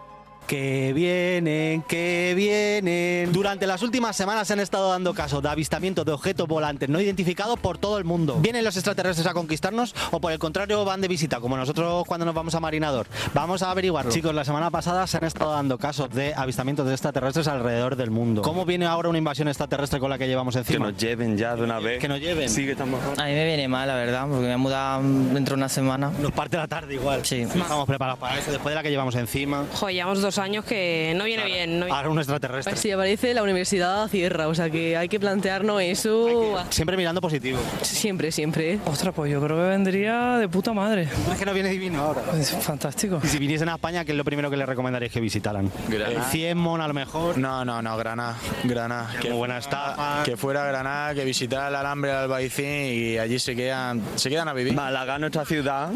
Speaker 14: Que vienen, que vienen. Durante las últimas semanas se han estado dando casos de avistamientos de objetos volantes no identificados por todo el mundo. ¿Vienen los extraterrestres a conquistarnos o por el contrario van de visita, como nosotros cuando nos vamos a Marinador? Vamos a averiguarlo. Chicos, la semana pasada se han estado dando casos de avistamientos de extraterrestres alrededor del mundo. ¿Cómo viene ahora una invasión extraterrestre con la que llevamos encima?
Speaker 15: lleven ya de una vez.
Speaker 14: Que nos lleven. Sí,
Speaker 15: que está mejor. A mí me viene mal, la verdad, porque me he mudado dentro de una semana.
Speaker 14: Nos parte la tarde igual.
Speaker 15: Sí.
Speaker 14: No Estamos preparados para eso, después de la que llevamos encima.
Speaker 16: Joder, llevamos dos años que no viene bien. No
Speaker 14: Ahora un extraterrestre.
Speaker 15: Pues
Speaker 16: Si aparece la universidad cierra, o sea que hay que plantearnos eso.
Speaker 14: Siempre mirando positivo.
Speaker 16: Siempre, siempre.
Speaker 15: Ostras, pues yo creo que vendría de puta madre.
Speaker 14: Es que no viene divino ahora.
Speaker 15: Es fantástico.
Speaker 14: Y si viniesen a España, ¿qué es lo primero que les recomendaríais que visitaran?
Speaker 15: Granada.
Speaker 14: Eh, Ciemon, a lo mejor.
Speaker 15: No, no, no, Granada. Granada. Que
Speaker 14: buena está.
Speaker 15: Que fuera Granada, que visitara el Alambre, el Albaicín y allí se quedan, se quedan a vivir. Málaga, nuestra ciudad.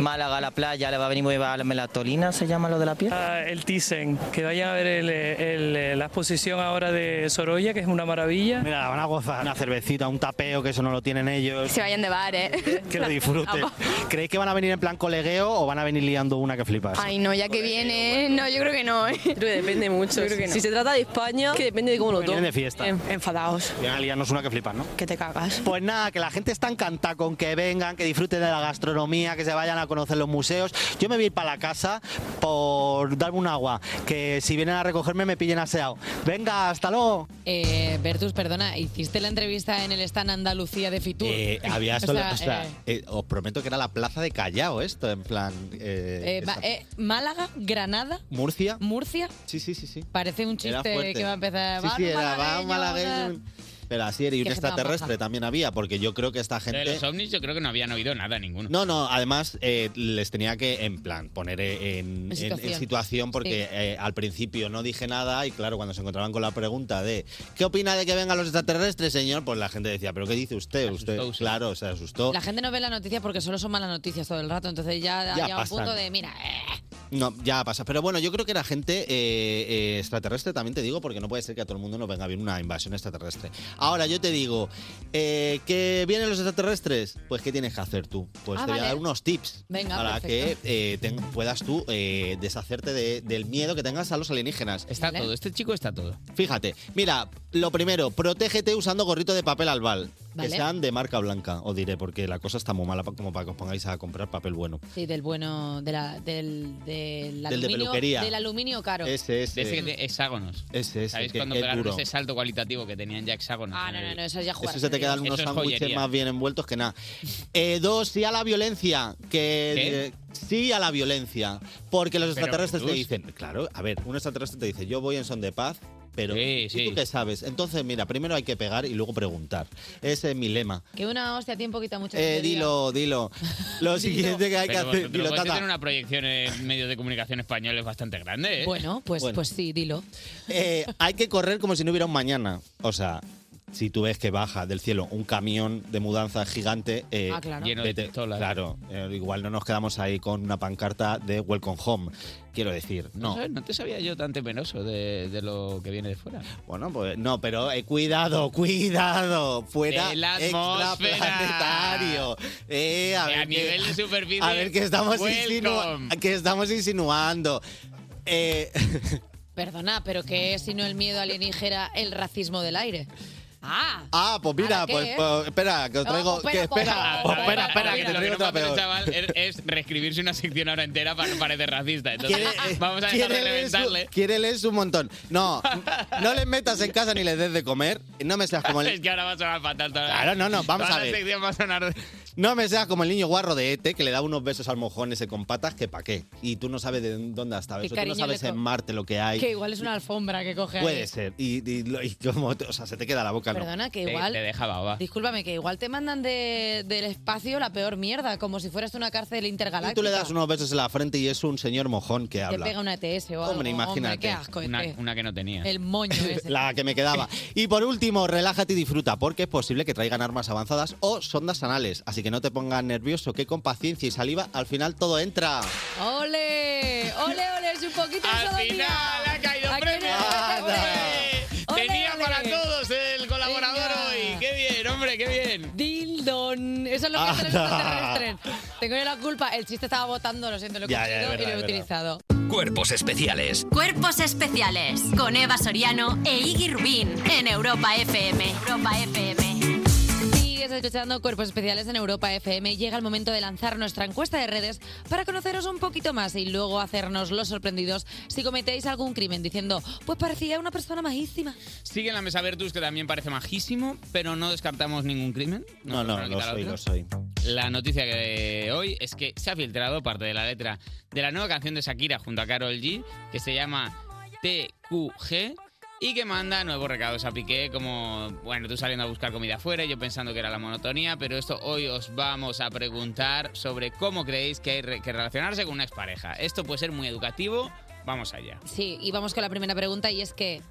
Speaker 17: Málaga, la playa, le va a venir muy bien la melatolina, se llama lo de la piel. Ah, el Thyssen, que vaya a ver el, el- eh, la exposición ahora de Sorolla, que es una maravilla.
Speaker 14: Mira, la van a gozar. Una cervecita, un tapeo, que eso no lo tienen ellos.
Speaker 5: Se vayan de bar, ¿eh?
Speaker 14: Que lo disfruten. ¿Creéis que van a venir en plan colegueo o van a venir liando una que flipas?
Speaker 5: Ay, no, ya que viene. No, yo creo que no. ¿eh? <laughs>
Speaker 16: depende mucho. Si se trata de España, que depende de cómo lo
Speaker 14: Vienen
Speaker 16: tomes.
Speaker 14: de fiesta.
Speaker 16: Enfadados.
Speaker 14: Vienen a liarnos una que flipas, ¿no?
Speaker 16: Que te cagas.
Speaker 14: Pues nada, que la gente está encantada con que vengan, que disfruten de la gastronomía, que se vayan a conocer los museos. Yo me voy a ir para la casa por darme un agua, que si vienen a recogerme me pillen aseado. Venga, hasta luego.
Speaker 1: Eh, Bertus, perdona, hiciste la entrevista en el stand Andalucía de Fitur. <laughs>
Speaker 14: Eh, había solo, o sea,
Speaker 1: eh,
Speaker 14: eh, os prometo que era la plaza de Callao esto, en plan eh,
Speaker 1: eh, ma-
Speaker 14: esa-
Speaker 1: eh, Málaga, Granada,
Speaker 14: Murcia.
Speaker 1: Murcia.
Speaker 14: Sí, sí, sí, sí.
Speaker 1: Parece un
Speaker 14: Era fuerte.
Speaker 1: chiste que va a empezar.
Speaker 14: Sí,
Speaker 1: "Vamos,
Speaker 14: sí, era, va,
Speaker 1: malagueños,
Speaker 14: malagueño.
Speaker 1: eh".
Speaker 14: Pero así era, y un
Speaker 1: Qué gente tan
Speaker 14: extraterrestre
Speaker 1: maja.
Speaker 14: también había, porque yo creo que esta
Speaker 2: Lo de
Speaker 14: gente...
Speaker 2: los ovnis yo creo que no habían oído nada ninguno.
Speaker 14: No, no, además eh, les tenía que, en plan, poner eh, en, en- en situación.
Speaker 2: situación.
Speaker 14: porque
Speaker 2: Sí.
Speaker 14: eh, al principio no dije nada y claro, cuando se encontraban con la pregunta de ¿qué opina de que vengan los extraterrestres, señor? Pues la gente decía, ¿pero qué dice usted? usted claro, se asustó.
Speaker 1: La gente no ve la noticia porque solo son malas noticias todo el rato. Entonces ya,
Speaker 14: Ya
Speaker 1: ya un
Speaker 14: pasan.
Speaker 1: punto de, mira, eh,
Speaker 14: No, ya pasa. Pero bueno, yo creo que la gente eh, eh, extraterrestre, también te digo, porque no puede ser que a todo el mundo nos venga bien una invasión extraterrestre. Ahora, yo te digo, eh, ¿que vienen los extraterrestres? Pues, ¿qué tienes que hacer tú? Pues
Speaker 1: Ah,
Speaker 14: te voy
Speaker 1: vale.
Speaker 14: a dar unos tips
Speaker 1: Venga,
Speaker 14: para
Speaker 1: perfecto.
Speaker 14: que eh, ten- puedas tú eh, deshacerte de- del miedo que tengas a los alienígenas.
Speaker 2: Está todo, este chico está todo.
Speaker 14: Fíjate, mira, lo primero, protégete usando gorrito de papel albal.
Speaker 1: Vale.
Speaker 14: Que sean de marca blanca, os diré, porque la cosa está muy mala pa- como para que os pongáis a comprar papel bueno.
Speaker 1: Sí, del bueno, de la, del, del,
Speaker 14: de
Speaker 1: aluminio,
Speaker 14: peluquería.
Speaker 1: Del aluminio caro.
Speaker 14: Ese, ese.
Speaker 2: De ese que tiene hexágonos.
Speaker 14: Ese, ese,
Speaker 2: ¿Sabéis
Speaker 14: que-
Speaker 2: cuando
Speaker 14: que
Speaker 2: pegaron
Speaker 14: duro.
Speaker 2: ese salto cualitativo que tenían ya hexágonos?
Speaker 1: Ah, no, no, no, eso es ya jugar.
Speaker 14: Eso se te quedan unos
Speaker 2: Eso es
Speaker 14: sándwiches
Speaker 2: joyería.
Speaker 14: más bien envueltos que nada. Eh, dos, sí a la violencia. Que, sí a la violencia. Porque los
Speaker 9: Pero,
Speaker 14: extraterrestres te
Speaker 9: Jesús.
Speaker 14: dicen, claro, a ver, un extraterrestre te dice, yo voy en son de paz, pero ¿y tú qué sabes? Entonces, mira, primero hay que pegar y luego preguntar. Ese es mi lema.
Speaker 1: Que una hostia tiempo quita mucho.
Speaker 14: Eh,
Speaker 1: que te diga.
Speaker 2: <laughs>
Speaker 14: dilo, dilo. Lo siguiente que hay que
Speaker 2: Pero
Speaker 14: hacer.
Speaker 2: vosotros
Speaker 14: Dilo,
Speaker 2: podéis
Speaker 14: Tata.
Speaker 2: tener una proyección en medios de comunicación españoles bastante grande, ¿eh?
Speaker 1: Bueno, pues, pues sí, dilo.
Speaker 14: Eh, hay que correr como si no hubiera un mañana. O sea, si tú ves que baja del cielo un camión de mudanza gigante, eh,
Speaker 1: Ah, claro. Lleno de
Speaker 14: vete- claro, eh, igual no nos quedamos ahí con una pancarta de Welcome Home. Quiero decir,
Speaker 2: No.
Speaker 14: no.
Speaker 2: sé, no te sabía yo tan temenoso de, de lo que viene de fuera.
Speaker 14: Bueno, pues no, pero eh, cuidado, cuidado. Fuera
Speaker 2: De la atmósfera.
Speaker 14: extraplanetario. Eh, a,
Speaker 2: Que
Speaker 14: ver
Speaker 2: a
Speaker 14: qué-
Speaker 2: nivel de superficie,
Speaker 14: A ver qué estamos,
Speaker 2: welcome.
Speaker 14: insinua- qué estamos insinuando. Eh,
Speaker 1: Perdona, pero que es sino el miedo alienígena el racismo del aire. Ah,
Speaker 14: ah, pues mira,
Speaker 1: ¿Ahora qué,
Speaker 14: pues,
Speaker 1: eh?
Speaker 14: pues, espera, que os
Speaker 1: No,
Speaker 14: traigo.
Speaker 1: pues,
Speaker 14: que
Speaker 1: espera, pues,
Speaker 14: espera,
Speaker 1: ah,
Speaker 14: pues, espera,
Speaker 2: Para-
Speaker 14: espera, que
Speaker 2: mira,
Speaker 14: te
Speaker 2: lo que
Speaker 14: traigo
Speaker 2: no puede
Speaker 14: otra
Speaker 2: hacer el
Speaker 14: peor.
Speaker 2: chaval es, es reescribirse una sección ahora entera para no parecer racista. Entonces, <laughs>
Speaker 14: Quiere-
Speaker 2: vamos a dejar de reventarle.
Speaker 14: Quiéreles un montón. No, no les metas en casa ni les des de comer. No me seas
Speaker 2: <laughs>
Speaker 14: como
Speaker 2: Es
Speaker 14: el,
Speaker 2: que ahora va a sonar fatal. toda la-
Speaker 14: Claro, no, no, vamos
Speaker 2: toda
Speaker 14: a ver.
Speaker 2: La sección va a sonar...
Speaker 14: no me seas como el niño guarro de Ete que le da unos besos al mojón ese con patas que pa' qué. Y tú no sabes de dónde has estado.
Speaker 1: Qué
Speaker 14: Eso, tú no
Speaker 1: cariño
Speaker 14: sabes
Speaker 1: le co-
Speaker 14: en Marte lo que hay.
Speaker 1: que igual es una alfombra que coge ahí.
Speaker 14: Puede ser. Y, y lo- y como, te- o sea, se te queda la boca. no.
Speaker 1: Perdona, que Te- igual- te
Speaker 2: deja baba.
Speaker 1: Discúlpame, que igual te mandan de- del espacio la peor mierda, como si fueras una cárcel intergaláctica.
Speaker 14: Y tú le das unos besos en la frente y es un señor mojón que
Speaker 1: Te
Speaker 14: habla.
Speaker 1: pega una ETS o algo.
Speaker 14: Hombre, imagínate.
Speaker 1: qué asco,
Speaker 14: Una-
Speaker 1: este.
Speaker 2: Una que no tenía.
Speaker 1: El
Speaker 14: <laughs>
Speaker 1: moño ese.
Speaker 14: La que me quedaba. Y por último, relájate y disfruta, porque es posible que traigan armas avanzadas o sondas anales. Así que no te pongas nervioso, que con paciencia y saliva al final todo entra.
Speaker 1: ¡Ole! ¡Ole, ole! Es un poquito
Speaker 2: Al
Speaker 1: eso de
Speaker 2: final
Speaker 1: mirar.
Speaker 2: ha caído
Speaker 1: Aquí
Speaker 2: premio.
Speaker 1: no hay
Speaker 2: Ah,
Speaker 1: problema. Ole,
Speaker 2: Tenía
Speaker 1: ole.
Speaker 2: para todos el colaborador
Speaker 1: Venga.
Speaker 2: hoy. Qué bien, hombre, qué bien.
Speaker 1: Dildon. Eso es lo que
Speaker 14: <laughs>
Speaker 1: hacen los extraterrestres. Tengo yo la culpa. El chiste estaba votando, lo siento, lo he
Speaker 3: Ya, ya, es
Speaker 1: cogido
Speaker 3: verdad,
Speaker 1: y lo he
Speaker 3: es verdad.
Speaker 1: utilizado.
Speaker 3: Cuerpos especiales
Speaker 4: Cuerpos especiales con Eva Soriano e Iggy Rubín en Europa FM. Europa FM.
Speaker 1: Sigues escuchando Cuerpos Especiales en Europa FM y llega el momento de lanzar nuestra encuesta de redes para conoceros un poquito más y luego hacernos los sorprendidos si cometéis algún crimen diciendo, pues parecía una persona majísima.
Speaker 2: Sigue en la mesa Bertus, que también parece majísimo, pero no descartamos ningún crimen.
Speaker 14: No, no,
Speaker 2: podemos quitar
Speaker 14: lo soy,
Speaker 2: otro.
Speaker 14: lo soy.
Speaker 2: La noticia de hoy es que se ha filtrado parte de la letra de la nueva canción de Shakira junto a Carol G, que se llama TQG. Y que manda nuevos recados a Piqué, como, bueno, tú saliendo a buscar comida afuera, yo pensando que era la monotonía, pero esto hoy os vamos a preguntar sobre cómo creéis que hay re- que relacionarse con una expareja. Esto puede ser muy educativo, vamos allá.
Speaker 1: Sí, y vamos con la primera pregunta y es que,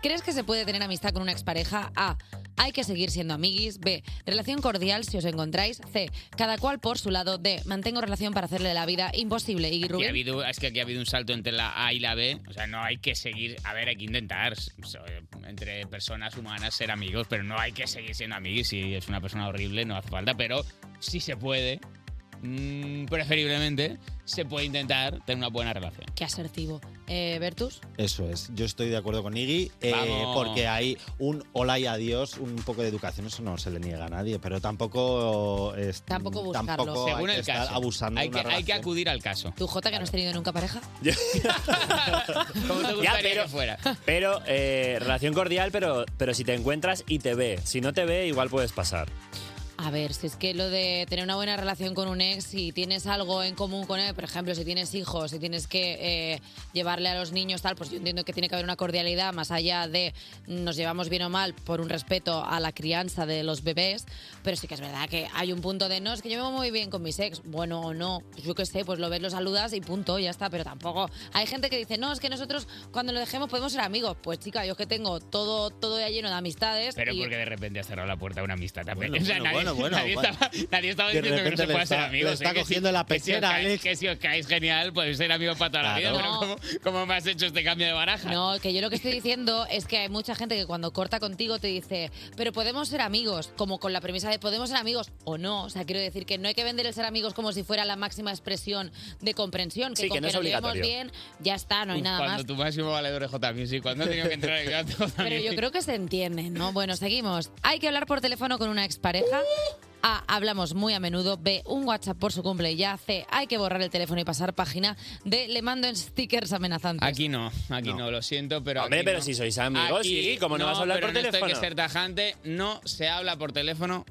Speaker 1: ¿crees que se puede tener amistad con una expareja? A, hay que seguir siendo amiguis. B, relación cordial si os encontráis. C, cada cual por su lado. D, mantengo relación para hacerle la vida imposible. Y
Speaker 2: Aquí ha
Speaker 1: Rubén,
Speaker 2: habido- es que aquí ha habido un salto entre la A y la B. O sea, no hay que seguir. A ver, hay que intentar so- entre personas humanas ser amigos, pero no hay que seguir siendo amigos. Si es una persona horrible, no hace falta. Pero si se puede, mm, preferiblemente, se puede intentar tener una buena relación.
Speaker 1: qué asertivo. Eh, Bertus.
Speaker 14: Eso es, yo estoy de acuerdo con Iggy, eh,
Speaker 2: Vamos.
Speaker 14: porque hay un hola y adiós, un poco de educación, eso no se le niega a nadie, pero tampoco, es,
Speaker 1: Tampoco buscarlo.
Speaker 14: tampoco hay
Speaker 2: Según
Speaker 14: que
Speaker 2: el
Speaker 14: estar
Speaker 2: caso.
Speaker 14: abusando
Speaker 2: hay,
Speaker 14: de una
Speaker 2: que, hay que
Speaker 14: relación.
Speaker 2: acudir al caso.
Speaker 1: ¿Tú, Jota, que no has tenido nunca pareja?
Speaker 2: ¿Cómo te
Speaker 18: Ya,
Speaker 2: gustaría
Speaker 18: pero,
Speaker 2: que fuera?
Speaker 18: <laughs> pero eh, relación cordial, pero, pero si te encuentras y te ve. Si no te ve, igual puedes pasar.
Speaker 1: A ver, si es que lo de tener una buena relación con un ex, si tienes algo en común con él, por ejemplo, si tienes hijos, si tienes que eh, llevarle a los niños tal, pues yo entiendo que tiene que haber una cordialidad más allá de nos llevamos bien o mal por un respeto a la crianza de los bebés, pero sí que es verdad que hay un punto de no, es que yo me llevo muy bien con mis ex, bueno o no, pues yo qué sé, pues lo ves, lo saludas y punto, ya está, pero tampoco. Hay gente que dice, no, es que nosotros cuando lo dejemos podemos ser amigos, pues chica, yo es que tengo todo, todo ya lleno de amistades.
Speaker 2: Pero
Speaker 1: y-
Speaker 2: porque de repente ha cerrado la puerta a una amistad también. <laughs>
Speaker 14: Bueno,
Speaker 2: O sea,
Speaker 14: bueno,
Speaker 2: nadie
Speaker 14: bueno, bueno,
Speaker 2: nadie,
Speaker 14: bueno. bueno.
Speaker 2: estaba, nadie estaba
Speaker 14: De
Speaker 2: diciendo que no
Speaker 14: repente
Speaker 2: se
Speaker 14: le
Speaker 2: pueda
Speaker 14: está-
Speaker 2: ser amigos.
Speaker 14: le está
Speaker 2: ¿eh? Que si-
Speaker 14: cogiendo la
Speaker 2: que si os
Speaker 14: pechera,
Speaker 2: caéis-
Speaker 14: Alex.
Speaker 2: Que si os caéis genial, podéis ser amigos para toda la vida.
Speaker 14: Claro.
Speaker 2: Pero ¿cómo, cómo me has hecho este cambio de baraja?
Speaker 1: No, que yo lo que estoy diciendo es que hay mucha gente que cuando corta contigo te dice, pero podemos ser amigos, como con la premisa de podemos ser amigos o no. O sea, quiero decir que no hay que vender el ser amigos como si fuera la máxima expresión de comprensión, que
Speaker 2: Sí,
Speaker 1: con
Speaker 2: que no
Speaker 1: que
Speaker 2: es
Speaker 1: nos llevemos
Speaker 2: obligatorio.
Speaker 1: bien, ya está, no hay
Speaker 2: Uf,
Speaker 1: nada
Speaker 2: cuando
Speaker 1: más.
Speaker 2: tu máximo valedor es J
Speaker 1: <laughs>
Speaker 2: Music, cuando he tenido que entrar en gato
Speaker 1: Pero yo creo que se entiende, ¿no? Bueno, seguimos. Hay que hablar por teléfono con una expareja. A. Hablamos muy a menudo. B. Un WhatsApp por su cumple. Ya. C. Hay que borrar el teléfono y pasar página. D. Le mando en stickers amenazantes.
Speaker 2: Aquí no, aquí no, lo siento, pero.
Speaker 18: Hombre,
Speaker 2: aquí
Speaker 18: pero
Speaker 2: no.
Speaker 18: si sois amigos,
Speaker 2: Aquí
Speaker 18: sí, ¿cómo no vas a hablar
Speaker 2: pero
Speaker 18: por
Speaker 2: en esto hay
Speaker 18: teléfono?
Speaker 2: que ser tajante, no se habla por teléfono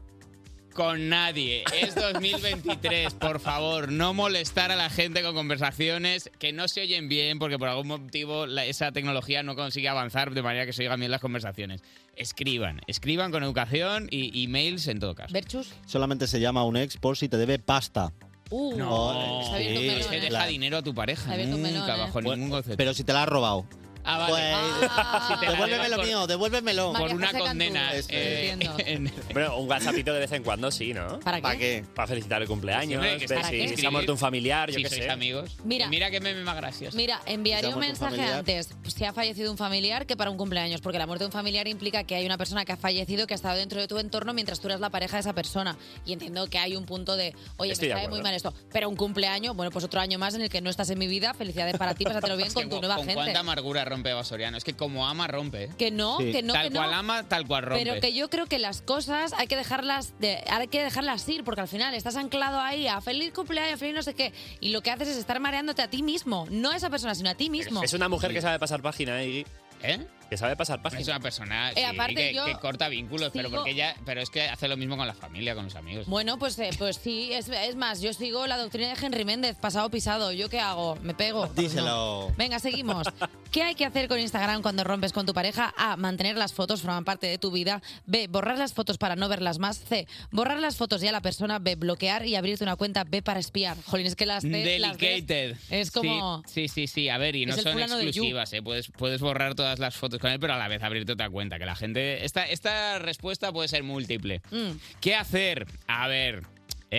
Speaker 2: con nadie.
Speaker 1: <laughs>
Speaker 2: Es 2023, por favor, no molestar a la gente con conversaciones que no se oyen bien porque por algún motivo la- esa tecnología no consigue avanzar de manera que se oigan bien las conversaciones. Escriban, escriban con educación y emails en todo caso.
Speaker 1: Verchus.
Speaker 14: Solamente se llama a un ex por si te debe pasta.
Speaker 1: Uh,
Speaker 14: No,
Speaker 2: está abierto un
Speaker 14: sí,
Speaker 2: melón, ¿eh? Es que deja
Speaker 14: claro.
Speaker 2: dinero a tu pareja.
Speaker 14: Está abierto un
Speaker 2: Nunca,
Speaker 14: melón, ¿eh?
Speaker 18: Pues,
Speaker 2: bajo ningún concepto.
Speaker 14: Pero si te la has robado.
Speaker 2: Ah, vale. Ah. Si te la
Speaker 14: devuélveme
Speaker 2: debo
Speaker 14: lo
Speaker 2: por-
Speaker 14: mío, devuélvemelo.
Speaker 2: Por una condena. eh,
Speaker 18: Bueno, un WhatsAppito de vez en cuando sí, ¿no?
Speaker 1: ¿Para qué? ¿Para
Speaker 18: Para felicitar el cumpleaños,
Speaker 2: Hombre, que
Speaker 18: ver
Speaker 2: está-
Speaker 18: si
Speaker 2: ¿Para qué?
Speaker 18: se ha muerto un familiar, yo
Speaker 2: Si
Speaker 18: qué
Speaker 2: sois
Speaker 18: sé.
Speaker 2: amigos.
Speaker 1: Mira.
Speaker 2: Y mira qué meme más gracioso.
Speaker 1: Mira, enviaré
Speaker 2: Se ha
Speaker 1: un
Speaker 2: muerto un
Speaker 1: mensaje
Speaker 2: familiar.
Speaker 1: antes. Si ha fallecido un familiar que para un cumpleaños, porque la muerte de un familiar implica que hay una persona que ha fallecido que ha estado dentro de tu entorno mientras tú eras la pareja de esa persona. Y entiendo que hay un punto de, oye,
Speaker 18: Estoy de
Speaker 1: me sabe
Speaker 18: acuerdo.
Speaker 1: muy mal esto. Pero un cumpleaños, bueno, pues otro año más en el que no estás en mi vida, felicidades para ti, pásatelo bien
Speaker 2: Es que
Speaker 1: con tu nueva
Speaker 2: con
Speaker 1: gente.
Speaker 2: cuánta amargura rompe Basoriano. Es que como ama, rompe. ¿eh?
Speaker 1: Que no, Sí. que no,
Speaker 2: Tal
Speaker 1: que no.
Speaker 2: cual ama, tal cual rompe.
Speaker 1: Pero que yo creo que las cosas hay que dejarlas de- hay que dejarlas ir, porque al final estás anclado ahí a feliz cumpleaños, feliz no sé qué, y lo que haces es estar mareándote a ti mismo, no a esa persona, sino a ti mismo.
Speaker 18: Es una mujer que sabe pasar página, ¿eh? Iggy?
Speaker 2: ¿Eh?
Speaker 18: Que sabe pasar página.
Speaker 2: Es una persona
Speaker 1: Eh,
Speaker 2: sí,
Speaker 1: aparte
Speaker 2: que,
Speaker 1: yo
Speaker 2: que corta vínculos, pero
Speaker 1: sigo-
Speaker 2: porque ella, pero es que hace lo mismo con la familia, con los amigos.
Speaker 1: Bueno, pues, eh, pues sí, es, es más, yo sigo la doctrina de Henry Méndez, pasado pisado, ¿yo qué hago? ¿Me pego?
Speaker 14: Díselo.
Speaker 1: Venga, seguimos. ¿Qué hay que hacer con Instagram cuando rompes con tu pareja? A. Mantener las fotos, forman parte de tu vida. B. Borrar las fotos para no verlas más. C. Borrar las fotos ya a la persona. B. Bloquear y abrirte una cuenta. B. Para espiar. Jolín, es que las C. las Ds-
Speaker 2: Delicated.
Speaker 1: es como-
Speaker 2: Sí, sí, sí, sí. A ver, y
Speaker 1: Es
Speaker 2: no
Speaker 1: el
Speaker 2: son
Speaker 1: fulano de You.
Speaker 2: exclusivas, ¿eh? Puedes, puedes borrar todas las fotos con él, pero a la vez abrirte otra cuenta. Que la gente. Esta, esta respuesta puede ser múltiple.
Speaker 1: Mm.
Speaker 2: ¿Qué hacer? A ver,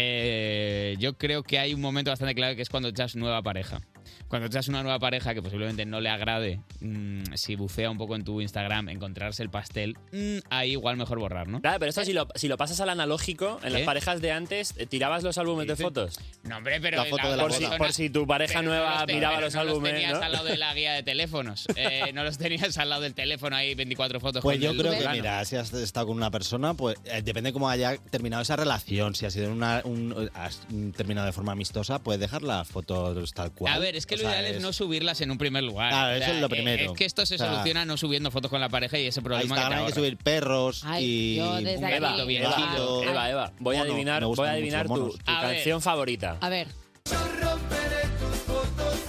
Speaker 2: eh, yo creo que hay un momento bastante claro que es cuando echas nueva pareja. Cuando echas una nueva pareja que posiblemente no le agrade, mm, si bucea un poco en tu Instagram, encontrarse el pastel, mm, ahí igual mejor borrar, ¿no?
Speaker 18: Claro, pero esto si lo, si lo pasas al analógico, en las
Speaker 2: ¿Eh?
Speaker 18: parejas de antes, eh, ¿tirabas los álbumes de fotos?
Speaker 2: No, hombre, pero...
Speaker 18: por, si, por si tu pareja
Speaker 2: Pero no
Speaker 18: nueva
Speaker 2: los te-
Speaker 18: miraba
Speaker 2: pero
Speaker 18: los
Speaker 2: no
Speaker 18: álbumes,
Speaker 2: tenías
Speaker 18: ¿no?
Speaker 2: al lado de la guía de
Speaker 18: <laughs>
Speaker 2: teléfonos. Eh, no los tenías al lado del teléfono ahí 24 fotos.
Speaker 14: Pues
Speaker 2: con
Speaker 14: yo
Speaker 2: el
Speaker 14: creo que,
Speaker 2: fulano.
Speaker 14: mira, si has estado con una persona, pues eh, depende cómo haya terminado esa relación. Si ha sido una, un- has mm, terminado de forma amistosa, puedes dejar las fotos tal cual.
Speaker 2: A ver, es que
Speaker 14: O
Speaker 2: lo
Speaker 14: sea,
Speaker 2: ideal es... no subirlas en un primer lugar.
Speaker 14: Claro, eso es lo
Speaker 2: que-
Speaker 14: primero.
Speaker 2: Es que esto se
Speaker 14: O sea,
Speaker 2: soluciona no subiendo fotos con la pareja y ese
Speaker 14: a
Speaker 2: problema que te
Speaker 14: Instagram hay que
Speaker 2: ahorra.
Speaker 14: subir perros y...
Speaker 1: yo desde
Speaker 14: un
Speaker 1: aquí-
Speaker 14: gatito
Speaker 18: Eva,
Speaker 14: bien
Speaker 18: Eva,
Speaker 14: chido.
Speaker 18: Eva, Eva, voy a
Speaker 14: Mono,
Speaker 18: adivinar,
Speaker 14: me gustan
Speaker 18: voy a adivinar
Speaker 14: mucho,
Speaker 18: tu,
Speaker 14: monos.
Speaker 18: tu canción favorita.
Speaker 1: A ver.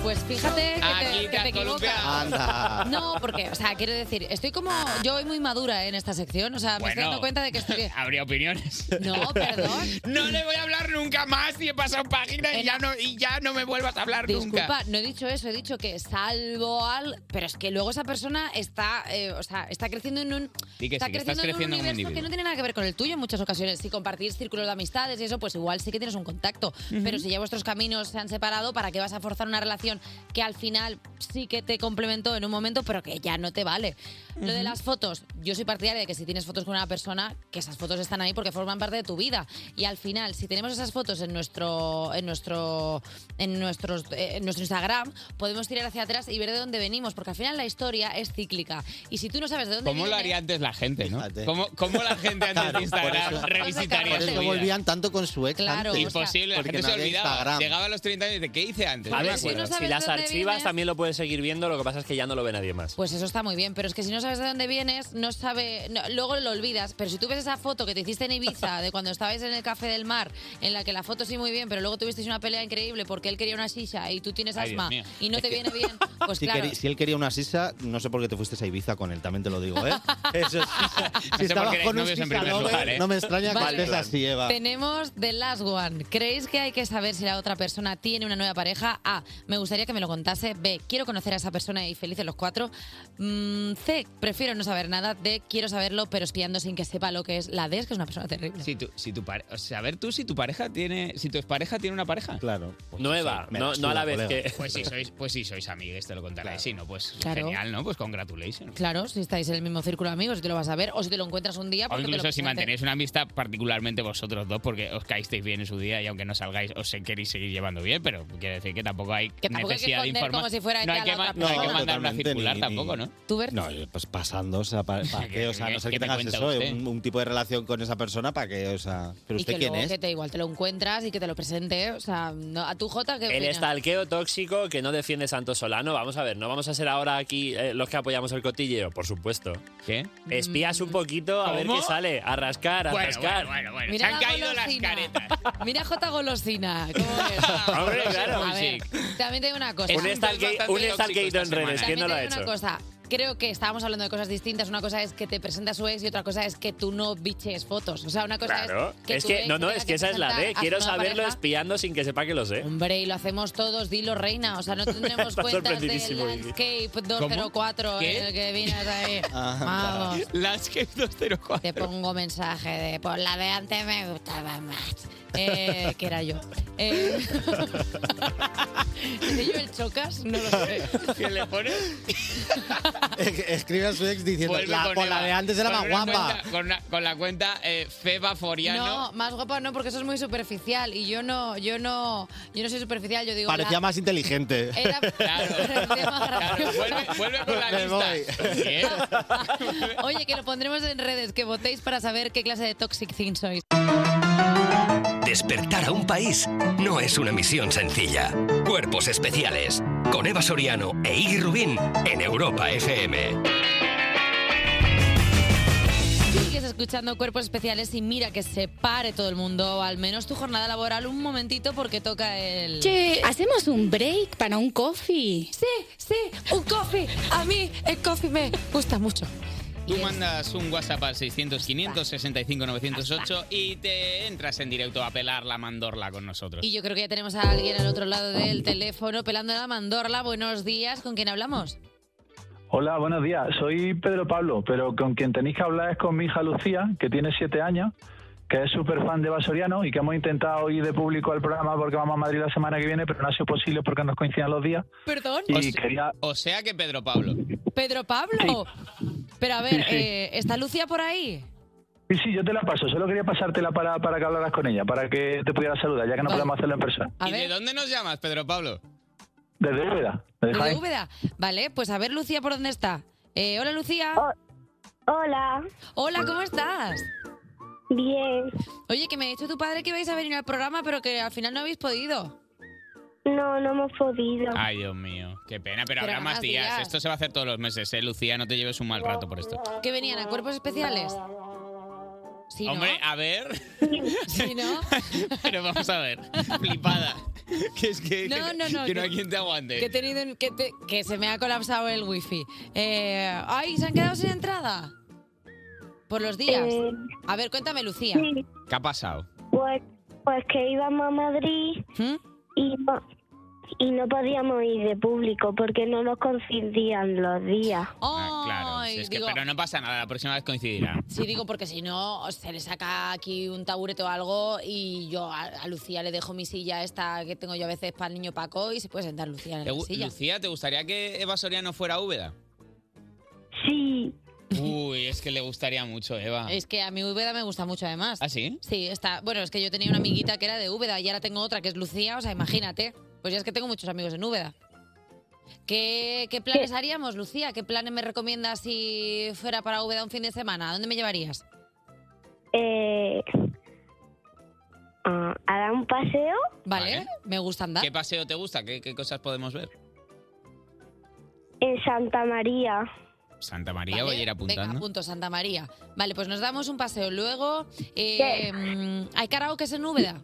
Speaker 1: Pues fíjate que te, que te equivocas.
Speaker 18: Anda.
Speaker 1: No, porque, o sea, quiero decir, estoy como. Yo voy muy madura en esta sección, o sea, Ah, me estoy
Speaker 2: Bueno.
Speaker 1: dando cuenta de que estoy.
Speaker 2: <laughs> Habría opiniones.
Speaker 1: No,
Speaker 2: <laughs>
Speaker 1: perdón.
Speaker 2: no le voy a hablar nunca más y he pasado página y ya no, y ya no me vuelvas a hablar
Speaker 1: Disculpa,
Speaker 2: nunca.
Speaker 1: no he dicho eso, he dicho que salvo al. Pero es que luego esa persona está, eh, o sea, está creciendo en un.
Speaker 2: Di que
Speaker 1: está
Speaker 2: sí, que estás creciendo
Speaker 1: en
Speaker 2: como
Speaker 1: un universo que
Speaker 2: individuo.
Speaker 1: no tiene nada que ver con el tuyo en muchas ocasiones. Si compartís círculos de amistades y eso, pues igual sí que tienes un contacto.
Speaker 13: Ujú.
Speaker 1: Pero si ya vuestros caminos se han separado, ¿para qué vas a forzar una relación que al final sí que te complementó en un momento, pero que ya no te vale? Lo de
Speaker 13: Ujú.
Speaker 1: las fotos, yo soy partidaria de que si tienes fotos con una persona, que esas fotos están ahí porque forman parte de tu vida. Y al final, si tenemos esas fotos en nuestro, en nuestro, en nuestros, eh, en nuestro Instagram, podemos tirar hacia atrás y ver de dónde venimos, porque al final la historia es cíclica. Y si tú no sabes de dónde
Speaker 2: ¿Cómo lo
Speaker 1: vienes-
Speaker 2: haría antes la gente, no? ¿Cómo, cómo la gente antes de Instagram revisitaría
Speaker 14: Por
Speaker 2: su
Speaker 14: eso
Speaker 2: vida?
Speaker 14: volvían tanto con su ex
Speaker 1: Claro,
Speaker 14: antes.
Speaker 2: Imposible, la
Speaker 14: Porque
Speaker 2: gente
Speaker 14: no
Speaker 2: se
Speaker 14: había
Speaker 2: olvidaba.
Speaker 14: Instagram.
Speaker 2: Llegaba a los 30 años y dice, ¿qué hice antes?
Speaker 18: A
Speaker 2: No me
Speaker 18: ver, si,
Speaker 2: acuerdo.
Speaker 1: no sabes
Speaker 18: si las
Speaker 1: de dónde
Speaker 18: archivas
Speaker 1: vienes-
Speaker 18: también lo puedes seguir viendo, lo que pasa es que ya no lo ve nadie más.
Speaker 1: Pues eso está muy bien, pero es que si no sabes de dónde vienes, no sabe, no- luego lo olvidas. Pero si tú ves esa foto que te hiciste en Ibiza de cuando estabais en el Café del Mar, en la que la foto sí muy bien, pero luego tuvisteis una pelea increíble porque él quería una shisha y tú tienes
Speaker 14: Ay, Dios
Speaker 1: asma
Speaker 14: mío.
Speaker 1: y no te viene
Speaker 14: <laughs>
Speaker 1: bien, pues
Speaker 14: Si,
Speaker 1: claro.
Speaker 14: queri- si él quería una sisa, no sé por qué te fuiste a Ibiza con él, también te lo digo,
Speaker 2: <laughs>
Speaker 14: ¿eh? Eso es sisa. Si
Speaker 2: sé
Speaker 14: estabas
Speaker 2: por qué
Speaker 14: con un
Speaker 2: novios en
Speaker 14: sisa
Speaker 2: primer
Speaker 14: lover,
Speaker 2: lugar, ¿eh?
Speaker 14: no me extraña
Speaker 2: Vale.
Speaker 14: que estés así, ¿eh? Eva.
Speaker 1: Tenemos The Last One. ¿Creéis que hay que saber si la otra persona tiene una nueva pareja? A. Me gustaría que me lo contase. B. Quiero conocer a esa persona y felices los los cuatro. Mm, C, prefiero no saber nada. D, quiero saberlo, pero espiando sin que sepa lo que es. La D es que es una persona terrible.
Speaker 2: Si tu, si tu pare- o sea, a ver tú si tu pareja tiene. Si tu pareja tiene una pareja. Claro.
Speaker 18: Nueva, no- no a la vez que-
Speaker 2: Pues sí, sois, pues sí, sois amigues, te lo contaré. Si no, pues
Speaker 1: Claro.
Speaker 2: genial, ¿no? Pues congratulations.
Speaker 1: Claro, si estáis en el mismo círculo de amigos, te lo vas a ver. O si te lo encuentras un día,
Speaker 2: O
Speaker 1: porque te lo
Speaker 2: incluso si
Speaker 1: presenté.
Speaker 2: mantenéis una amistad, particularmente vosotros dos, porque os caísteis bien en su día y aunque no salgáis, os queréis seguir llevando bien, pero quiere decir que tampoco hay
Speaker 1: tampoco hay que
Speaker 2: necesidad de
Speaker 1: esconder
Speaker 2: informar.
Speaker 1: como si fuera
Speaker 2: no,
Speaker 1: ya
Speaker 2: hay que
Speaker 1: la
Speaker 2: ma-
Speaker 1: otra
Speaker 2: no hay que
Speaker 1: persona.
Speaker 2: mandar una
Speaker 19: Totalmente,
Speaker 2: circular
Speaker 19: ni- ni-
Speaker 2: tampoco, ¿no?
Speaker 1: ¿Tú, Berto?
Speaker 19: No, pues pasando, o sea, para, qué, o sea, a no ser
Speaker 2: ¿Qué
Speaker 19: que
Speaker 2: me
Speaker 19: tengas
Speaker 2: cuenta
Speaker 19: eso,
Speaker 14: ¿eh?
Speaker 2: usted?
Speaker 19: un, un tipo de relación con esa persona, para que, o sea, pero
Speaker 1: Y que
Speaker 19: usted quién
Speaker 1: luego
Speaker 19: es.
Speaker 1: que te igual te lo encuentras y que te lo presente. O sea, no- a tu Jota que.
Speaker 18: El estalqueo tóxico que no defiende Santos Solano. Vamos a ver, no vamos a ser ahora aquí eh, los que apoyamos el cotilleo, por supuesto.
Speaker 2: ¿Qué?
Speaker 18: Espías un poquito a ver
Speaker 2: ¿Cómo?
Speaker 18: qué sale. A rascar, a
Speaker 2: Bueno,
Speaker 18: rascar.
Speaker 2: bueno, bueno,
Speaker 1: Mira la golosina. <laughs> Mira Jota Golosina. ¿cómo es?
Speaker 18: Hombre, claro.
Speaker 1: A ver, también te digo una cosa.
Speaker 18: Un stalkate- un stalkate en redes,
Speaker 1: También
Speaker 18: ¿quién no lo
Speaker 1: te
Speaker 18: ha
Speaker 1: digo
Speaker 18: hecho?
Speaker 1: una cosa. Creo que estábamos hablando de cosas distintas. Una cosa es que te presenta su ex y otra cosa es que tú no biches fotos. O sea, una cosa
Speaker 18: Claro.
Speaker 1: es que
Speaker 18: Es
Speaker 1: tu
Speaker 18: que,
Speaker 1: ex
Speaker 18: no, no,
Speaker 1: tenga
Speaker 18: es que esa es la
Speaker 1: presentar
Speaker 18: D.
Speaker 1: a su
Speaker 18: Quiero
Speaker 1: nueva
Speaker 18: saberlo
Speaker 1: pareja.
Speaker 18: espiando sin que sepa que lo sé.
Speaker 1: Hombre, y lo hacemos todos, dilo reina. O sea, no tendremos
Speaker 18: <laughs> Está
Speaker 1: cuentas de
Speaker 18: sorprendidísimo, Vicky.
Speaker 1: Landscape 204
Speaker 18: ¿Qué?
Speaker 1: en el eh, que
Speaker 2: <laughs>
Speaker 1: vienes ahí.
Speaker 2: Ah,
Speaker 1: Vamos.
Speaker 2: Landscape 204.
Speaker 1: Te pongo mensaje de por la de antes me gustaba más. Eh, que era yo. Eh, <laughs> ¿Seré yo el chocas? No
Speaker 2: <laughs>
Speaker 1: lo sé.
Speaker 2: ¿Quién le pone?
Speaker 14: <laughs>
Speaker 19: Escribe a su ex diciendo,
Speaker 2: Vuelve
Speaker 19: la,
Speaker 2: con
Speaker 19: con la
Speaker 2: Eva,
Speaker 19: de antes era
Speaker 2: con
Speaker 19: más
Speaker 2: una
Speaker 19: guapa.
Speaker 2: cuenta- con, una- con la cuenta eh, Feba Foriano.
Speaker 1: No, más guapa no, porque eso es muy superficial. Y yo no, yo no, yo no soy superficial, yo digo.
Speaker 19: Parecía
Speaker 1: la-
Speaker 19: más inteligente.
Speaker 14: <laughs>
Speaker 19: <laughs>
Speaker 2: Vuelve con la lista. ¿Qué?
Speaker 1: <laughs> Oye, que lo pondremos en redes, que votéis para saber qué clase de Toxic Thing sois.
Speaker 3: Despertar a un país no es una misión sencilla. Cuerpos especiales con Eva Soriano e Iggy Rubín en Europa FM.
Speaker 1: Sigues escuchando Cuerpos Especiales y mira que se pare todo el mundo, o al menos tu jornada laboral, un momentito porque toca el... Ah,
Speaker 20: Che, ¿hacemos un break para un coffee? Sí, sí, un coffee. A mí el coffee me gusta mucho.
Speaker 2: Tú mandas un WhatsApp al 600-565-908 y te entras en directo a pelar la mandorla con nosotros.
Speaker 1: Y yo creo que ya tenemos a alguien al otro lado del teléfono pelando la mandorla. Buenos días, ¿con quién hablamos?
Speaker 21: Hola, buenos días. Soy Pedro Pablo, pero con quien tenéis que hablar es con mi hija Lucía, que tiene siete años, que es súper fan de Vasoriano y que hemos intentado ir de público al programa porque vamos a Madrid la semana que viene, pero no ha sido posible porque nos coinciden los días.
Speaker 1: Perdón.
Speaker 21: Y quería...
Speaker 2: O sea que Pedro Pablo.
Speaker 1: Pedro Pablo. Pero a
Speaker 21: Sí,
Speaker 1: ver,
Speaker 21: sí.
Speaker 1: eh, ¿está Lucía por ahí?
Speaker 21: Sí, sí, yo te la paso. Solo quería pasártela para, para que hablaras con ella, para que te pudiera saludar, ya que no podemos hacerlo en persona.
Speaker 2: ¿Y de dónde nos llamas, Pedro Pablo?
Speaker 21: Desde Úbeda. desde
Speaker 1: ¿De
Speaker 21: Jaén.
Speaker 1: Úbeda? Vale, pues a ver Lucía por dónde está. Eh, hola Lucía.
Speaker 22: Oh, hola.
Speaker 1: Hola, ¿cómo estás?
Speaker 22: Bien.
Speaker 1: Oye, que me ha dicho tu padre que ibais a venir al programa, pero que al final no habéis podido.
Speaker 22: No, no hemos podido.
Speaker 16: Ah.
Speaker 2: Ay, Dios mío. Qué pena, pero,
Speaker 1: Pero
Speaker 2: habrá más
Speaker 1: más
Speaker 2: días.
Speaker 1: días.
Speaker 2: Esto se va a hacer todos los meses, ¿eh, Lucía? No te lleves un mal rato por esto.
Speaker 1: ¿Que venían a
Speaker 22: <laughs>
Speaker 1: cuerpos especiales? Sí, ¿no?
Speaker 2: Hombre, a ver. <laughs>
Speaker 1: Sí, ¿no?
Speaker 2: pero vamos a ver.
Speaker 1: <laughs>
Speaker 2: Flipada. Que es <laughs> que
Speaker 1: No,
Speaker 2: que-
Speaker 1: no, no,
Speaker 2: que no
Speaker 1: que-
Speaker 2: hay quien te
Speaker 1: Que, he
Speaker 2: aguante.
Speaker 1: tenido, un- que, te- que se me ha colapsado el wifi. Eh, ay, ¿se han quedado sin entrada? Por los días.
Speaker 22: Eh,
Speaker 1: A ver, cuéntame, Lucía.
Speaker 2: ¿Qué ha pasado?
Speaker 22: Pues, pues que íbamos a Madrid
Speaker 16: ¿Mm?
Speaker 22: y, no, y no podíamos ir de público porque no nos coincidían los días.
Speaker 5: Oh.
Speaker 2: Ah, claro. si
Speaker 1: Ay,
Speaker 2: es que-
Speaker 1: digo-
Speaker 2: pero no pasa nada, la próxima vez coincidirá.
Speaker 1: Sí, digo, porque si no, os- se le saca aquí un taburete o algo y yo a, a Lucía le dejo mi silla esta que tengo yo a veces para el niño Paco y se puede sentar Lucía en
Speaker 2: ¿Te
Speaker 1: la
Speaker 2: gu-
Speaker 1: silla.
Speaker 2: Lucía, ¿te gustaría que Eva Soriano fuera Úbeda?
Speaker 22: Sí.
Speaker 2: Uy, es que le gustaría mucho, Eva.
Speaker 1: Es que a mi Úbeda me gusta mucho además.
Speaker 2: ¿Ah, sí?
Speaker 1: Sí, está. Bueno, es que yo tenía una amiguita que era de Úbeda y ahora tengo otra que es Lucía, o sea, imagínate. Pues ya es que tengo muchos amigos en Úbeda. ¿Qué, qué planes haríamos, Lucía? ¿Qué planes me recomiendas si fuera para Úbeda un fin de semana? ¿A dónde me llevarías?
Speaker 22: Eh, ah, a dar un paseo.
Speaker 1: Vale, pues me gusta andar.
Speaker 2: ¿Qué paseo te gusta? ¿Qué, qué cosas podemos ver?
Speaker 22: En Eh, Santa María.
Speaker 2: Santa María, voy a ir
Speaker 1: Venga,
Speaker 2: apuntando.
Speaker 1: punto, Santa María. Vale, pues nos damos un paseo. Luego, eh, mm, ¿hay karaoke en Úbeda?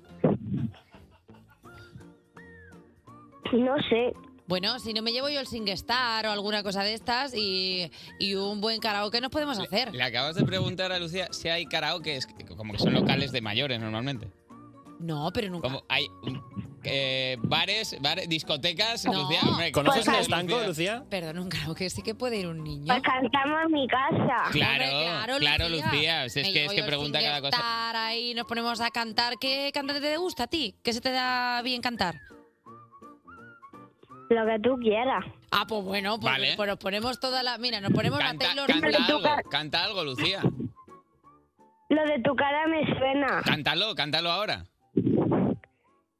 Speaker 22: No sé.
Speaker 1: Bueno, si no me llevo yo el Singestar o alguna cosa de estas y, y un buen karaoke nos podemos hacer.
Speaker 2: Le acabas de preguntar a Lucía si hay karaoke, como que son locales de mayores normalmente.
Speaker 1: No, pero nunca.
Speaker 2: Como hay un eh, bares, bares, discotecas.
Speaker 1: No.
Speaker 2: Lucía, hombre,
Speaker 18: ¿Conoces
Speaker 2: a
Speaker 18: los tancos, Lucía?
Speaker 1: Perdón, un karaoke sí que puede ir un niño.
Speaker 22: Pues cantamos en mi casa.
Speaker 2: Claro,
Speaker 1: Hombre,
Speaker 2: claro, Lucía. Si es
Speaker 1: Me
Speaker 2: que- es
Speaker 1: llevo
Speaker 2: que
Speaker 1: yo el
Speaker 2: pregunta cada cosa.
Speaker 1: fingerstar ahí, nos ponemos a cantar. ¿Qué cantante te gusta a ti? ¿Qué se te da bien cantar?
Speaker 22: Lo que tú quieras.
Speaker 1: Ah, pues bueno, pues,
Speaker 2: Vale.
Speaker 1: pues nos ponemos toda la... Mira, nos ponemos la
Speaker 2: Canta,
Speaker 1: Taylor
Speaker 2: canta
Speaker 1: Swift.
Speaker 2: algo, canta algo, Lucía.
Speaker 22: Lo de tu cara me suena.
Speaker 2: Cántalo, cántalo ahora.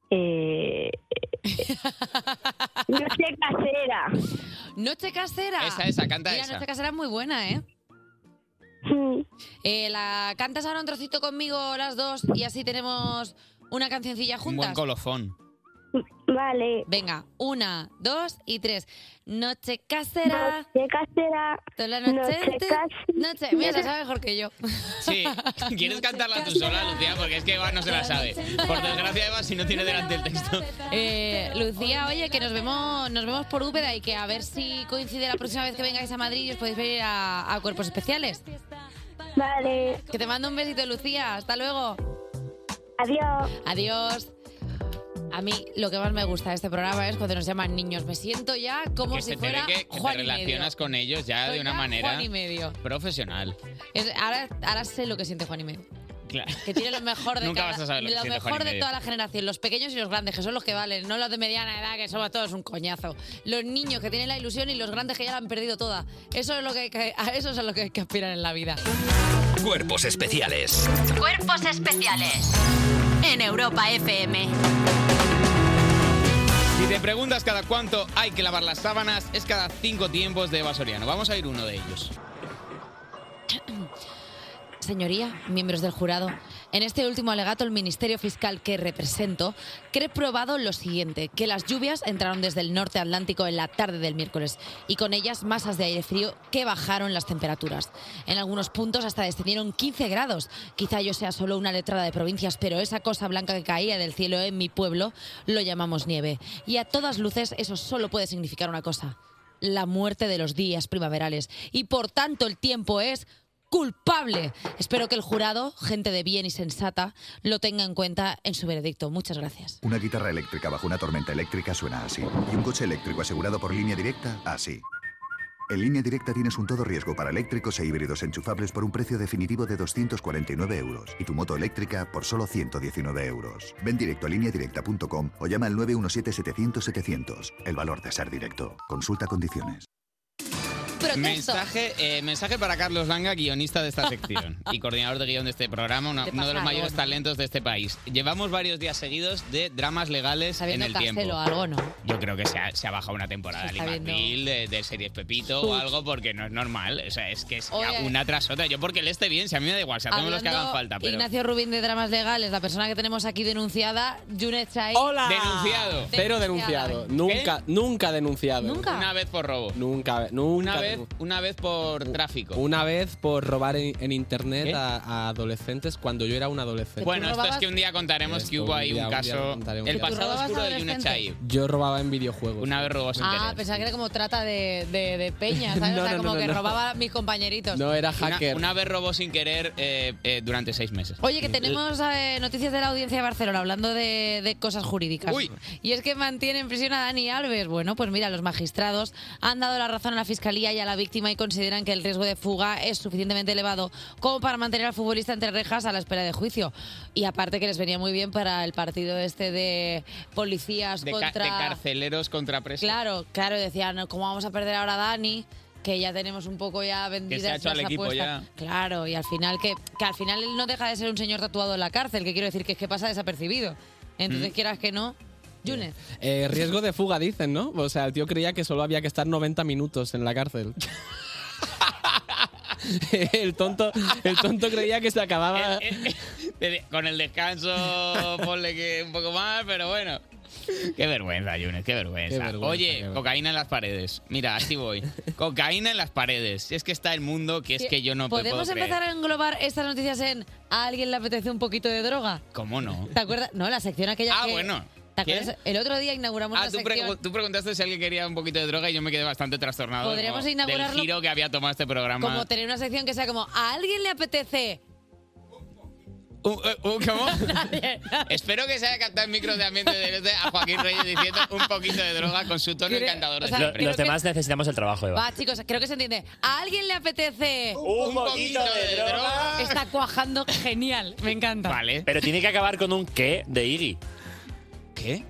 Speaker 22: Eh... <laughs> Noche casera.
Speaker 1: Noche casera.
Speaker 2: Esa, esa, canta
Speaker 1: Mira,
Speaker 2: esa.
Speaker 1: Noche casera es muy buena, ¿eh? Eh, la cantas ahora un trocito conmigo las dos y así tenemos una cancioncilla
Speaker 2: Un buen
Speaker 1: juntas.
Speaker 2: colofón.
Speaker 22: Vale.
Speaker 1: Venga, una, dos y tres. Noche casera.
Speaker 22: Noche casera.
Speaker 1: Toda la noche.
Speaker 22: Noche
Speaker 1: te- noche- Mira, la sabe mejor que yo. <laughs>
Speaker 2: Sí, ¿quieres cantarla tú sola, Lucía? Porque es que Eva no se la sabe. Por desgracia, Eva, si no tiene delante el texto.
Speaker 1: Eh, Lucía, oye, que nos vemos, nos vemos por Úbeda y que a ver si coincide la próxima vez que vengáis a Madrid y os podéis ver a, a Cuerpos Especiales.
Speaker 22: Vale.
Speaker 1: Que te mando un besito, Lucía. Hasta luego.
Speaker 22: Adiós.
Speaker 1: Adiós. A mí lo que más me gusta de este programa es cuando nos llaman niños. Me siento ya como
Speaker 2: Que
Speaker 1: si
Speaker 2: se te ve
Speaker 1: fuera
Speaker 2: que, que te
Speaker 1: Juan y medio.
Speaker 2: relacionas con ellos ya de una manera
Speaker 1: Juan y medio.
Speaker 2: profesional.
Speaker 1: Es- ahora, ahora sé lo que siente Juan y medio.
Speaker 2: Claro.
Speaker 1: Que tiene lo mejor
Speaker 2: <laughs>
Speaker 1: de
Speaker 2: Nunca
Speaker 1: cada-
Speaker 2: vas a saber lo que siente Juan
Speaker 1: mejor
Speaker 2: y
Speaker 1: de
Speaker 2: medio.
Speaker 1: toda la generación, los pequeños y los grandes, que son los que valen, no los de mediana edad, que somos todos un coñazo. Los niños que tienen la ilusión y los grandes que ya la han perdido toda. Eso es lo que, que- <laughs> a eso es a lo que hay que aspirar en la vida.
Speaker 3: Cuerpos especiales.
Speaker 4: Cuerpos especiales en Europa FM.
Speaker 2: Si te preguntas cada cuánto hay que lavar las sábanas, es cada cinco tiempos de Eva Soriano. Vamos a ir uno de ellos.
Speaker 1: <clears throat> Señoría, miembros del jurado, en este último alegato el Ministerio Fiscal que represento cree probado lo siguiente, que las lluvias entraron desde el norte atlántico en la tarde del miércoles y con ellas masas de aire frío que bajaron las temperaturas. En algunos puntos hasta descendieron 15 grados. Quizá yo sea solo una letrada de provincias, pero esa cosa blanca que caía del cielo en mi pueblo lo llamamos nieve. Y a todas luces eso solo puede significar una cosa, la muerte de los días primaverales. Y por tanto el tiempo es culpable. Espero que el jurado, gente de bien y sensata, lo tenga en cuenta en su veredicto. Muchas gracias.
Speaker 7: Una guitarra eléctrica bajo una tormenta eléctrica suena así. Y un coche eléctrico asegurado por línea directa, así. En línea directa tienes un todo riesgo para eléctricos e híbridos enchufables por un precio definitivo de 249 euros y tu moto eléctrica por solo 119 euros. Ven directo a lineadirecta.com o llama al 917-700-700. El valor de ser directo. Consulta condiciones.
Speaker 2: Mensaje, eh, mensaje para Carlos Langa, guionista de
Speaker 1: <laughs>
Speaker 2: esta sección y coordinador de guión de este programa, una-
Speaker 1: Te
Speaker 2: uno de los
Speaker 1: pasa
Speaker 2: mayores
Speaker 1: algo, ¿no?
Speaker 2: talentos de este país. Llevamos varios días seguidos de dramas legales
Speaker 1: Está viendo
Speaker 2: en el
Speaker 1: Castelo
Speaker 2: tiempo.
Speaker 1: o algo, ¿no?
Speaker 2: Yo creo que se ha, se ha bajado una temporada
Speaker 1: Se
Speaker 2: de
Speaker 1: está
Speaker 2: Limatil, de, de series Pepito o
Speaker 1: Uy.
Speaker 2: algo, porque no es normal. O sea, es que es
Speaker 1: Oye.
Speaker 2: una tras otra. Yo porque le esté bien, si a mí me da igual, si hacemos los que
Speaker 1: Hablando
Speaker 2: hagan falta. Pero...
Speaker 1: Ignacio Rubín de Dramas Legales, la persona que tenemos aquí denunciada, Junet Chai.
Speaker 23: ¡Hola! Pero denunciado. Nunca, nunca denunciado.
Speaker 1: ¿Nunca? Una
Speaker 2: vez por robo.
Speaker 23: Nunca, nunca.
Speaker 2: Una vez,
Speaker 23: denun-
Speaker 2: una vez por tráfico.
Speaker 23: Una vez por robar en, en internet
Speaker 2: ¿Qué?
Speaker 23: a, a adolescentes cuando yo era un adolescente.
Speaker 2: Bueno, esto es que un día contaremos
Speaker 23: Esto
Speaker 2: que hubo
Speaker 23: un
Speaker 2: ahí
Speaker 23: día,
Speaker 2: un
Speaker 23: un día
Speaker 2: caso.
Speaker 23: contaré un
Speaker 2: el
Speaker 23: día. ¿Tú
Speaker 2: pasado
Speaker 1: robabas
Speaker 2: oscuro de Yuna
Speaker 1: adolescentes?
Speaker 2: Chai.
Speaker 23: Yo robaba en videojuegos.
Speaker 2: Una vez robó sin
Speaker 1: Ah,
Speaker 2: querer.
Speaker 1: pensaba que era como trata de, de, de
Speaker 23: <laughs>
Speaker 1: peña, ¿sabes?
Speaker 23: No,
Speaker 1: o
Speaker 23: no,
Speaker 1: sea, como
Speaker 23: no,
Speaker 1: que
Speaker 23: no.
Speaker 1: robaba a mis compañeritos.
Speaker 2: Una- Una, vez robó sin querer eh, eh, durante seis meses.
Speaker 1: Oye, que tenemos eh, noticias de la audiencia de Barcelona hablando de, de cosas jurídicas.
Speaker 2: Uy.
Speaker 1: Y es que mantiene en prisión a Dani Alves. Bueno, pues mira, los magistrados han dado la razón a la fiscalía y a la víctima y consideran que el riesgo de fuga es suficientemente elevado como para mantener al futbolista entre rejas a la espera de juicio. Y aparte que les venía muy bien para el partido este de policías
Speaker 2: De, ca-
Speaker 1: contra.
Speaker 2: de carceleros contra presos.
Speaker 1: Claro, claro, decían, ¿cómo vamos a perder ahora a Dani? Que ya tenemos un poco ya vendidas
Speaker 2: Que se ha hecho
Speaker 1: las
Speaker 2: al equipo
Speaker 1: apuestas.
Speaker 2: ya.
Speaker 1: Claro, y al final que, que al final él no deja de ser un señor tatuado en la cárcel, que quiero decir que es que pasa desapercibido. Entonces
Speaker 23: Mm.
Speaker 1: quieras que no, Yunes.
Speaker 23: Eh, riesgo de fuga, dicen, ¿no? O sea, el tío creía que solo había que estar 90 minutos en la
Speaker 2: <laughs>
Speaker 23: cárcel. el, tonto, el tonto creía que se acababa.
Speaker 2: Eh, <laughs> De- Con
Speaker 23: <laughs>
Speaker 2: el descanso, ponle que un poco más, pero bueno. Qué vergüenza, Yunes, qué vergüenza.
Speaker 23: Qué vergüenza,
Speaker 2: Oye,
Speaker 23: qué vergüenza.
Speaker 2: cocaína en las paredes. Mira,
Speaker 23: <laughs>
Speaker 2: así voy. cocaína en las paredes. Si es que está el mundo, que es que yo no me
Speaker 1: ¿Podemos
Speaker 2: puedo
Speaker 1: empezar
Speaker 2: creer.
Speaker 1: a englobar estas noticias en ¿a alguien le apetece un poquito de droga?
Speaker 2: ¿Cómo
Speaker 1: <laughs>
Speaker 2: no?
Speaker 1: ¿Te acuerdas? No, la sección aquella
Speaker 2: Ah,
Speaker 1: que-
Speaker 2: bueno.
Speaker 1: ¿Te
Speaker 2: ¿Qué?
Speaker 1: acuerdas? El otro día inauguramos
Speaker 2: Ah,
Speaker 1: una
Speaker 2: tú,
Speaker 1: sección...
Speaker 2: pregu- tú preguntaste si alguien quería un poquito de droga y yo me quedé bastante trastornado.
Speaker 1: Podríamos
Speaker 2: como
Speaker 1: inaugurarlo
Speaker 2: Del giro que había tomado este programa.
Speaker 1: Como tener una sección que sea como, ¿a alguien le apetece
Speaker 2: Un- eh, un-
Speaker 1: <laughs>
Speaker 2: ¿Cómo? Espero que se haya captado el micro de ambiente de este a Joaquín Reyes diciendo un poquito de droga con su tono encantador de
Speaker 1: o sea,
Speaker 2: siempre.
Speaker 1: creo
Speaker 18: Los demás necesitamos el trabajo, Eva.
Speaker 1: Va, chicos, creo que se entiende. ¿A alguien le apetece
Speaker 18: Un poquito de droga?
Speaker 1: Está cuajando genial, me encanta.
Speaker 2: Vale.
Speaker 18: Pero tiene que acabar con un qué de Iggy.
Speaker 2: ¿Qué?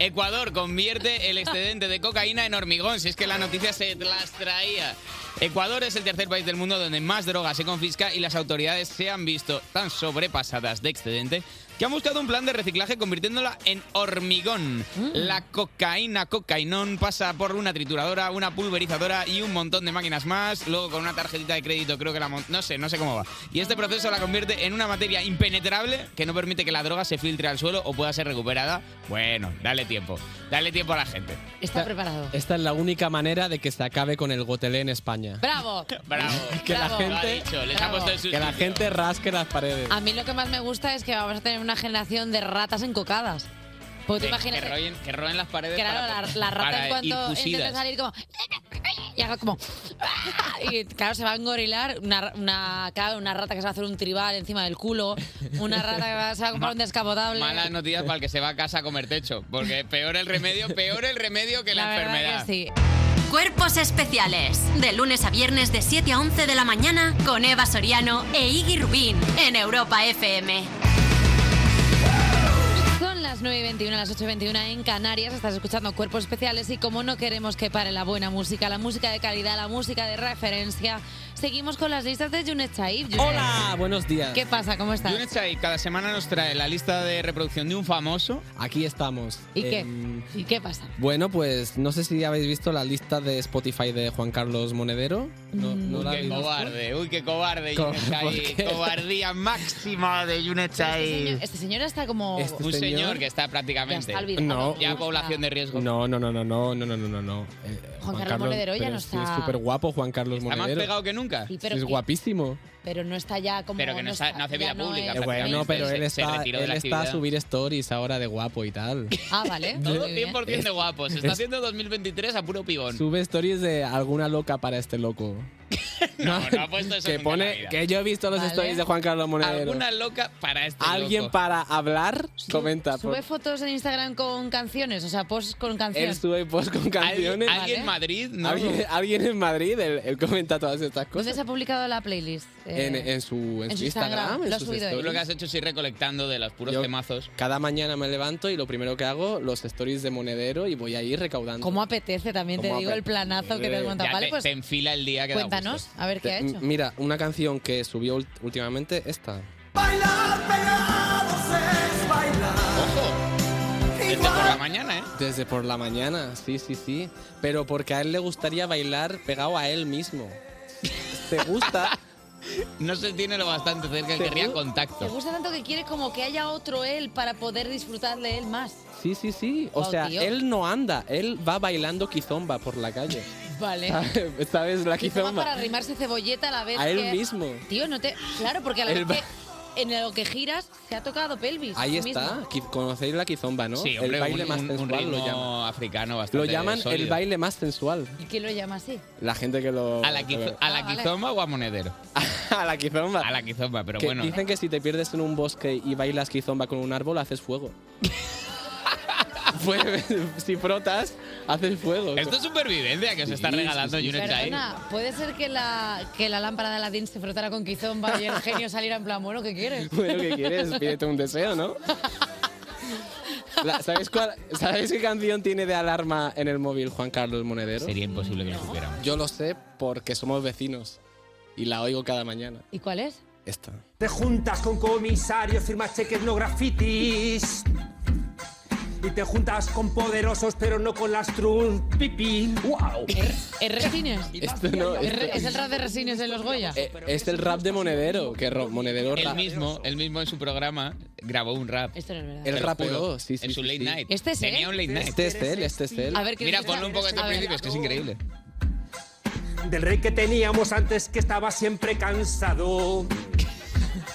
Speaker 2: Ecuador convierte el excedente de cocaína en hormigón, si es que la noticia se las traía. Ecuador es el tercer país del mundo donde más droga se confisca y las autoridades se han visto tan sobrepasadas de excedente que han buscado un plan de reciclaje convirtiéndola en hormigón.
Speaker 1: Mm.
Speaker 2: La cocaína, cocainón, pasa por una trituradora, una pulverizadora y un montón de máquinas más, luego con una tarjetita de crédito, creo que la... mon- No sé, no sé cómo va. Y este proceso la convierte en una materia impenetrable que no permite que la droga se filtre al suelo o pueda ser recuperada. Bueno, dale tiempo, dale tiempo a la gente.
Speaker 1: Está preparado.
Speaker 23: Esta es la única manera de que se acabe con el gotelé en España.
Speaker 18: <laughs>
Speaker 1: Bravo.
Speaker 2: Bravo.
Speaker 23: <laughs> Que la
Speaker 1: Bravo.
Speaker 23: gente-
Speaker 2: Lo ha dicho, les ha puesto en su
Speaker 23: Que la
Speaker 2: sitio.
Speaker 23: gente rasque las paredes.
Speaker 1: A mí lo que más me gusta es que vamos a tener una generación de ratas encocadas. Porque tú
Speaker 2: Que-
Speaker 1: imaginas
Speaker 2: que, roen, que roen las paredes
Speaker 1: pues Claro,
Speaker 2: para,
Speaker 1: la, la rata
Speaker 2: para
Speaker 1: en
Speaker 2: ir
Speaker 1: cuanto
Speaker 2: pusidas.
Speaker 1: intenta salir como... <laughs> Y haga como... <laughs> Y claro, se va a engorilar una, una, claro, una rata que se va a hacer un tribal encima del culo, una rata que va- se va a comprar un descapotable.
Speaker 2: Malas noticias para el que se va a casa a comer techo, porque peor el remedio, peor el remedio que la, enfermedad.
Speaker 4: Cuerpos especiales. De lunes a viernes de 7 a 11 de la mañana con Eva Soriano e Iggy Rubín en Europa FM.
Speaker 1: Son las 9 y 21, las 8 y 21 en Canarias, estás escuchando Cuerpos Especiales y como no queremos que pare la buena música, la música de calidad, la música de referencia, seguimos con las listas de Yunet Chaib. Yunet,
Speaker 23: Hola, Ah, buenos días.
Speaker 1: ¿Qué pasa? ¿Cómo estás?
Speaker 2: Yunet Chai cada semana nos trae la lista de reproducción de un famoso.
Speaker 23: Aquí estamos.
Speaker 1: ¿Y
Speaker 23: Em,
Speaker 1: qué? ¿Y qué pasa?
Speaker 23: Bueno, pues no sé si habéis visto la lista de Spotify de Juan Carlos Monedero.
Speaker 2: Mm.
Speaker 23: No,
Speaker 1: Mm,
Speaker 23: no
Speaker 2: uy,
Speaker 23: la
Speaker 2: qué
Speaker 23: habéis visto.
Speaker 2: cobarde, uy, qué cobarde,
Speaker 23: Co-
Speaker 2: Yunet Chai.
Speaker 23: ¿por qué?
Speaker 2: Cobardía máxima de Yunet Chai.
Speaker 1: Este señor, este señor está como...
Speaker 2: un señor, que está prácticamente.
Speaker 1: Ya está olvidado, No.
Speaker 2: ya
Speaker 1: ya
Speaker 2: población de riesgo.
Speaker 23: No, no, no, no, no, no, no, no, no, no. Eh,
Speaker 1: Carlos Monedero ya
Speaker 23: pero
Speaker 1: no
Speaker 23: sí
Speaker 1: está-
Speaker 23: Es súper guapo Juan Carlos
Speaker 2: Está más
Speaker 23: Monedero.
Speaker 2: pegado que nunca.
Speaker 1: Sí, pero
Speaker 23: es
Speaker 1: que-
Speaker 23: guapísimo.
Speaker 1: Pero no está ya como...
Speaker 2: Pero que no está- no hace
Speaker 1: ya
Speaker 2: vida pública,
Speaker 23: Eh,
Speaker 1: es-
Speaker 23: bueno, pero
Speaker 2: se-
Speaker 23: él
Speaker 2: se
Speaker 23: está,
Speaker 2: retiró de
Speaker 23: él
Speaker 2: la
Speaker 23: está a
Speaker 2: actividad.
Speaker 23: subir stories ahora de guapo y
Speaker 2: <laughs>
Speaker 23: tal.
Speaker 1: Ah, vale.
Speaker 2: Todo
Speaker 1: muy bien.
Speaker 2: 100% de guapos. Se está haciendo 2023 a puro pibón.
Speaker 23: Sube stories de alguna loca para este loco.
Speaker 2: No,
Speaker 23: <laughs>
Speaker 2: no ha puesto eso
Speaker 23: que
Speaker 2: nunca en la
Speaker 23: pone
Speaker 2: vida.
Speaker 23: que yo he visto los
Speaker 1: Vale.
Speaker 23: stories de Juan Carlos Monedero.
Speaker 2: Alguna loca para este
Speaker 23: Alguien
Speaker 2: loco.
Speaker 23: para hablar comenta. por-
Speaker 1: Sube fotos en Instagram con canciones, o sea, posts con
Speaker 23: él
Speaker 1: canciones.
Speaker 23: sube post con canciones.
Speaker 2: alguien en Madrid, ¿no?
Speaker 23: Alguien, alguien en Madrid, él, él comenta todas estas cosas.
Speaker 1: ¿Dónde se ha publicado la playlist? Eh,
Speaker 23: en, en su, en
Speaker 1: en
Speaker 23: su
Speaker 1: su Instagram,
Speaker 23: Instagram, en
Speaker 1: lo ha
Speaker 23: sus
Speaker 1: subido él.
Speaker 2: Tú
Speaker 23: stories.
Speaker 2: lo que has hecho es ir recolectando de los puros
Speaker 23: Yo-
Speaker 2: temazos.
Speaker 23: Cada mañana me levanto y lo primero que hago, los stories de Monedero y voy a ir recaudando.
Speaker 1: ¿Cómo apetece? También te
Speaker 23: ¿Cómo Eh,
Speaker 1: digo el
Speaker 23: apetece?
Speaker 1: planazo que te has montado.
Speaker 2: Ya
Speaker 1: Vale,
Speaker 2: te,
Speaker 1: pues
Speaker 2: te enfila el día que da
Speaker 1: cuéntanos, a ver qué ha
Speaker 23: Te- mm,
Speaker 1: hecho.
Speaker 23: Mira, una canción que subió ult- últimamente, esta. mm,
Speaker 2: gusto. Desde por la mañana, ¿eh?
Speaker 23: Desde por la mañana, sí, sí, sí. Pero porque a él le gustaría bailar pegado a él mismo. ¿Te gusta?
Speaker 2: <laughs> No se tiene lo bastante cerca,
Speaker 23: Te
Speaker 2: querría
Speaker 23: ju-
Speaker 1: Te
Speaker 2: contacto.
Speaker 1: gusta tanto que quiere como que haya otro él para poder disfrutar de él más.
Speaker 23: Sí, sí, sí. O
Speaker 1: Wow,
Speaker 23: sea,
Speaker 1: tío.
Speaker 23: él no anda, él va bailando quizomba por la calle.
Speaker 1: Vale.
Speaker 23: <laughs> ¿Sabes? La
Speaker 1: Quizá más
Speaker 23: quizomba.
Speaker 1: Eh. para arrimarse cebolleta a la vez
Speaker 23: A él
Speaker 1: que-
Speaker 23: mismo.
Speaker 1: Tío, no te... Claro, porque a la
Speaker 23: Él
Speaker 1: vez que en lo que giras se ha tocado pelvis.
Speaker 23: Ahí
Speaker 1: tú mismo.
Speaker 23: está. Qui- Conocéis la quizomba, ¿no?
Speaker 2: Sí, hombre,
Speaker 23: ¿eh? el baile
Speaker 2: un,
Speaker 23: más
Speaker 2: un- un
Speaker 23: sensual lo
Speaker 2: ritmo
Speaker 23: llaman.
Speaker 2: africano
Speaker 23: Lo
Speaker 2: bastante
Speaker 23: llaman el
Speaker 2: sólido.
Speaker 23: baile más sensual.
Speaker 1: ¿Y quién lo llama así?
Speaker 23: La gente que lo.
Speaker 2: ¿A la, quizo- a la
Speaker 1: Ah, vale.
Speaker 2: quizomba o a monedero?
Speaker 23: <laughs> a la quizomba.
Speaker 2: A la quizomba, pero
Speaker 23: Que
Speaker 2: bueno.
Speaker 23: Dicen que si te pierdes en un bosque y bailas quizomba con un árbol, haces
Speaker 2: <laughs>
Speaker 23: fuego. Fue- si frotas, haces fuego.
Speaker 2: Esto es supervivencia que os está
Speaker 23: Sí, sí,
Speaker 2: regalando
Speaker 23: sí.
Speaker 2: Yunet Chai.
Speaker 1: Perdona, ¿puede ser que la, que la lámpara de Aladdin se frotara con Kizomba y el genio saliera en plan, bueno, ¿qué quieres?
Speaker 23: <laughs> Bueno, ¿qué quieres? Pídete un deseo, ¿no? La- ¿sabes, cuál- ¿Sabes qué canción tiene de alarma en el móvil Juan Carlos Monedero?
Speaker 2: Sería imposible que lo supiéramos.
Speaker 23: Yo lo sé porque somos vecinos y la oigo cada mañana.
Speaker 1: ¿Y cuál es?
Speaker 23: Esta.
Speaker 11: Te juntas con comisarios, firmas cheques, no grafitis. Y te juntas con poderosos, pero no con las trumpipin. ¡Wow!
Speaker 1: ¿Es Resines?
Speaker 23: Esto no,
Speaker 1: ¿Es,
Speaker 23: esto-
Speaker 1: re- es el rap de Resines en los Goya?
Speaker 23: Eh, es el rap de Monedero, que ro- Monedero
Speaker 2: Él
Speaker 23: rap.
Speaker 2: mismo, él mismo en su programa grabó un rap.
Speaker 1: Esto no es verdad.
Speaker 23: Él
Speaker 2: Te lo
Speaker 23: rapeó,
Speaker 2: juro,
Speaker 23: sí, sí,
Speaker 2: En su
Speaker 23: sí,
Speaker 2: late
Speaker 23: sí.
Speaker 2: night.
Speaker 1: ¿Este es él?
Speaker 2: Tenía un late night.
Speaker 23: Este es él, este es él.
Speaker 1: A ver, ¿qué
Speaker 2: Mira,
Speaker 1: dice?
Speaker 2: ponlo un poco desde
Speaker 1: A
Speaker 2: el
Speaker 1: ver.
Speaker 2: principio, es que es increíble.
Speaker 11: Del rey que teníamos antes que estaba siempre cansado.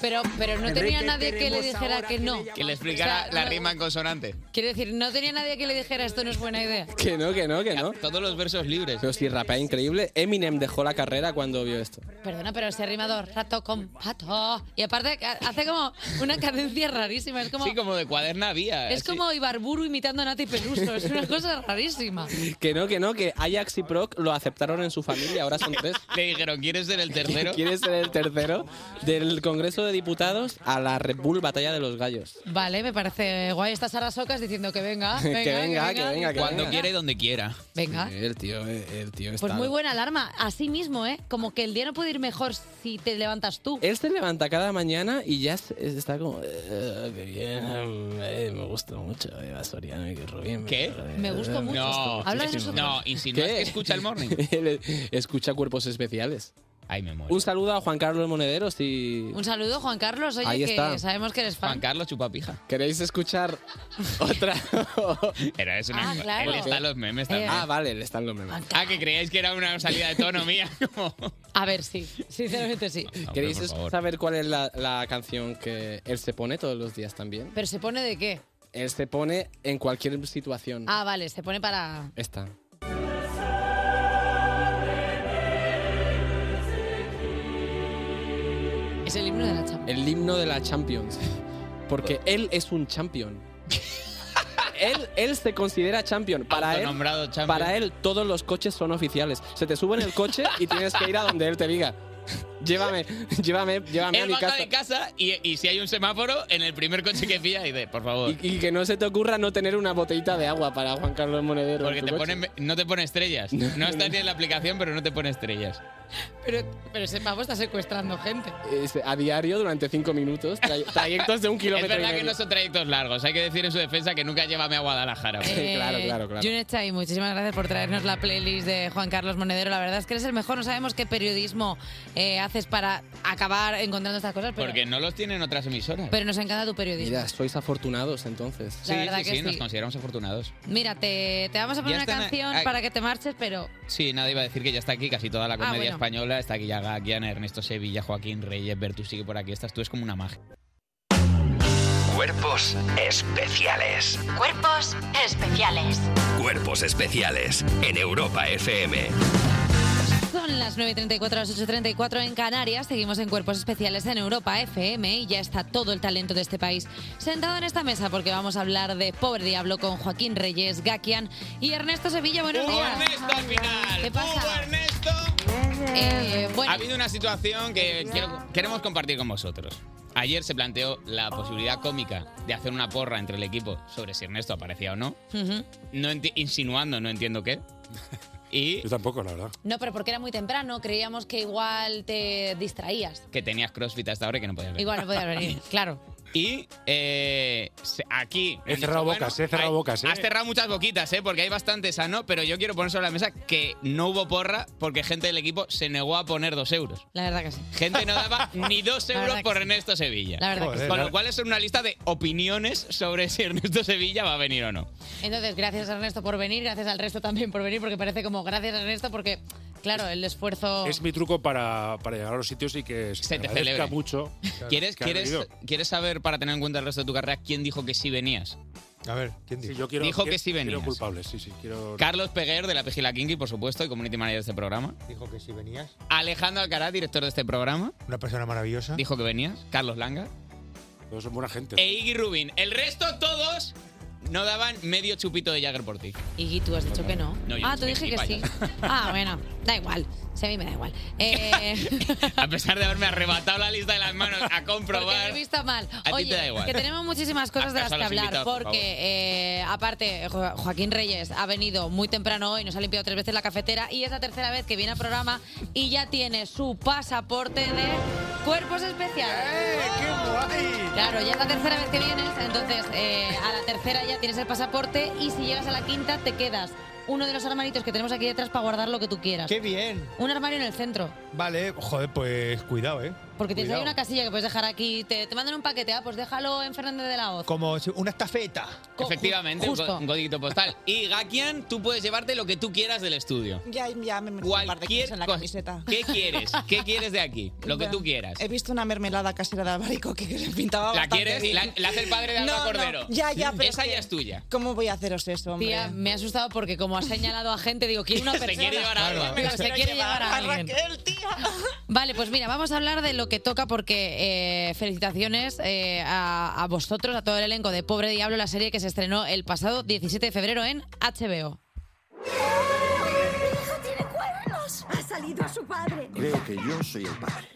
Speaker 1: Pero, pero no tenía nadie que le dijera que no.
Speaker 6: Que le explicara
Speaker 1: O sea,
Speaker 6: la
Speaker 1: no-
Speaker 6: rima en consonante.
Speaker 1: Quiero decir, no tenía nadie que le dijera esto no es buena idea.
Speaker 23: Que no, que no, que no. Todos los versos libres. Pero sí, rapea increíble. Eminem dejó la carrera cuando vio esto.
Speaker 1: Perdona, pero ese rimador, rato con pato. Y aparte ha- hace como una cadencia rarísima. Es como,
Speaker 2: Sí, como de cuaderna había.
Speaker 1: es
Speaker 2: así.
Speaker 1: como Ibarburu imitando a Nati Peluso. Es una cosa rarísima.
Speaker 23: Que no, que no, que Ajax y Proc lo aceptaron en su familia, ahora son tres.
Speaker 2: <laughs> Le dijeron, ¿quieres ser el tercero?
Speaker 23: <laughs> ¿Quieres ser el tercero? Del Congreso de Diputados a la Red Bull Batalla de los Gallos.
Speaker 1: Vale, me parece guay. Está Sara Socas diciendo que venga. Ah,
Speaker 23: <laughs>
Speaker 1: venga
Speaker 23: que venga, que venga, que
Speaker 2: Cuando
Speaker 23: venga.
Speaker 2: quiera y donde quiera.
Speaker 1: Venga.
Speaker 23: El tío, eh, el tío está.
Speaker 1: Pues muy buena alarma. Así mismo, ¿eh? Como que el día no puede ir mejor si te levantas tú.
Speaker 23: Él se levanta cada mañana y ya se- está como. "Eh, qué bien, eh, me gusta mucho Eva Soriano y Rubín.
Speaker 2: ¿Qué?
Speaker 1: Me gusta mucho.
Speaker 2: No,
Speaker 1: Habla de
Speaker 23: es-
Speaker 1: nosotros.
Speaker 23: eh, no,
Speaker 2: y si no es que escucha el morning.
Speaker 23: <laughs> Él escucha cuerpos especiales.
Speaker 2: Ay, me muero.
Speaker 23: Un saludo a Juan Carlos Monederos y.
Speaker 1: Un saludo, Juan Carlos. Oye,
Speaker 23: Ahí
Speaker 1: que
Speaker 23: está.
Speaker 1: sabemos que eres fan.
Speaker 2: Carlos Chupapija.
Speaker 23: ¿Queréis
Speaker 2: <laughs>
Speaker 23: escuchar otra?
Speaker 2: Era eso.
Speaker 1: Ah, claro. Eh,
Speaker 2: Él está en los memes también.
Speaker 23: Ah, vale, él está en los memes.
Speaker 2: Ah, que creíais que era una salida de
Speaker 23: <laughs>
Speaker 2: tono mía. Como...
Speaker 1: A ver, sí. Sinceramente sí.
Speaker 23: ¿Queréis saber cuál es la, la canción que él se pone todos los días también?
Speaker 1: ¿Pero se pone de qué?
Speaker 23: Él se pone en cualquier situación.
Speaker 1: Ah, vale, se pone para...
Speaker 23: Esta.
Speaker 1: Es el himno de la chapa.
Speaker 23: El himno de la Champions. Porque él es un
Speaker 2: <laughs>
Speaker 23: champion. Él, él se considera champion. Para él,
Speaker 2: Autonombrado champion.
Speaker 23: para él todos los coches son oficiales. Se te sube en el coche y tienes que ir a donde él te diga. Llévame, llévame, llévame a
Speaker 2: Él
Speaker 23: mi
Speaker 2: baja
Speaker 23: casa.
Speaker 2: de casa y, y si hay un semáforo, en el primer coche que pilla, y de, por favor.
Speaker 23: Y, y que no se te ocurra no tener una botellita de agua para Juan Carlos Monedero.
Speaker 2: Porque
Speaker 23: en tu
Speaker 2: te
Speaker 23: coche.
Speaker 2: ponen, no te
Speaker 23: <laughs>
Speaker 2: pone estrellas. No está ni en la aplicación, pero no te pone estrellas.
Speaker 1: Pero, pero ese pavo está
Speaker 23: <laughs>
Speaker 1: secuestrando gente.
Speaker 23: Es a diario durante cinco minutos,
Speaker 2: <laughs>
Speaker 23: tra- trayectos de un
Speaker 2: Es
Speaker 23: kilómetro.
Speaker 2: verdad
Speaker 23: y
Speaker 2: que
Speaker 23: medio.
Speaker 2: no son trayectos largos. Hay que decir en su defensa que nunca llévame a Guadalajara.
Speaker 1: Eh, Junet Chai, muchísimas gracias por traernos la playlist de Juan Carlos Monedero. La verdad es que eres el mejor. No sabemos qué periodismo eh, haces para acabar encontrando estas cosas, pero,
Speaker 2: Porque no los tienen otras emisoras.
Speaker 1: pero nos encanta tu periodismo.
Speaker 23: Mira, sois afortunados entonces.
Speaker 1: La verdad
Speaker 2: sí,
Speaker 1: que
Speaker 2: nos
Speaker 1: sí.
Speaker 2: consideramos afortunados.
Speaker 1: Mira, te, te vamos a
Speaker 2: Ya
Speaker 1: poner una
Speaker 2: están a-
Speaker 1: canción
Speaker 2: a-
Speaker 1: para que te marches, pero
Speaker 2: Sí, nada, iba a decir que ya está aquí casi toda la comedia
Speaker 1: Ah, bueno.
Speaker 2: española. Está aquí Yaga, Ana, Ernesto Sevilla, Joaquín Reyes, Bertu sigue por aquí. Estás tú, es como una magia.
Speaker 3: Cuerpos especiales.
Speaker 4: Cuerpos especiales.
Speaker 3: Cuerpos especiales en Europa FM.
Speaker 1: son las 9.34, las 8.34 en Canarias. Seguimos en Cuerpos Especiales en Europa FM y ya está todo el talento de este país sentado en esta mesa porque vamos a hablar de Pobre Diablo con Joaquín Reyes, Gakian y Ernesto Sevilla. Buenos
Speaker 2: ¡Hubo
Speaker 1: días.
Speaker 2: Ernesto al final!
Speaker 1: ¿Qué pasa?
Speaker 2: ¡Hubo Ernesto!
Speaker 1: Eh, bueno,
Speaker 2: Ha habido una situación que quiero- queremos compartir con vosotros. Ayer se planteó la posibilidad cómica de hacer una porra entre el equipo sobre si Ernesto aparecía o no.
Speaker 1: ujú.
Speaker 2: no enti- insinuando, no entiendo qué.
Speaker 10: <laughs>
Speaker 2: Y Yo tampoco, la verdad.
Speaker 1: No, pero porque era muy temprano, creíamos que igual te distraías.
Speaker 2: Que tenías CrossFit hasta ahora y que no podías venir.
Speaker 1: Igual no podías venir, claro.
Speaker 2: Y eh, se- aquí...
Speaker 10: He cerrado bocas, he cerrado bocas. ¿eh?
Speaker 2: Has cerrado muchas boquitas, ¿eh? porque hay bastantes a no, pero yo quiero poner sobre la mesa que no hubo porra porque gente del equipo se negó a poner dos euros.
Speaker 1: La verdad que sí.
Speaker 2: Gente no
Speaker 1: <laughs>
Speaker 2: daba ni dos
Speaker 1: La
Speaker 2: euros
Speaker 1: verdad
Speaker 2: por
Speaker 1: que sí.
Speaker 2: Ernesto Sevilla.
Speaker 1: La verdad que Joder, sí.
Speaker 2: Con
Speaker 1: la-
Speaker 2: lo cual es una lista de opiniones sobre si Ernesto Sevilla va a venir o no.
Speaker 1: Entonces, gracias Ernesto por venir, gracias al resto también por venir, porque parece como gracias Ernesto porque, claro, el esfuerzo...
Speaker 10: Es mi truco para, para llegar a los sitios y que se,
Speaker 2: te
Speaker 10: te
Speaker 2: celebre.
Speaker 10: agradezca mucho. que-
Speaker 2: <laughs> ¿Quieres,
Speaker 10: que han
Speaker 2: quieres,
Speaker 10: venido.
Speaker 2: ¿Quieres saber, para tener en cuenta el resto de tu carrera, quién dijo que sí venías?
Speaker 10: A ver, ¿quién dijo? yo quiero,
Speaker 2: Dijo
Speaker 10: quiero-
Speaker 2: que sí
Speaker 10: Quiero
Speaker 2: venías.
Speaker 10: culpables, sí, sí. Quiero...
Speaker 2: Carlos Peguer, de la Pejila Kinky, por supuesto, y community manager de este programa.
Speaker 10: Dijo que sí venías.
Speaker 2: Alejandro Alcaraz, director de este programa,
Speaker 10: Una persona maravillosa.
Speaker 2: dijo que venías. Carlos Langa.
Speaker 10: Todos son buena gente.
Speaker 2: E Iggy Rubin. El resto, todos, no daban medio chupito de Jagger por ti.
Speaker 1: Iggy, tú has dicho que no.
Speaker 2: No, yo
Speaker 1: ah,
Speaker 2: no
Speaker 1: tú
Speaker 2: sé,
Speaker 1: dije que sí.
Speaker 2: gilipollas.
Speaker 1: <laughs> Ah, bueno, da igual. Si a mí me
Speaker 2: <laughs>
Speaker 1: da igual. Eh,
Speaker 2: A pesar de haberme arrebatado la lista de las manos a
Speaker 1: <laughs> porque
Speaker 2: comprobar.
Speaker 1: he visto mal.
Speaker 2: A ti te
Speaker 1: Oye,
Speaker 2: da igual.
Speaker 1: que tenemos muchísimas cosas de las
Speaker 2: Haz caso a
Speaker 1: que
Speaker 2: los
Speaker 1: hablar,
Speaker 2: invitados, por favor.
Speaker 1: porque eh, aparte Jo- Joaquín Reyes ha venido muy temprano hoy, nos ha limpiado tres veces la cafetera y es la tercera vez que viene al programa y ya tiene su pasaporte de cuerpos especiales. Claro, ya es la tercera vez que vienes, entonces eh, a la tercera ya tienes el pasaporte y si llegas a la quinta te quedas uno de los armaritos que tenemos aquí detrás para guardar lo que tú quieras.
Speaker 12: ¡Qué bien!
Speaker 1: Un armario en el centro.
Speaker 12: Vale, joder, pues cuidado, ¿eh?
Speaker 1: Porque tienes ahí
Speaker 6: Cuidado.
Speaker 1: una casilla que puedes dejar aquí. Te, te mandan un paquete, ah, pues déjalo en Fernández de la Hoz.
Speaker 6: Como si- una estafeta.
Speaker 2: Efectivamente, un co- un código postal. Y Gakian, tú puedes llevarte lo que tú quieras del estudio.
Speaker 8: Ya, ya me metí un par de cosas en la camiseta.
Speaker 2: ¿Qué quieres? ¿Qué quieres de aquí? Lo que
Speaker 8: Ya.
Speaker 2: tú quieras.
Speaker 8: He visto una mermelada casera de albaricoque que se pintaba
Speaker 2: ¿La
Speaker 8: Eh, bastante
Speaker 2: quieres?
Speaker 8: bien.
Speaker 2: La, la hace el padre de Alba
Speaker 8: No, no,
Speaker 2: Cordero.
Speaker 8: ya, ya, pero
Speaker 2: Esa
Speaker 8: es que-
Speaker 2: ya es tuya.
Speaker 8: ¿Cómo voy a haceros eso, hombre?
Speaker 1: Tía, me ha asustado porque como ha señalado a gente, digo, quiere
Speaker 8: <laughs>
Speaker 1: una
Speaker 8: Se
Speaker 1: persona.
Speaker 8: quiere llevar a
Speaker 1: Digo,
Speaker 8: alguien.
Speaker 1: se quiere llevar a
Speaker 8: A
Speaker 1: alguien. <laughs> Vale, pues mira, vamos a hablar de lo que toca porque eh, felicitaciones eh, a, a vosotros, a todo el elenco de Pobre Diablo, la serie que se estrenó el pasado 17 de febrero en HBO.
Speaker 12: tiene cuernos! Ha salido su padre.
Speaker 24: Creo que yo soy el padre.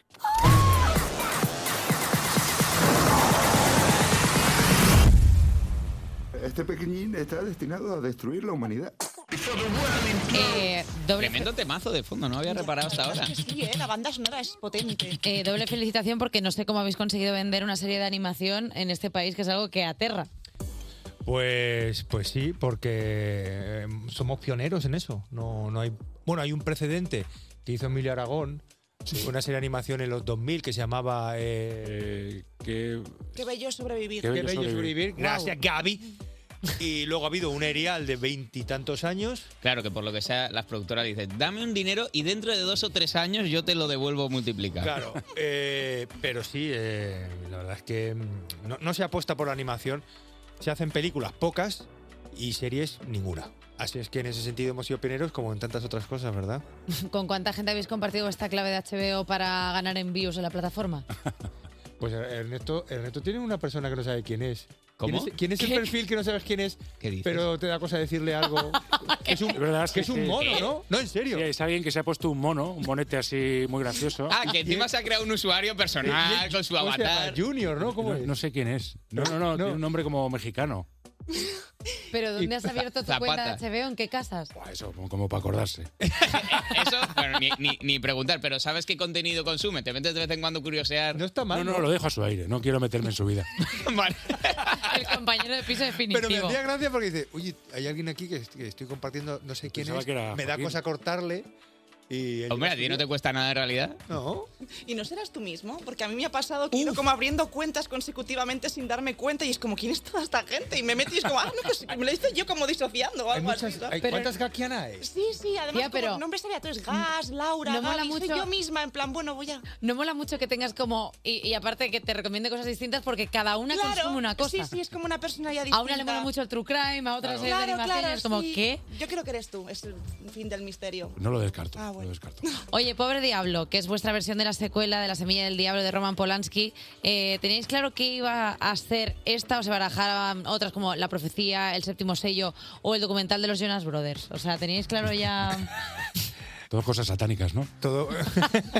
Speaker 24: Este pequeñín está destinado a destruir la humanidad.
Speaker 1: Eh, doble
Speaker 2: Tremendo temazo de fondo, no había reparado hasta ahora.
Speaker 8: Sí, eh, la banda sonora es potente.
Speaker 1: eh, doble felicitación porque no sé cómo habéis conseguido vender una serie de animación en este país, que es algo que aterra.
Speaker 6: Pues, pues sí, porque eh, somos pioneros en eso. No, no hay, bueno, hay un precedente que hizo Emilio Aragón, una serie de animación en los 2000 que se llamaba... eh,
Speaker 8: Qué bello es sobrevivir.
Speaker 6: Qué bello sobrevivir. Gracias, Gaby. Y luego ha habido un Erial de veintitantos años.
Speaker 2: Claro, que por lo que sea, las productoras dicen, dame un dinero y dentro de dos o tres años yo te lo devuelvo multiplicado.
Speaker 6: Claro, eh, pero sí, eh, la verdad es que mm, no, no se apuesta por la animación. Se hacen películas pocas y series ninguna. Así es que en ese sentido hemos sido pioneros como en tantas otras cosas, ¿verdad?
Speaker 1: ¿Con cuánta gente habéis compartido esta clave de HBO para ganar en views en la plataforma?
Speaker 6: Pues Ernesto, Ernesto tiene una persona que no sabe quién es.
Speaker 2: ¿Cómo?
Speaker 6: ¿Quién es, quién es el
Speaker 2: ¿Qué?
Speaker 6: perfil que no sabes quién es?
Speaker 2: ¿Qué dices?
Speaker 6: Pero te da cosa
Speaker 2: <laughs>
Speaker 6: decirle algo. que es un,
Speaker 10: verdad
Speaker 6: que es un mono, ¿no? No, en serio.
Speaker 10: es alguien que se ha puesto un mono, un monete así muy gracioso.
Speaker 2: <laughs> Ah, que encima se ha creado un usuario
Speaker 6: <laughs>
Speaker 2: personal con su
Speaker 10: ¿Cómo se llama?
Speaker 2: avatar.
Speaker 6: Junior, ¿no?
Speaker 10: no, no sé quién es. No, no, no, tiene un nombre como mexicano.
Speaker 1: ¿Pero dónde has abierto tu cuenta
Speaker 10: Zapata.
Speaker 1: de HBO? ¿En qué casas?
Speaker 10: Eso, como, como para acordarse.
Speaker 2: Eso, <laughs> bueno, ni, ni- ni preguntar, pero ¿sabes qué contenido consume? Te metes de vez en cuando a curiosear. No
Speaker 6: está
Speaker 10: No, no, lo dejo a su aire. No quiero meterme en su vida.
Speaker 1: <laughs> El compañero de piso definitivo.
Speaker 6: Pero me hacía gracia porque dice, oye, hay alguien aquí que est- que estoy compartiendo, no sé quién
Speaker 2: Pensaba
Speaker 6: es,
Speaker 2: que era
Speaker 6: me da
Speaker 2: Joaquín.
Speaker 6: cosa cortarle. Y
Speaker 2: Hombre, a ti no te cuesta nada en realidad.
Speaker 6: No.
Speaker 8: ¿Y no serás tú mismo? Porque a mí me ha pasado que he ido como abriendo cuentas consecutivamente sin darme cuenta y es como, ¿quién es toda esta gente? Y me metí y es como, ah, no, pues me lo hice yo como disociando o algo así. ¿no?
Speaker 6: ¿Cuántas gaquianas hay?
Speaker 8: Sí, sí, además
Speaker 1: Tía, pero- mm,
Speaker 8: como nombres aleatorios, Gas, Laura,
Speaker 1: No mola
Speaker 8: Gaby, soy
Speaker 1: mucho-
Speaker 8: yo misma, en plan, bueno, voy a...
Speaker 1: No mola mucho que tengas como. Y, y aparte que te recomiende cosas distintas porque cada una
Speaker 8: Claro,
Speaker 1: consume una cosa.
Speaker 8: sí, sí, es como una personalidad
Speaker 1: A una le
Speaker 8: distinta.
Speaker 1: mola mucho el true crime, a otra
Speaker 8: Claro.
Speaker 1: se le
Speaker 8: Claro,
Speaker 1: animación
Speaker 8: claro,
Speaker 1: y es como,
Speaker 8: sí.
Speaker 1: ¿qué?
Speaker 8: Yo creo que eres tú, es el fin del misterio.
Speaker 10: No lo descarto.
Speaker 8: Ah, bueno. <laughs>
Speaker 1: Oye, Pobre Diablo, que es vuestra versión de la secuela de La Semilla del Diablo de Roman Polanski, eh, ¿tenéis claro qué iba a ser esta o se barajaban otras como La Profecía, El Séptimo Sello o el documental de los Jonas Brothers? O sea, ¿teníais claro ya...?
Speaker 10: Todas cosas satánicas, ¿no? Pues
Speaker 6: Todo.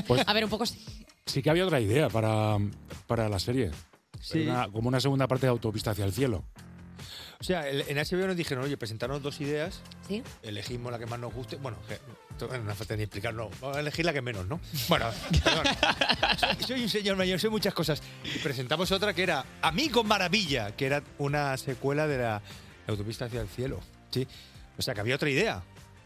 Speaker 6: Pues,
Speaker 1: A ver, un poco sí.
Speaker 10: Sí que había otra idea para, para la serie.
Speaker 6: Sí.
Speaker 10: Una- como una segunda parte de Autopista hacia el cielo.
Speaker 6: O sea, el- en HBO nos dijeron, oye, presentaron dos ideas,
Speaker 1: ¿Sí?
Speaker 6: elegimos la que más nos guste. Bueno, que- esto no hace falta ni explicarlo, vamos a elegir la que menos, ¿no? Bueno, perdón. Soy- soy un señor mayor, soy muchas cosas. Y presentamos otra que era A mí con maravilla, que era una secuela de la autopista hacia el cielo. Sí. O sea, que había otra idea.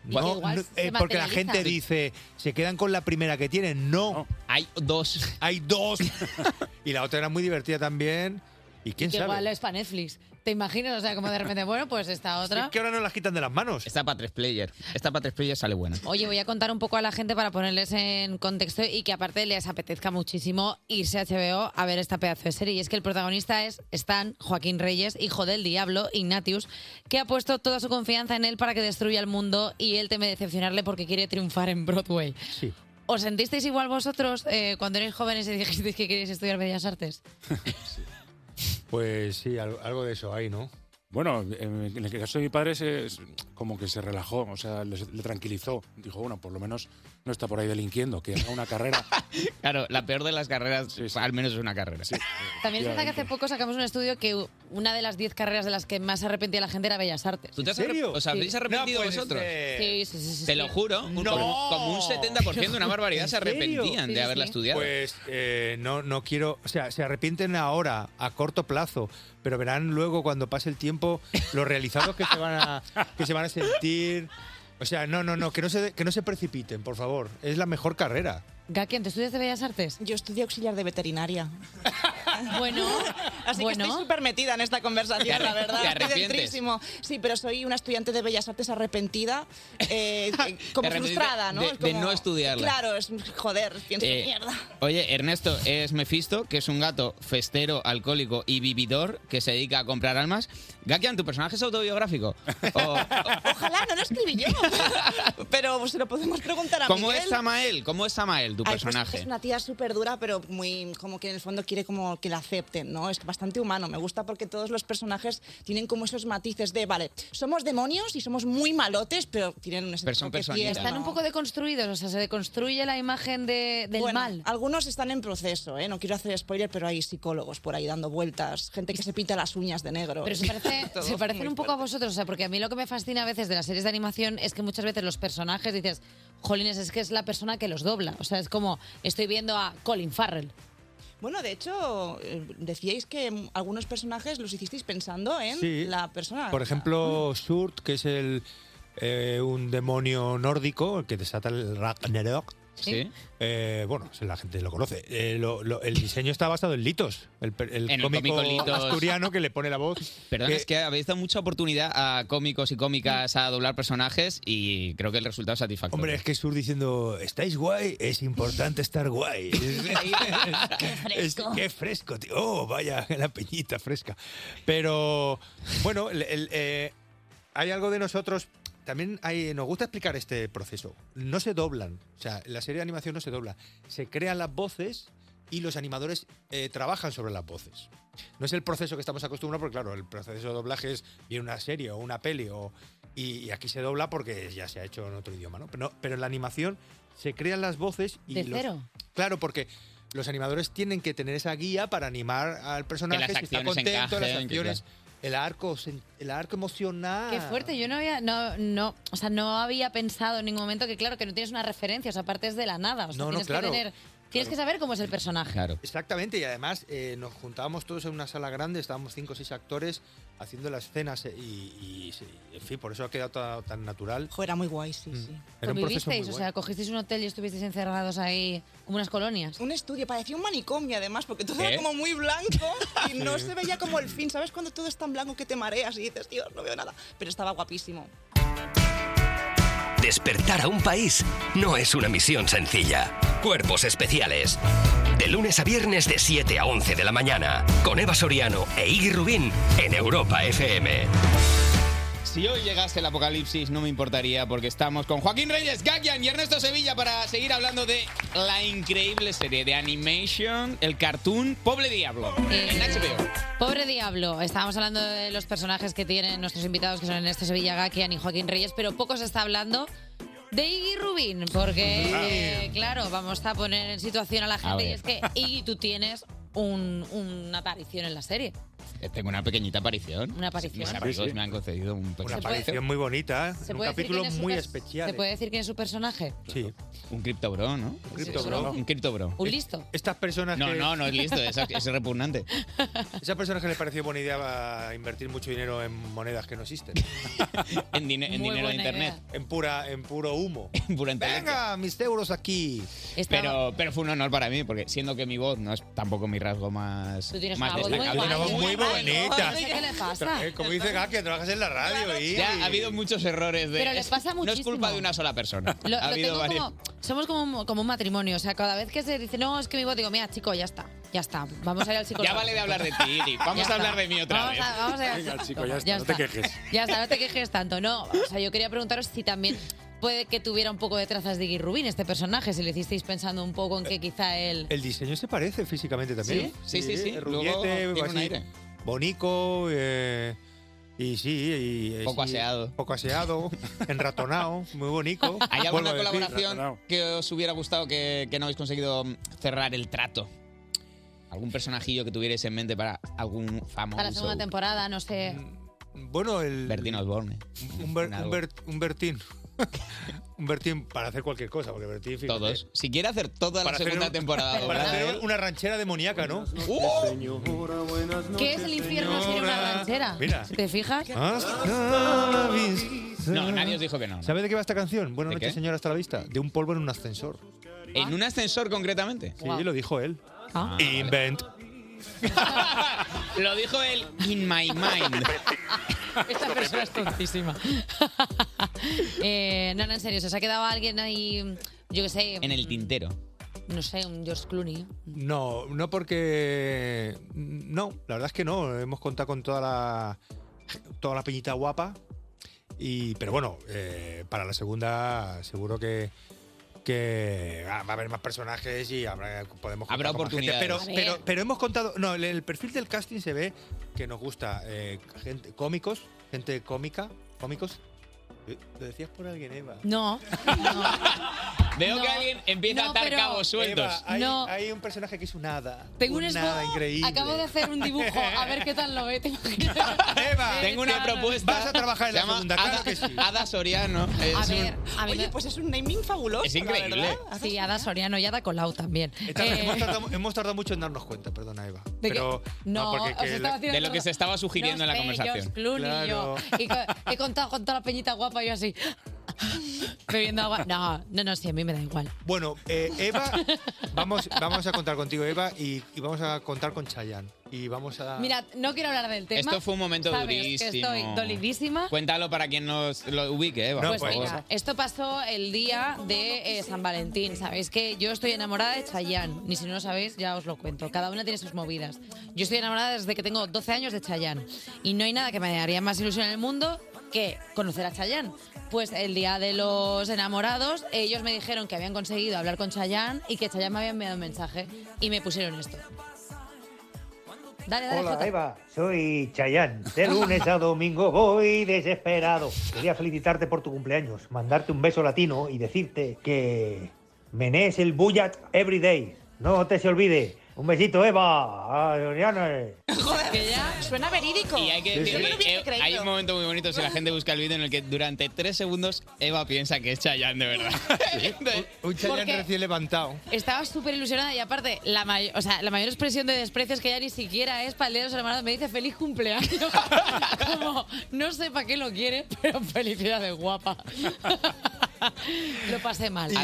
Speaker 2: Y que igual se
Speaker 6: eh, porque la
Speaker 2: materializa.
Speaker 6: gente dice, se quedan con la primera que tienen. No.
Speaker 2: Hay dos.
Speaker 6: Hay
Speaker 2: <laughs>
Speaker 6: dos. y la otra era muy divertida también. Y quién
Speaker 1: Que
Speaker 6: sabe.
Speaker 1: igual es para Netflix. ¿Te imaginas? O sea, como de repente, bueno, pues esta otra.
Speaker 6: Es que ahora no las quitan de las manos.
Speaker 2: Está para tres player. Esta para tres player sale buena.
Speaker 1: Oye, voy a contar un poco a la gente para ponerles en contexto y que aparte les apetezca muchísimo irse a HBO a ver esta pedazo de serie. Y es que el protagonista es Stan Joaquín Reyes, hijo del diablo, Ignatius, que ha puesto toda su confianza en él para que destruya el mundo y él teme decepcionarle porque quiere triunfar en Broadway.
Speaker 6: Sí.
Speaker 1: ¿Os sentisteis igual vosotros eh, cuando erais jóvenes y dijisteis que queríais estudiar Bellas Artes?
Speaker 6: Pues sí, al- algo de eso hay, ¿no?
Speaker 10: Bueno, en en el caso de mi padre se- es como que se relajó, o sea, le, le tranquilizó. Dijo, bueno, por lo menos no está por ahí delinquiendo, que haga una carrera.
Speaker 2: <laughs> claro, la peor de las carreras, al menos es una carrera.
Speaker 1: También es verdad que hace poco sacamos un estudio que una de las 10 carreras de las que más se arrepentía la gente era Bellas Artes.
Speaker 2: ¿Tú te has arrep- ¿Os habéis arrepentido
Speaker 6: pues,
Speaker 1: pues,
Speaker 2: vosotros?
Speaker 6: este,
Speaker 1: Sí, sí, sí, sí,
Speaker 2: Te
Speaker 1: sí.
Speaker 2: lo juro, un- como, como un 70%, una barbaridad, se arrepentían de haberla estudiado.
Speaker 6: Pues eh, no, no quiero, o sea, se arrepienten ahora, a corto plazo, pero verán luego cuando pase el tiempo los realizados que se van a, que se van a sentir. O sea, no, no, no, que no se, que no se precipiten, por favor. Es la mejor carrera.
Speaker 1: Gaken, ¿tú estudias de Bellas Artes?
Speaker 8: Yo estudié auxiliar de veterinaria.
Speaker 1: Bueno,
Speaker 8: <laughs> Así
Speaker 1: bueno.
Speaker 8: que estoy súper metida en esta conversación,
Speaker 1: Te
Speaker 8: la
Speaker 1: arre-
Speaker 8: verdad.
Speaker 1: te
Speaker 8: Estoy
Speaker 1: arrepientes.
Speaker 8: dentrísimo. Sí, pero soy una estudiante de Bellas Artes arrepentida, eh, eh, como
Speaker 2: Te arrepentiste
Speaker 8: frustrada, ¿no?
Speaker 2: de-
Speaker 8: Es
Speaker 2: de
Speaker 8: como-
Speaker 2: no estudiarla.
Speaker 8: Claro, es joder, pienso
Speaker 2: Eh,
Speaker 8: mierda.
Speaker 2: Oye, Ernesto es Mephisto, que es un gato festero, alcohólico y vividor que se dedica a comprar almas. Gakian, ¿tu personaje es autobiográfico? O-
Speaker 8: Ojalá, no lo escribí yo. pero se lo podemos preguntar a
Speaker 2: ¿Cómo
Speaker 8: Miguel.
Speaker 2: es Samael? ¿Cómo es Samael, tu
Speaker 8: Ay, pues
Speaker 2: personaje?
Speaker 8: es una tía súper dura, pero muy como que en el fondo quiere como que la acepten, ¿no? Es bastante humano. Me gusta porque todos los personajes tienen como esos matices de, vale, somos demonios y somos muy malotes, pero tienen un
Speaker 2: Pero son personitas.
Speaker 1: Están un poco deconstruidos, o sea, se deconstruye la imagen de, del
Speaker 8: Bueno,
Speaker 1: mal.
Speaker 8: Algunos están en proceso, ¿eh? No quiero hacer spoiler, pero hay psicólogos por ahí dando vueltas, gente que se pinta las uñas de negro. <laughs>
Speaker 1: Pero se, parece-
Speaker 8: Todo
Speaker 1: se parecen
Speaker 8: muy
Speaker 1: un poco a vosotros, o sea, porque a mí lo que me fascina a veces de las series de animación es que muchas veces los personajes dices, jolines, es que es la persona que los dobla. O sea, es como, estoy viendo a Colin Farrell.
Speaker 8: Bueno, de hecho, eh, decíais que mm, algunos personajes los hicisteis pensando en
Speaker 6: Sí.
Speaker 8: la persona.
Speaker 6: Por ejemplo, Surt, que es el eh, un demonio nórdico que desata el Ragnarok.
Speaker 2: Sí.
Speaker 6: Eh, bueno, la gente lo conoce. Eh, lo- lo- el diseño está basado en Litos, el, per- el
Speaker 2: En el
Speaker 6: cómico
Speaker 2: cómico Litos.
Speaker 6: asturiano que le pone la voz.
Speaker 2: Perdón,
Speaker 6: que-
Speaker 2: es que habéis dado mucha oportunidad a cómicos y cómicas a doblar personajes y creo que el resultado es satisfactorio.
Speaker 6: Hombre, es que Sur diciendo, ¿estáis guay? Es importante estar guay.
Speaker 2: ¡Qué
Speaker 6: Es- qué fresco, tío. Oh, vaya, <laughs> la peñita fresca. Pero, bueno, el- el, eh, hay algo de nosotros. También hay, nos gusta explicar este proceso. No se doblan. O sea, la serie de animación no se dobla. Se crean las voces y los animadores eh, trabajan sobre las voces. No es el proceso que estamos acostumbrados, porque claro, el proceso de doblaje es viene una serie o una peli o, y, y aquí se dobla porque ya se ha hecho en otro idioma, ¿no? Pero, no- pero en la animación se crean las voces y
Speaker 1: De
Speaker 6: los-
Speaker 1: cero.
Speaker 6: Claro, porque los animadores tienen que tener esa guía para animar al personaje
Speaker 2: las
Speaker 6: si está
Speaker 2: acciones
Speaker 6: contento, las
Speaker 2: encajen, que
Speaker 6: acciones, el arco, sen- el arco
Speaker 8: Ah.
Speaker 6: emocional.
Speaker 1: Qué fuerte, yo no había, no, no, o sea, no había pensado en ningún momento que claro, que no tienes una referencia, o sea, aparte es de la nada. O sea,
Speaker 6: No, no,
Speaker 1: tienes
Speaker 6: claro,
Speaker 1: que tener, tienes
Speaker 6: claro.
Speaker 1: que saber cómo es el personaje.
Speaker 6: Exactamente, y además eh, nos juntábamos todos en una sala grande, estábamos cinco o seis actores haciendo las escenas eh, y, y sí, en fin, por eso ha quedado ta- tan natural. Mm.
Speaker 8: era muy guay, sí, sí.
Speaker 6: Era un proceso muy
Speaker 1: Convivisteis, o
Speaker 6: guay.
Speaker 1: sea, cogisteis un hotel y estuvisteis encerrados ahí como unas colonias.
Speaker 8: Un estudio, parecía un manicomio además, porque todo
Speaker 1: ¿Qué?
Speaker 8: era como muy blanco y
Speaker 1: Sí.
Speaker 2: <laughs>
Speaker 8: no se veía como el fin. ¿Sabes cuando todo es tan blanco que te mareas y dices, Dios, no veo nada? Pero
Speaker 2: <laughs>
Speaker 8: estaba guapísimo.
Speaker 3: Despertar a un país no es una misión sencilla. Cuerpos especiales. De lunes a viernes de 7 a 11 de la mañana. Con Eva Soriano e Iggy Rubín en Europa FM.
Speaker 2: <laughs> Si hoy llegase el apocalipsis no me importaría porque estamos con Joaquín Reyes, Gakian y Ernesto Sevilla para seguir hablando de la increíble serie de animation, el cartoon Pobre Diablo
Speaker 1: Eh.
Speaker 2: en HBO.
Speaker 1: Pobre diablo, estábamos hablando de los personajes que tienen nuestros invitados, que son Ernesto Sevilla Gakian y Joaquín Reyes, pero poco se está hablando de Iggy Rubín, porque,
Speaker 6: Ah.
Speaker 1: eh, claro, vamos a poner en situación a la gente y
Speaker 2: ver.
Speaker 1: es que Iggy, tú tienes un- una aparición en la serie.
Speaker 2: Eh, Tengo una pequeñita aparición.
Speaker 1: Una aparición.
Speaker 2: Mis
Speaker 1: Sí,
Speaker 2: amigos
Speaker 1: sí.
Speaker 2: me han concedido un
Speaker 6: Una
Speaker 2: pequeño-
Speaker 6: aparición muy bonita, ¿eh?
Speaker 1: ¿Se
Speaker 6: en un
Speaker 1: puede decir
Speaker 6: capítulo
Speaker 1: quién es su
Speaker 6: muy
Speaker 1: pers-
Speaker 6: especial. eh.
Speaker 1: ¿Se puede decir quién es su personaje?
Speaker 6: Sí.
Speaker 2: Un criptobro, ¿no? Un
Speaker 6: criptobro.
Speaker 2: Un criptobro.
Speaker 1: ¿Un listo?
Speaker 6: Estas personas
Speaker 2: No,
Speaker 6: que-
Speaker 2: no, no es listo, es,
Speaker 6: <laughs>
Speaker 2: es repugnante.
Speaker 6: Esas personas que les pareció buena idea ah, invertir mucho dinero en monedas que no existen.
Speaker 2: <laughs> en en Muy dinero de buena internet.
Speaker 6: En, pura, en puro humo.
Speaker 2: En <laughs> pura
Speaker 6: Venga, mis euros aquí.
Speaker 2: Pero, pero fue un honor para mí, porque siendo que mi voz no es tampoco mi rasgo más,
Speaker 1: Tú tienes
Speaker 2: más
Speaker 1: una voz muy
Speaker 2: destacable.
Speaker 1: guay, Una voz muy muy guay, bonita. no sé qué le pasa.
Speaker 6: Pero, eh, como dice Gaki, trabajas en la radio. y...
Speaker 2: Ya ha habido muchos errores de.
Speaker 1: Pero le
Speaker 2: es-
Speaker 1: pasa
Speaker 2: No es culpa de una sola persona.
Speaker 1: Lo-
Speaker 2: ha
Speaker 1: lo
Speaker 2: habido
Speaker 1: tengo
Speaker 2: varios-
Speaker 1: como- somos como, un- como un matrimonio, o sea, cada vez que se dice, no, es que mi voz, digo, mira, chico, ya está, ya está, vamos a ir al psicólogo.
Speaker 2: Ya vale de hablar de ti, Iri. Vamos
Speaker 1: Ya
Speaker 2: a hablar
Speaker 1: está.
Speaker 2: de mí otra
Speaker 1: Vamos
Speaker 2: vez.
Speaker 1: a- vamos a ir al
Speaker 10: Venga,
Speaker 1: psicólogo.
Speaker 10: chico, ya está,
Speaker 1: Ya
Speaker 10: no te
Speaker 1: está.
Speaker 10: quejes.
Speaker 1: Ya está, no te quejes tanto, no. O sea, yo quería preguntaros si también puede que tuviera un poco de trazas de Iggy Rubin este personaje, si le hicisteis pensando un poco en que quizá él...
Speaker 6: El diseño se parece físicamente también.
Speaker 2: Sí, sí, sí, sí. Luego
Speaker 6: Rubiete,
Speaker 2: tiene un
Speaker 6: así,
Speaker 2: aire.
Speaker 6: bonico, eh, y sí, y,
Speaker 2: Poco
Speaker 6: sí,
Speaker 2: aseado.
Speaker 6: Poco
Speaker 2: <laughs>
Speaker 6: aseado, enratonado, muy bonico.
Speaker 2: ¿Hay
Speaker 6: Vuelvo
Speaker 2: alguna
Speaker 6: a decir.
Speaker 2: colaboración que os hubiera gustado que, que no habéis conseguido cerrar el trato? ¿Algún personajillo que tuvierais en mente para algún famoso?
Speaker 1: Para la segunda temporada, no sé.
Speaker 6: Bueno, el...
Speaker 2: Bertín Osborne. ¿eh?
Speaker 6: Un, Ber-
Speaker 2: En
Speaker 6: un
Speaker 2: algo.
Speaker 6: Bert- un Bertín. <laughs> un Bertín para hacer cualquier cosa, porque Bertín... fíjate,
Speaker 2: Todos. Si quiere hacer toda la
Speaker 6: para hacer
Speaker 2: segunda
Speaker 6: un-
Speaker 2: temporada.
Speaker 6: <laughs> Para
Speaker 2: doblada,
Speaker 6: hacer
Speaker 2: ¿eh?
Speaker 6: una ranchera demoníaca, ¿no? ¡Uh!
Speaker 1: ¿Qué es el infierno sin una ranchera?
Speaker 6: Mira.
Speaker 1: ¿Te fijas?
Speaker 6: No,
Speaker 10: Ah,
Speaker 2: nadie os dijo que no.
Speaker 6: ¿Sabes de qué va esta canción? Buenas
Speaker 2: ¿De
Speaker 6: noches,
Speaker 2: qué?
Speaker 6: señora, hasta la vista. De un polvo en un ascensor.
Speaker 2: En un ascensor concretamente.
Speaker 6: Sí, lo dijo él.
Speaker 2: Ah,
Speaker 6: Invent.
Speaker 2: Lo dijo él in my mind.
Speaker 1: <laughs> Esta persona es tontísima. Eh, no, no, en serio, ¿se os ha quedado alguien ahí, yo qué sé,
Speaker 2: En el tintero.
Speaker 1: no sé, un George Clooney?
Speaker 6: No, no porque. No, la verdad es que no. Hemos contado con toda la. toda la peñita guapa. Y, pero bueno, eh, para la segunda seguro que. que va a haber más personajes y habrá, podemos
Speaker 2: Habrá
Speaker 6: contar con más gente.
Speaker 2: oportunidades.
Speaker 6: Pero-
Speaker 2: A
Speaker 6: Pero,
Speaker 2: ver.
Speaker 6: pero hemos contado. No, el, el perfil del casting se ve que nos gusta eh, gente, cómicos, gente cómica, cómicos. Eh, Lo decías por alguien, Eva.
Speaker 1: No.
Speaker 2: Veo que alguien empieza a atar cabos sueltos.
Speaker 6: Eva, hay,
Speaker 1: No.
Speaker 6: hay un personaje que es un hada.
Speaker 1: Tengo un
Speaker 2: Pues
Speaker 6: un hada
Speaker 1: esbozo.
Speaker 6: increíble.
Speaker 1: Acabo de hacer un dibujo, a ver qué tal lo ve. ¿te imaginas?
Speaker 2: Tengo una propuesta. Vas a trabajar
Speaker 6: en la segunda, claro
Speaker 2: Ada, Ada Soriano. Es
Speaker 1: A
Speaker 2: un-
Speaker 1: ver, a mí me-
Speaker 8: Pues es un naming fabuloso.
Speaker 2: Es increíble.
Speaker 8: la verdad.
Speaker 1: Sí, Ada Soriano y Ada Colau también.
Speaker 6: Entonces,
Speaker 1: Eh,
Speaker 6: hemos, tardado, hemos tardado mucho en darnos cuenta, perdona Eva.
Speaker 1: ¿De qué?
Speaker 6: pero
Speaker 1: No,
Speaker 6: porque
Speaker 1: os estaba haciendo
Speaker 2: de lo que se estaba sugiriendo en la
Speaker 1: Nos ve
Speaker 2: conversación.
Speaker 1: George Clooney y yo. Y co- he contado con toda la peñita guapa yo así. <laughs> Bebiendo agua. No, no, no, sí, a mí me da igual.
Speaker 6: Bueno, eh,
Speaker 1: <laughs>
Speaker 6: Eva, vamos, vamos a contar contigo, Eva, y, y vamos a contar con Chayanne. Y vamos a.
Speaker 1: Mira, no quiero hablar del tema.
Speaker 2: Esto fue un momento
Speaker 1: Sabes
Speaker 2: durísimo.
Speaker 1: que estoy dolidísima.
Speaker 2: Cuéntalo para quien nos lo ubique, Eva.
Speaker 1: pues
Speaker 2: por favor.
Speaker 1: venga, esto pasó el día de eh, San Valentín. Sabéis que yo estoy enamorada de Chayanne. Ni si no lo sabéis, ya os lo cuento. Cada una tiene sus movidas. Yo estoy enamorada desde que tengo 12 años de Chayanne. Y no hay nada que me haría más ilusión en el mundo que conocer a Chayanne. Pues el día de los enamorados, ellos me dijeron que habían conseguido hablar con Chayanne y que Chayanne me había enviado un mensaje. Y me pusieron esto. Dale, dale,
Speaker 5: Hola
Speaker 1: Jota.
Speaker 5: Eva, soy Chayanne. De lunes a domingo voy desesperado. Quería felicitarte por tu cumpleaños, mandarte un beso latino y decirte que menees el bullet every day. No te se olvide. Un besito Eva. Ay, Oriana.
Speaker 8: Suena verídico.
Speaker 2: Y hay que
Speaker 8: Eh, Yo
Speaker 2: decir
Speaker 8: me lo
Speaker 2: que
Speaker 8: hubiese
Speaker 2: Eva- Eh, hay
Speaker 8: creído.
Speaker 2: un momento muy bonito si la gente busca el vídeo en el que durante tres segundos Eva piensa que es Chayanne de
Speaker 8: <laughs>
Speaker 2: verdad. <laughs>
Speaker 6: Un Chayanne
Speaker 1: Porque-
Speaker 6: recién levantado.
Speaker 1: Estaba súper ilusionada y aparte, la, may- o sea, la mayor expresión de desprecio es que ya ni siquiera es para el día de los hermanos. Me dice feliz cumpleaños. <laughs> Como, no sé para qué lo quiere, pero felicidades, guapa. <laughs> lo pasé mal.
Speaker 6: Y-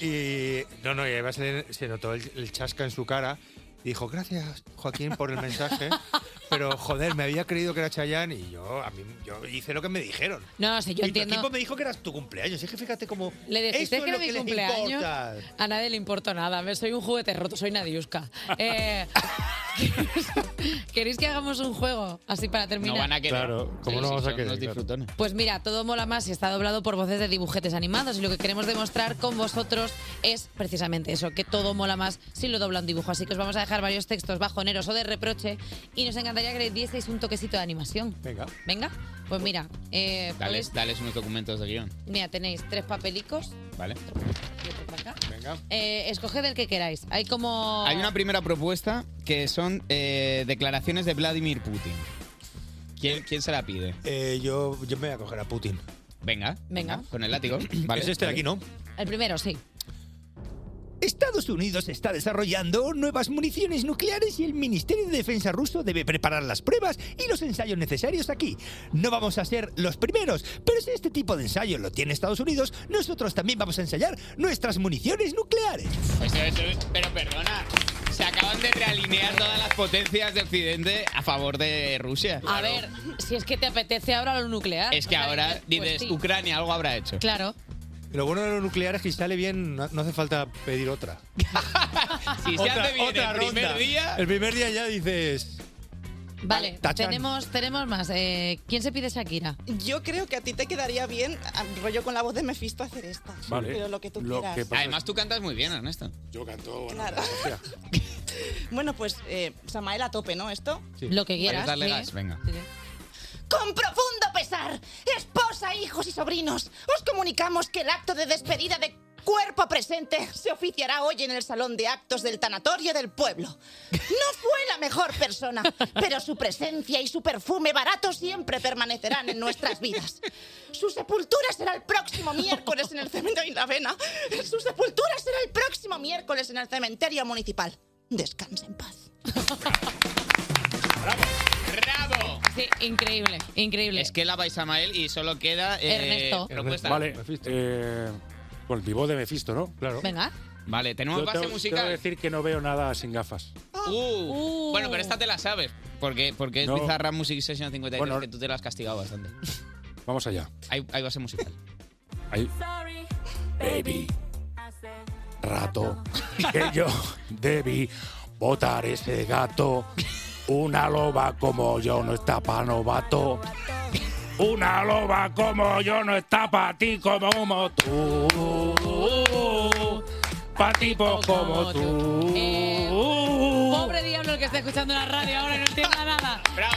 Speaker 6: Y, y- no, no, y además se, se notó el, el chasca en su cara. Y dijo, gracias, Joaquín, por el
Speaker 1: <laughs>
Speaker 6: mensaje. Pero, joder, me había creído que era Chayanne y yo, a mí, yo hice lo que me dijeron.
Speaker 1: No, sí, yo
Speaker 6: y
Speaker 1: entiendo.
Speaker 6: Tu equipo me dijo que eras tu cumpleaños. Es que fíjate cómo.
Speaker 1: Le
Speaker 6: Esto
Speaker 1: dijiste
Speaker 6: es
Speaker 1: que
Speaker 6: lo
Speaker 1: era mi
Speaker 6: les
Speaker 1: cumpleaños.
Speaker 6: importa.
Speaker 1: A nadie le importó nada. Me- Soy un juguete roto, soy Nadiuska. Eh, <laughs> ¿Queréis que hagamos un juego así para terminar?
Speaker 2: No van a quedar.
Speaker 6: Claro, ¿cómo no vamos a
Speaker 2: son
Speaker 6: querer?
Speaker 2: unos
Speaker 6: Claro.
Speaker 2: disfrutones.
Speaker 1: Pues mira, todo mola más si está doblado por voces de dibujetes animados y lo que queremos demostrar con vosotros es precisamente eso, que todo mola más si lo dobla un dibujo. Así que os vamos a dejar varios textos bajoneros o de reproche y nos encantaría que le dieseis un toquecito de animación.
Speaker 6: Venga.
Speaker 1: Venga, pues mira, eh,
Speaker 2: Dales,
Speaker 8: Pues-
Speaker 1: podéis-
Speaker 2: dales unos documentos de guión,
Speaker 1: mira, tenéis tres papelicos.
Speaker 2: ¿vale?
Speaker 6: Venga.
Speaker 1: Eh, escoged el que queráis. Hay como...
Speaker 2: Hay una primera propuesta que son eh, declaraciones de Vladimir Putin. ¿Quién, quién se la pide?
Speaker 6: Eh, yo, yo me voy a coger a Putin.
Speaker 2: Venga.
Speaker 1: Venga.
Speaker 2: Con el
Speaker 6: <clears throat>
Speaker 2: látigo. Vale,
Speaker 6: es este de
Speaker 2: vale.
Speaker 6: aquí, ¿no?
Speaker 1: El primero, sí.
Speaker 6: Estados Unidos está desarrollando nuevas municiones nucleares y el Ministerio de Defensa ruso debe preparar las pruebas y los ensayos necesarios aquí. No vamos a ser los primeros, pero si este tipo de ensayo lo tiene Estados Unidos, nosotros también vamos a ensayar nuestras municiones nucleares.
Speaker 2: Pues, eh, eh, pero perdona. Se acaban de realinear todas las potencias de Occidente a favor de Rusia.
Speaker 1: A ver, si es que te apetece ahora lo nuclear.
Speaker 2: Es que
Speaker 1: O sea,
Speaker 2: ahora
Speaker 1: pues
Speaker 2: dices,
Speaker 1: sí.
Speaker 2: Ucrania algo habrá hecho.
Speaker 1: Claro.
Speaker 6: Lo bueno de lo nuclear es que si sale bien, no no hace falta pedir otra.
Speaker 2: Si se hace bien el primer día.
Speaker 6: El primer día ya dices...
Speaker 1: Vale,
Speaker 6: Tachán.
Speaker 1: tenemos, tenemos más. Eh, ¿Quién se pide Shakira?
Speaker 8: Yo creo que a ti te quedaría bien, ah, rollo con la voz de Mephisto, hacer esta.
Speaker 2: Vale.
Speaker 8: Pero lo que tú
Speaker 2: Lo
Speaker 8: quieras.
Speaker 2: que pasa- Además, tú cantas muy bien, Ernesto. Yo canto,
Speaker 8: Claro. Bueno, pues eh, Samael a tope, ¿no? Esto.
Speaker 1: Lo que
Speaker 2: quieras, darle sí. gas, venga.
Speaker 8: Con profundo pesar, esposa, hijos y sobrinos, os comunicamos que el acto de despedida de cuerpo presente se oficiará hoy en el salón de actos del tanatorio del pueblo. No fue la mejor persona, pero su presencia y su perfume barato siempre permanecerán en nuestras vidas. Su sepultura será el próximo miércoles en el cementerio de la Vena. Su sepultura será el próximo miércoles en el cementerio municipal. Descansa en paz.
Speaker 2: ¡Bravo!
Speaker 1: Sí, increíble, increíble.
Speaker 2: Es que la vais a Mael y solo queda eh,
Speaker 1: Ernesto.
Speaker 2: propuesta.
Speaker 10: Vale, eh, Con el pivot de Mephisto, ¿no? Claro.
Speaker 1: Venga.
Speaker 2: Vale, tenemos
Speaker 10: Yo
Speaker 2: base
Speaker 10: tengo-
Speaker 2: musical.
Speaker 10: Tengo que decir que no veo nada sin gafas.
Speaker 2: Uh. Bueno, pero esta te la sabes. Porque, porque es
Speaker 10: No.
Speaker 2: Bizarra Music Session 53
Speaker 10: Bueno.
Speaker 2: que tú te la has castigado bastante.
Speaker 10: Vamos allá.
Speaker 2: Hay, hay base
Speaker 1: <laughs>
Speaker 2: musical.
Speaker 10: Hay Baby. rato que yo debí botar ese gato. Una loba como yo no está pa' novato. Una loba como yo no está pa' ti como tú. Pa' tipos como tú.
Speaker 1: Eh, Pobre diablo el que está escuchando la radio ahora, no entiende nada. Eh, Bravo.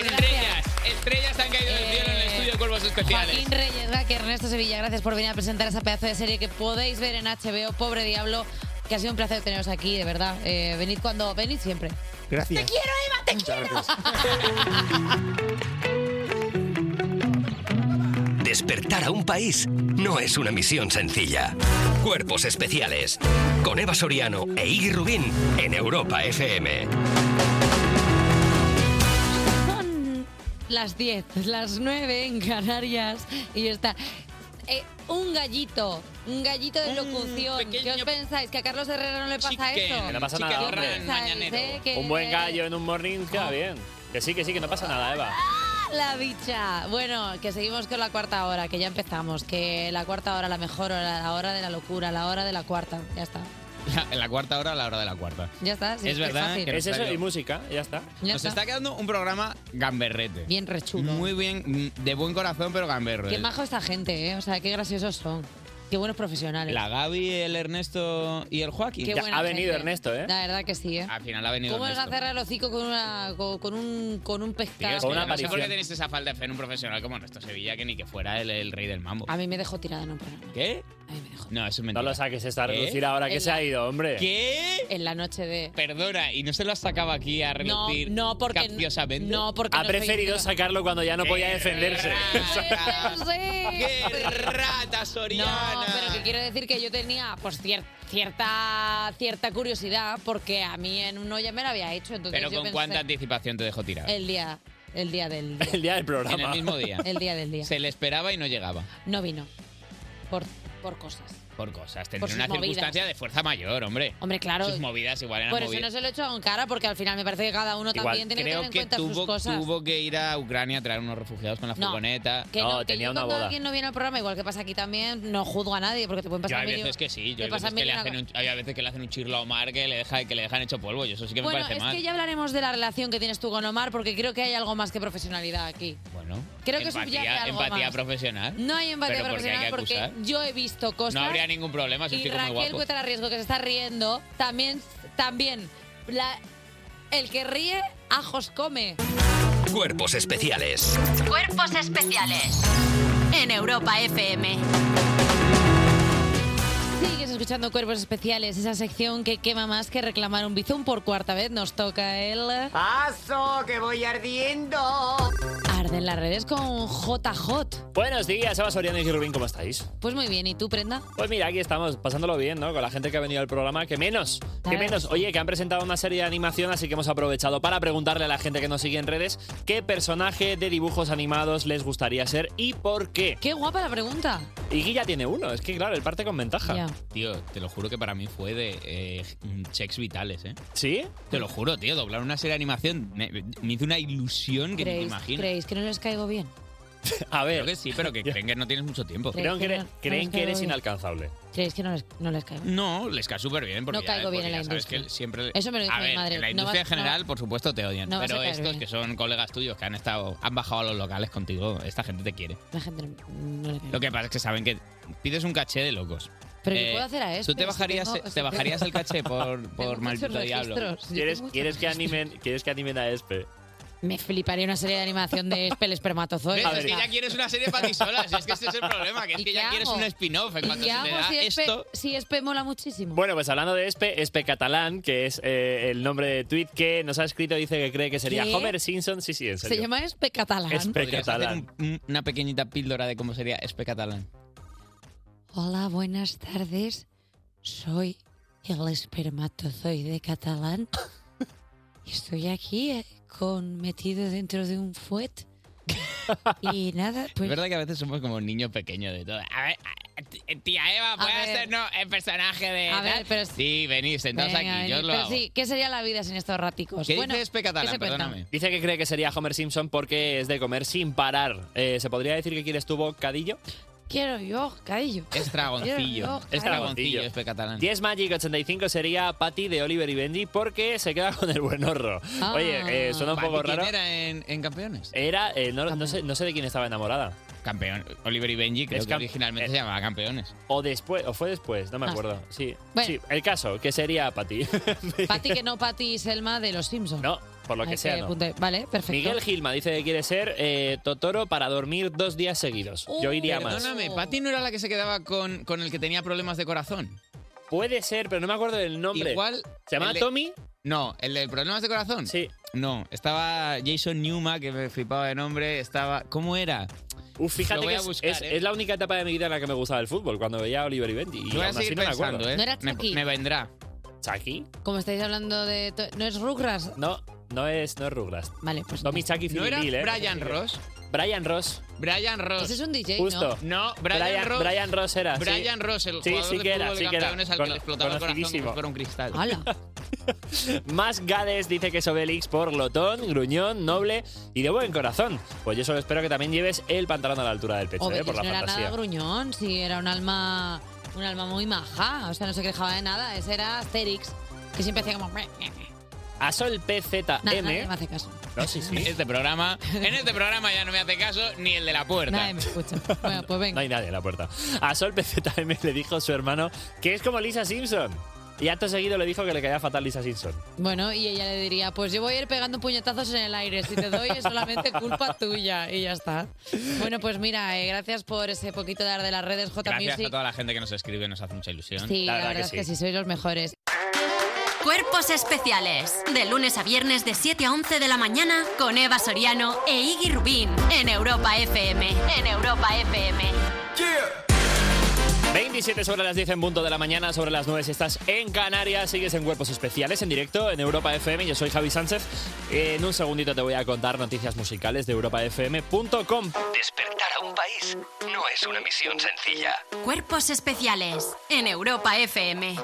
Speaker 2: Estrellas, estrellas han caído del cielo en el estudio de Cuervos Especiales.
Speaker 1: Joaquín Reyes Gacker, Ernesto Sevilla, gracias por venir a presentar esa pedazo de serie que podéis ver en HBO, Pobre Diablo, que ha sido un placer teneros aquí, de verdad. Eh, venid cuando, venid siempre.
Speaker 6: Gracias.
Speaker 1: quiero, Eva, te
Speaker 3: Despertar a un país no es una misión sencilla. Cuerpos especiales. Con Eva Soriano e Iggy Rubín en Europa FM.
Speaker 1: Son las 10, las 9 en Canarias y está. eh, un gallito, un gallito de locución. ¿Qué os pensáis? ¿Que a Carlos Herrera no le pasa eso?
Speaker 18: Que no pasa nada, hombre.
Speaker 1: ¿Qué pensáis, eh? Que
Speaker 18: Un buen gallo en un morning queda bien. Que sí, que sí, que no pasa nada, Eva.
Speaker 1: Ah, La bicha. Bueno, que seguimos con la cuarta hora, que ya empezamos. Que la cuarta hora, la mejor hora, la hora de la locura, la hora de la cuarta. Ya está.
Speaker 2: La, en la cuarta hora a la hora de la cuarta.
Speaker 1: Ya está. sí,
Speaker 2: es verdad.
Speaker 1: fácil.
Speaker 2: que nos
Speaker 18: Es eso
Speaker 2: salió.
Speaker 18: y música, y ya está.
Speaker 1: Ya
Speaker 2: Nos
Speaker 1: está.
Speaker 2: está quedando un programa gamberrete.
Speaker 1: Bien rechulo.
Speaker 2: Muy bien, mm, de buen corazón, pero gamberro.
Speaker 1: Qué majo esta gente, ¿eh? O sea, qué graciosos son. Qué buenos profesionales.
Speaker 2: La Gaby, el Ernesto y el Joaquín.
Speaker 1: Qué buena gente. La verdad que sí, ¿eh?
Speaker 2: Al final ha venido
Speaker 1: ¿Cómo el
Speaker 2: Ernesto.
Speaker 1: gazarra el hocico con, una, con, con un, con un
Speaker 2: Tío,
Speaker 1: pescado?
Speaker 2: es que no sé por qué tenéis esa falta de fe en un profesional como Ernesto Sevilla, que ni que fuera el, el rey del mambo.
Speaker 1: A mí me dejó tirada en un programa.
Speaker 2: ¿Qué? No, eso es mentira. No lo
Speaker 18: saques esta
Speaker 2: reducir
Speaker 18: reducir ahora que se ha ido, hombre.
Speaker 2: ¿Qué?
Speaker 1: En la noche de...
Speaker 2: Perdona, y no se lo has sacado aquí a
Speaker 1: No,
Speaker 2: reducir
Speaker 1: no, porque-
Speaker 2: capciosamente.
Speaker 1: no, porque
Speaker 18: Ha preferido sacarlo cuando ya no podía defenderse.
Speaker 1: <laughs> ¡Qué
Speaker 2: Ah, rata, Soriana!
Speaker 1: No, pero que quiero decir que yo tenía pues cier- cierta cierta curiosidad porque a mí en un no ya me lo había hecho. Entonces
Speaker 2: Pero
Speaker 1: yo
Speaker 2: con
Speaker 1: pensé,
Speaker 2: cuánta anticipación te dejó tirada.
Speaker 1: El día, el día del día.
Speaker 18: El día del programa.
Speaker 2: En el mismo día.
Speaker 1: El día del día.
Speaker 2: Se le esperaba y no llegaba.
Speaker 1: No vino. Por, por cosas.
Speaker 2: Por cosas.
Speaker 1: Por
Speaker 2: Tendría
Speaker 1: sus
Speaker 2: una
Speaker 1: movidas.
Speaker 2: circunstancia de fuerza mayor, hombre.
Speaker 1: Hombre, claro.
Speaker 2: Sus movidas igual eran
Speaker 1: Por eso no
Speaker 2: movidas.
Speaker 1: se lo he hecho en cara porque al final me parece que cada uno
Speaker 2: Igual
Speaker 1: también tiene que
Speaker 2: creo
Speaker 1: tener en cuenta sus
Speaker 2: tuvo,
Speaker 1: cosas.
Speaker 2: tuvo que ir a Ucrania a traer unos refugiados con la
Speaker 1: No,
Speaker 2: furgoneta.
Speaker 1: Que no, que yo cuando alguien no viene al programa, igual que pasa aquí también, no juzgo a nadie porque te pueden
Speaker 2: Yo
Speaker 1: pasar
Speaker 2: hay
Speaker 1: mil y-
Speaker 2: veces que sí, yo
Speaker 1: te
Speaker 2: hay veces
Speaker 1: pasan
Speaker 2: que,
Speaker 1: mil
Speaker 2: le
Speaker 1: y una
Speaker 2: hacen un, hay veces que le hacen un chirlo a Omar que le, deja, que le dejan hecho polvo y eso sí que me
Speaker 1: Bueno,
Speaker 2: parece
Speaker 1: es
Speaker 2: mal.
Speaker 1: que ya hablaremos de la relación que tienes tú con Omar porque creo que hay algo más que profesionalidad aquí.
Speaker 2: Bueno,
Speaker 1: Creo que subyace
Speaker 2: empatía,
Speaker 1: algo
Speaker 2: empatía
Speaker 1: más.
Speaker 2: profesional.
Speaker 1: No hay empatía
Speaker 2: Pero porque hay que
Speaker 1: profesional porque
Speaker 2: acusar.
Speaker 1: yo he visto cosas.
Speaker 2: No habría ningún problema, es un
Speaker 1: Y
Speaker 2: chico muy
Speaker 1: Raquel
Speaker 2: guapo.
Speaker 1: Cuesta Riesgo, que se está riendo, también, también, la- el que ríe, ajos come.
Speaker 3: Cuerpos especiales.
Speaker 4: Cuerpos especiales en Europa FM.
Speaker 1: Sigues escuchando Cuerpos Especiales, esa sección que quema más que reclamar un bizum por cuarta vez. Nos toca el...
Speaker 12: ¡Paso, que voy ardiendo!
Speaker 1: Arden las redes con JJ.
Speaker 18: Buenos días, Eva Soriano y Rubín, ¿cómo estáis?
Speaker 1: Pues muy bien, ¿y tú, Prenda?
Speaker 18: Pues mira, aquí estamos, pasándolo bien, ¿no? Con la gente que ha venido al programa, que menos, que
Speaker 1: Claro.
Speaker 18: menos. Oye, que han presentado una serie de animación, así que hemos aprovechado para preguntarle a la gente que nos sigue en redes qué personaje de dibujos animados les gustaría ser y por qué.
Speaker 1: Qué guapa la pregunta.
Speaker 18: Y Gui ya tiene uno, es que claro, él parte con ventaja.
Speaker 1: Ya.
Speaker 2: Tío, te lo juro que para mí fue de eh, checks vitales, ¿eh?
Speaker 18: ¿Sí?
Speaker 2: Te lo juro, tío, doblar una serie de animación me, me hizo una ilusión que ni te
Speaker 1: ¿Creéis,
Speaker 2: imaginas.
Speaker 1: creéis que no les caigo bien?
Speaker 18: A ver.
Speaker 2: Creo que sí,
Speaker 18: <laughs>
Speaker 2: pero que creen que no tienes mucho tiempo.
Speaker 1: Creo que no- no les
Speaker 18: Creen que
Speaker 1: caigo
Speaker 18: eres
Speaker 1: bien.
Speaker 18: inalcanzable.
Speaker 1: ¿Creéis que no les, no les caigo bien?
Speaker 2: No, les cae súper bien. Porque
Speaker 1: No
Speaker 2: ya,
Speaker 1: caigo bien
Speaker 2: porque
Speaker 1: en la
Speaker 2: ya sabes
Speaker 1: industria.
Speaker 2: que siempre...
Speaker 1: Eso me lo dice
Speaker 2: a
Speaker 1: mi
Speaker 2: ver,
Speaker 1: madre.
Speaker 2: En la
Speaker 1: No vas-
Speaker 2: industria en
Speaker 1: no-
Speaker 2: general, por supuesto, te odian.
Speaker 1: no vas
Speaker 2: pero
Speaker 1: a caer
Speaker 2: estos
Speaker 1: bien.
Speaker 2: que son colegas tuyos que han estado, han bajado a los locales contigo, esta gente te quiere.
Speaker 1: La gente no, no le caigo
Speaker 2: Lo que pasa es que saben que pides un caché de locos. Eh,
Speaker 1: Pero ¿qué puedo hacer a este, esto?
Speaker 2: ¿Tú te
Speaker 1: Si
Speaker 2: bajarías,
Speaker 1: tengo-
Speaker 2: te bajarías el
Speaker 1: <laughs>
Speaker 2: caché por,
Speaker 1: Tengo
Speaker 2: por
Speaker 1: muchos
Speaker 2: maldito diablo?
Speaker 1: registros. Yo
Speaker 18: ¿Quieres,
Speaker 1: tengo muchos
Speaker 18: quieres que animen, ¿Quieres que animen a Espe?
Speaker 1: Me fliparía una serie de
Speaker 2: <laughs>
Speaker 1: animación de Espel Espermatozoide.
Speaker 2: ¿Ves? Es que ya quieres una serie para ti sola. si es que ese es el problema. Que es
Speaker 1: ¿Y
Speaker 2: que
Speaker 1: qué
Speaker 2: ya quieres
Speaker 1: hago?
Speaker 2: un spin-off. En
Speaker 1: ¿Y
Speaker 2: cuanto
Speaker 1: qué
Speaker 2: se te
Speaker 1: hago
Speaker 2: da
Speaker 1: si Espe,
Speaker 2: esto.
Speaker 1: si Espe mola muchísimo?
Speaker 18: Bueno, pues hablando de Espe, Espe Catalán, que es eh, el nombre de tweet que nos ha escrito, dice que cree que sería
Speaker 1: ¿Qué?
Speaker 18: Homer Simpson. Sí, sí, en serio.
Speaker 1: Se llama Espe Catalán.
Speaker 18: Espe Catalán.
Speaker 2: una pequeñita píldora de cómo sería Espe Catalán.
Speaker 1: Hola, buenas tardes. Soy el espermatozoide catalán. Y estoy aquí eh, con metido dentro de
Speaker 2: <laughs>
Speaker 1: un fuet. Y pues nada, pues
Speaker 2: es verdad que a veces somos como niños pequeños de todo. A ver, a- a- tía Eva, ¿puedes
Speaker 1: ver.
Speaker 2: hacernos el personaje de.?
Speaker 1: A ver,
Speaker 2: tal?
Speaker 1: pero
Speaker 2: Sí, venís, sentaos
Speaker 1: Venga,
Speaker 2: aquí,
Speaker 1: venid.
Speaker 2: yo os lo
Speaker 1: Pero
Speaker 2: hago.
Speaker 1: sí, ¿qué sería la vida sin estos raticos? bueno, ¿qué se cuentan?
Speaker 18: Dice que cree que sería Homer Simpson porque es de comer sin parar. Eh, ¿Se podría decir que quién estuvo Cadillo?
Speaker 1: Quiero yo, cadillo.
Speaker 2: Es
Speaker 1: dragoncillo.
Speaker 18: Es dragoncillo,
Speaker 2: es catalán.
Speaker 18: 10 Magic 85 sería Patty de Oliver y Benji porque se queda con el buen horro.
Speaker 2: Ah.
Speaker 18: Oye, eh, suena un
Speaker 2: Patty,
Speaker 18: poco
Speaker 2: ¿quién
Speaker 18: raro.
Speaker 2: era en, Campeones?
Speaker 18: Era, eh, no, no sé, no sé de quién estaba enamorada.
Speaker 2: Campeón. Oliver y Benji, creo
Speaker 18: Es
Speaker 2: que
Speaker 18: cam-
Speaker 2: originalmente se llamaba Campeones.
Speaker 18: O después, o fue después, no me
Speaker 1: Ah.
Speaker 18: acuerdo. Sí.
Speaker 1: Bueno.
Speaker 18: sí, el caso, que sería Patty.
Speaker 1: <laughs> Pati que no Pati y Selma de los Simpsons.
Speaker 18: No, por lo que sea, no.
Speaker 1: Vale, perfecto.
Speaker 18: Miguel Gilma dice que quiere ser eh, Totoro para dormir dos días seguidos. Yo iría más.
Speaker 2: Uh, Perdóname, ¿Patty no era la que se quedaba con, con el que tenía problemas de corazón?
Speaker 18: Puede ser, pero no me acuerdo del nombre.
Speaker 2: Igual.
Speaker 18: ¿Se llama
Speaker 2: el de-
Speaker 18: Tommy?
Speaker 2: No, el de problemas de corazón.
Speaker 18: Sí.
Speaker 2: No, estaba Jason Newman, que me flipaba de nombre. Estaba. ¿Cómo era?
Speaker 18: Uf, fíjate
Speaker 2: Lo voy
Speaker 18: que
Speaker 2: a
Speaker 18: es,
Speaker 2: buscar,
Speaker 18: es-
Speaker 2: ¿eh?
Speaker 18: es la única etapa de mi vida en la que me gustaba el fútbol, cuando veía a Oliver y Benji. Y
Speaker 2: Lo voy a
Speaker 18: aún así
Speaker 2: seguir
Speaker 18: no me
Speaker 2: pensando,
Speaker 18: acuerdo.
Speaker 2: ¿eh?
Speaker 1: ¿No era Me- Chucky? me
Speaker 2: vendrá.
Speaker 18: ¿Chucky?
Speaker 1: Como estáis hablando de... to- ¿No es Rugras?
Speaker 18: No, no es, no es Ruglas.
Speaker 1: Vale, pues.
Speaker 18: Tommy Chucky
Speaker 2: ¿No era
Speaker 18: Filibil, ¿eh?
Speaker 2: Brian Ross?
Speaker 18: Brian Ross.
Speaker 2: Brian Ross.
Speaker 1: Ese Pues es un DJ,
Speaker 18: Justo.
Speaker 2: No, Brian, Ross.
Speaker 18: Brian Ross era. sí.
Speaker 2: Brian Ross, el
Speaker 18: sí,
Speaker 2: jugador
Speaker 18: sí
Speaker 2: de
Speaker 18: que era,
Speaker 2: fútbol
Speaker 18: sí
Speaker 2: de
Speaker 18: que era.
Speaker 2: campeones al que
Speaker 18: Cono-
Speaker 2: le explotaba el corazón
Speaker 18: conocidísimo.
Speaker 2: como si fuera un cristal.
Speaker 18: <laughs> Más Gades dice que es Obelix por glotón, gruñón, noble y de buen corazón. Pues yo solo espero que también lleves el pantalón a la altura del pecho,
Speaker 1: Obelix
Speaker 18: ¿eh? Por la
Speaker 1: no era nada
Speaker 18: fantasía.
Speaker 1: gruñón, sí, era un alma, un alma muy maja, o sea, no se quejaba de nada, ese era Asterix, que siempre hacía como... "Meh, meh, meh".
Speaker 18: A Sol PZM.
Speaker 1: Nada, nadie me hace caso.
Speaker 18: No, sí,
Speaker 2: <laughs>
Speaker 18: sí.
Speaker 2: Este programa, en este programa ya no me hace caso ni el de la puerta.
Speaker 1: Nadie me escucha. Bueno, pues venga.
Speaker 18: <laughs> No hay nadie en la puerta. A Sol PZM le dijo a su hermano que es como Lisa Simpson. Y acto seguido le dijo que le caía fatal Lisa Simpson.
Speaker 1: Bueno, y ella le diría, pues yo voy a ir pegando puñetazos en el aire, si te
Speaker 18: <laughs>
Speaker 1: doy es solamente culpa tuya, y ya está. Bueno, pues mira, eh, gracias por ese poquito dar de las redes J
Speaker 2: Gracias a
Speaker 1: Music.
Speaker 2: toda la gente que nos escribe, nos hace mucha ilusión.
Speaker 1: Sí, la, verdad es que sí, sois los mejores.
Speaker 4: Cuerpos especiales. De lunes a viernes de 7 a 11 de la mañana con Eva Soriano e Iggy Rubín en Europa FM. En Europa FM.
Speaker 18: 27 sobre las 10 en punto de la mañana, sobre las 9 si estás en Canarias, sigues en Cuerpos Especiales en directo en Europa FM. Yo soy Javi Sánchez. En un segundito te voy a contar noticias musicales de europafm.com.
Speaker 3: Despertar a un país no es una misión sencilla.
Speaker 4: Cuerpos especiales en Europa FM.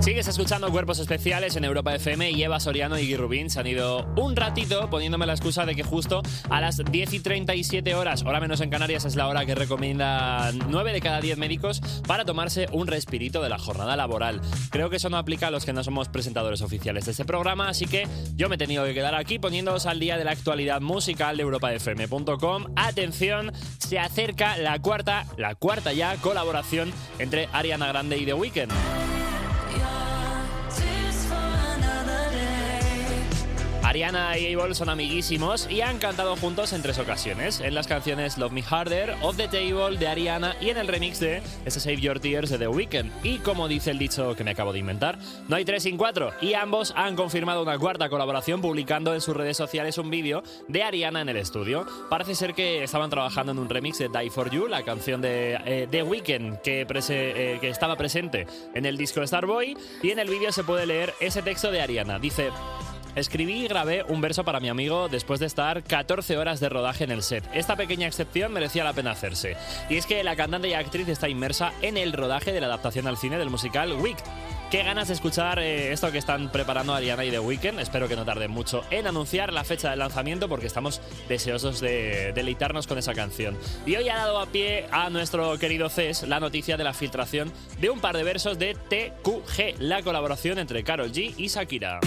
Speaker 18: Sigues escuchando Cuerpos Especiales en Europa FM y Eva Soriano y Gui Rubín se han ido un ratito poniéndome la excusa de que justo a las 10 y 37 horas, hora menos en Canarias, es la hora que recomienda 9 de cada 10 médicos para tomarse un respirito de la jornada laboral. Creo que eso no aplica a los que no somos presentadores oficiales de este programa, así que yo me he tenido que quedar aquí poniéndoos al día de la actualidad musical de europafm.com. Atención, se acerca la cuarta, la cuarta ya colaboración entre Ariana Grande y The Weeknd. Ariana y Abel son amiguísimos y han cantado juntos en tres ocasiones, en las canciones Love Me Harder, Off the Table de Ariana y en el remix de Save Your Tears de The Weeknd. Y como dice el dicho que me acabo de inventar, no hay tres sin cuatro. Y ambos han confirmado una cuarta colaboración publicando en sus redes sociales un vídeo de Ariana en el estudio. Parece ser que estaban trabajando en un remix de Die For You, la canción de eh, The Weeknd que, prese- eh, que estaba presente en el disco Starboy. Y en el vídeo se puede leer ese texto de Ariana. Dice... Escribí y grabé un verso para mi amigo después de estar 14 horas de rodaje en el set. Esta pequeña excepción merecía la pena hacerse. Y es que la cantante y actriz está inmersa en el rodaje de la adaptación al cine del musical Wicked. Qué ganas de escuchar eh, esto que están preparando Ariana y The Weeknd. Espero que no tarden mucho en anunciar la fecha de lanzamiento porque estamos deseosos de deleitarnos con esa canción. Y hoy ha dado a pie a nuestro querido Cés la noticia de la filtración de un par de versos de TQG, la colaboración entre Carol G y Shakira.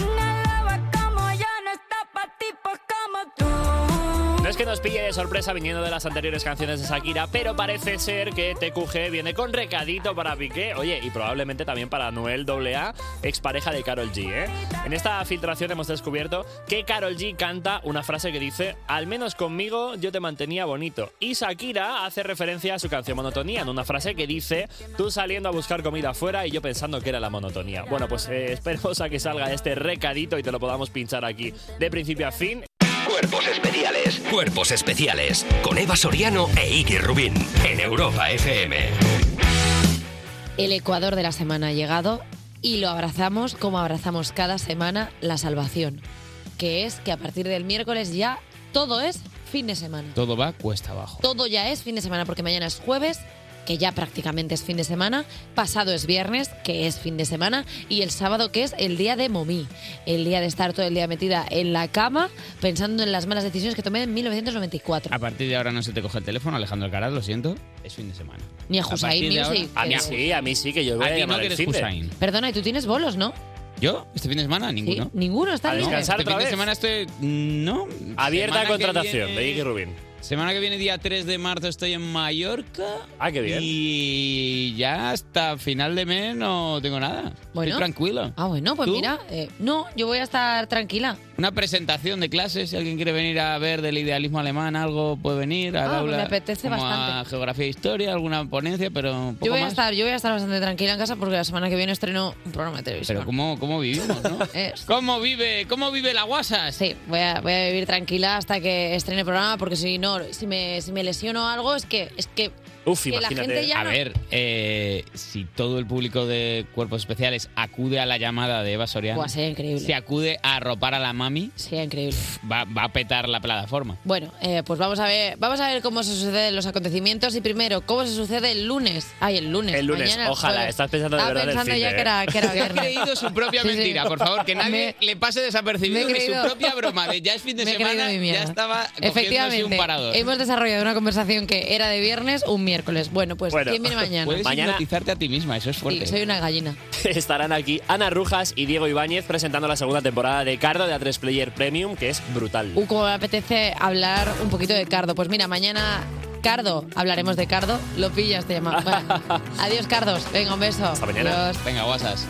Speaker 18: No es que nos pille de sorpresa viniendo de las anteriores canciones de Shakira, pero parece ser que TQG viene con recadito para Piqué, oye, y probablemente también para Noel AA, expareja de Carol G, ¿eh? En esta filtración hemos descubierto que Carol G canta una frase que dice, al menos conmigo yo te mantenía bonito. Y Shakira hace referencia a su canción Monotonía, en una frase que dice, tú saliendo a buscar comida afuera y yo pensando que era la monotonía. Bueno, pues eh, esperemos a que salga este recadito y te lo podamos pinchar aquí de principio a fin.
Speaker 3: Cuerpos especiales. Cuerpos especiales. Con Eva Soriano e Iggy Rubín. En Europa FM.
Speaker 1: El Ecuador de la semana ha llegado y lo abrazamos como abrazamos cada semana la salvación, que es que a partir del miércoles ya todo es fin de semana.
Speaker 2: Todo va cuesta abajo.
Speaker 1: Todo ya es fin de semana porque mañana es jueves que ya prácticamente es fin de semana, pasado es viernes, que es fin de semana, y el sábado, que es el día de momí, el día de estar todo el día metida en la cama pensando en las malas decisiones que tomé en 1994.
Speaker 2: A partir de ahora no se te coge el teléfono, Alejandro Alcaraz, lo siento. Es fin de semana.
Speaker 1: Ni a Hussein
Speaker 2: partir de
Speaker 1: Music,
Speaker 2: ahora-
Speaker 1: que-
Speaker 18: A mí sí, a mí sí, que yo
Speaker 2: A
Speaker 18: voy a,
Speaker 2: ti no,
Speaker 18: llamar
Speaker 2: que
Speaker 18: el
Speaker 2: eres
Speaker 18: fin de.
Speaker 2: Hussein.
Speaker 1: Perdona, y tú tienes bolos, ¿no?
Speaker 2: ¿Yo? ¿Este fin de semana? Ninguno.
Speaker 1: Ninguno, está
Speaker 2: A
Speaker 1: libre.
Speaker 2: descansar otra vez. semana estoy... No.
Speaker 18: Abierta
Speaker 2: Semana
Speaker 18: a
Speaker 2: que
Speaker 18: contratación
Speaker 2: viene-
Speaker 18: de Iggy Rubin.
Speaker 2: Semana que viene, día 3 de marzo, estoy en Mallorca.
Speaker 18: Ah, qué bien.
Speaker 2: Y ya hasta final de mes no tengo nada.
Speaker 1: Bueno.
Speaker 2: Estoy tranquilo.
Speaker 1: Ah, bueno, pues
Speaker 2: ¿Tú?
Speaker 1: mira, eh, no, yo voy a estar tranquila.
Speaker 2: Una presentación de clases, si alguien quiere venir a ver del idealismo alemán algo, puede venir al
Speaker 1: Ah,
Speaker 2: aula.
Speaker 1: me apetece
Speaker 2: como A
Speaker 1: bastante.
Speaker 2: geografía e historia, alguna ponencia, pero un poco
Speaker 1: Yo voy, a
Speaker 2: más.
Speaker 1: estar, yo voy a estar bastante tranquila en casa porque la semana que viene estreno un programa
Speaker 2: <laughs>
Speaker 1: de televisión.
Speaker 2: Pero cómo, cómo vivimos, ¿no? ¿Cómo vive, cómo vive la guasa?
Speaker 1: Sí, voy a, voy a vivir tranquila hasta que estrene el programa porque si no, si me, si me lesiono algo es que... Es que que La gente ya
Speaker 2: a
Speaker 1: no-
Speaker 2: ver, eh, si todo el público de Cuerpos Especiales acude a la llamada de Eva Soriano,
Speaker 1: Buah, sería increíble.
Speaker 2: si acude a arropar a la mami,
Speaker 1: sería increíble.
Speaker 2: Va, va a petar la plataforma.
Speaker 1: Bueno, eh, pues vamos a ver vamos a ver cómo se suceden los acontecimientos y primero, cómo se sucede el lunes. Ay, el lunes.
Speaker 18: El lunes,
Speaker 1: mañana, el
Speaker 18: ojalá,
Speaker 1: jueves.
Speaker 18: estás pensando de
Speaker 1: Estaba
Speaker 18: verdad en el
Speaker 1: pensando
Speaker 18: fin
Speaker 1: ya
Speaker 18: de,
Speaker 1: que era,
Speaker 18: ¿eh?
Speaker 2: <laughs>
Speaker 1: que era
Speaker 2: Se ha
Speaker 1: viernes.
Speaker 2: creído su propia
Speaker 1: Sí, sí.
Speaker 2: mentira, por favor, que nadie
Speaker 1: Me-
Speaker 2: le pase desapercibido
Speaker 1: me he
Speaker 2: que su
Speaker 1: creído-
Speaker 2: propia broma de ya es fin de
Speaker 1: me he creído
Speaker 2: semana
Speaker 1: mi mierda.
Speaker 2: ya estaba cogiéndose
Speaker 1: Efectivamente,
Speaker 2: un parador.
Speaker 1: hemos desarrollado una conversación que era de viernes, un miércoles. Bueno, pues ¿quién viene mañana?
Speaker 18: Puedes
Speaker 2: hipnotizarte a ti misma, eso es
Speaker 1: Sí, soy una gallina.
Speaker 18: <laughs> Estarán aquí Ana Rujas y Diego Ibáñez presentando la segunda temporada de Cardo de A3 Player Premium, que es brutal.
Speaker 1: Uh, como me apetece hablar un poquito de Cardo. Pues mira, mañana Cardo,
Speaker 18: <laughs>
Speaker 1: hablaremos de Cardo. Lo pillas, te llama. Bueno, adiós, Cardos. Venga, un beso.
Speaker 2: Hasta mañana.
Speaker 1: Adiós.
Speaker 2: Venga, guasas.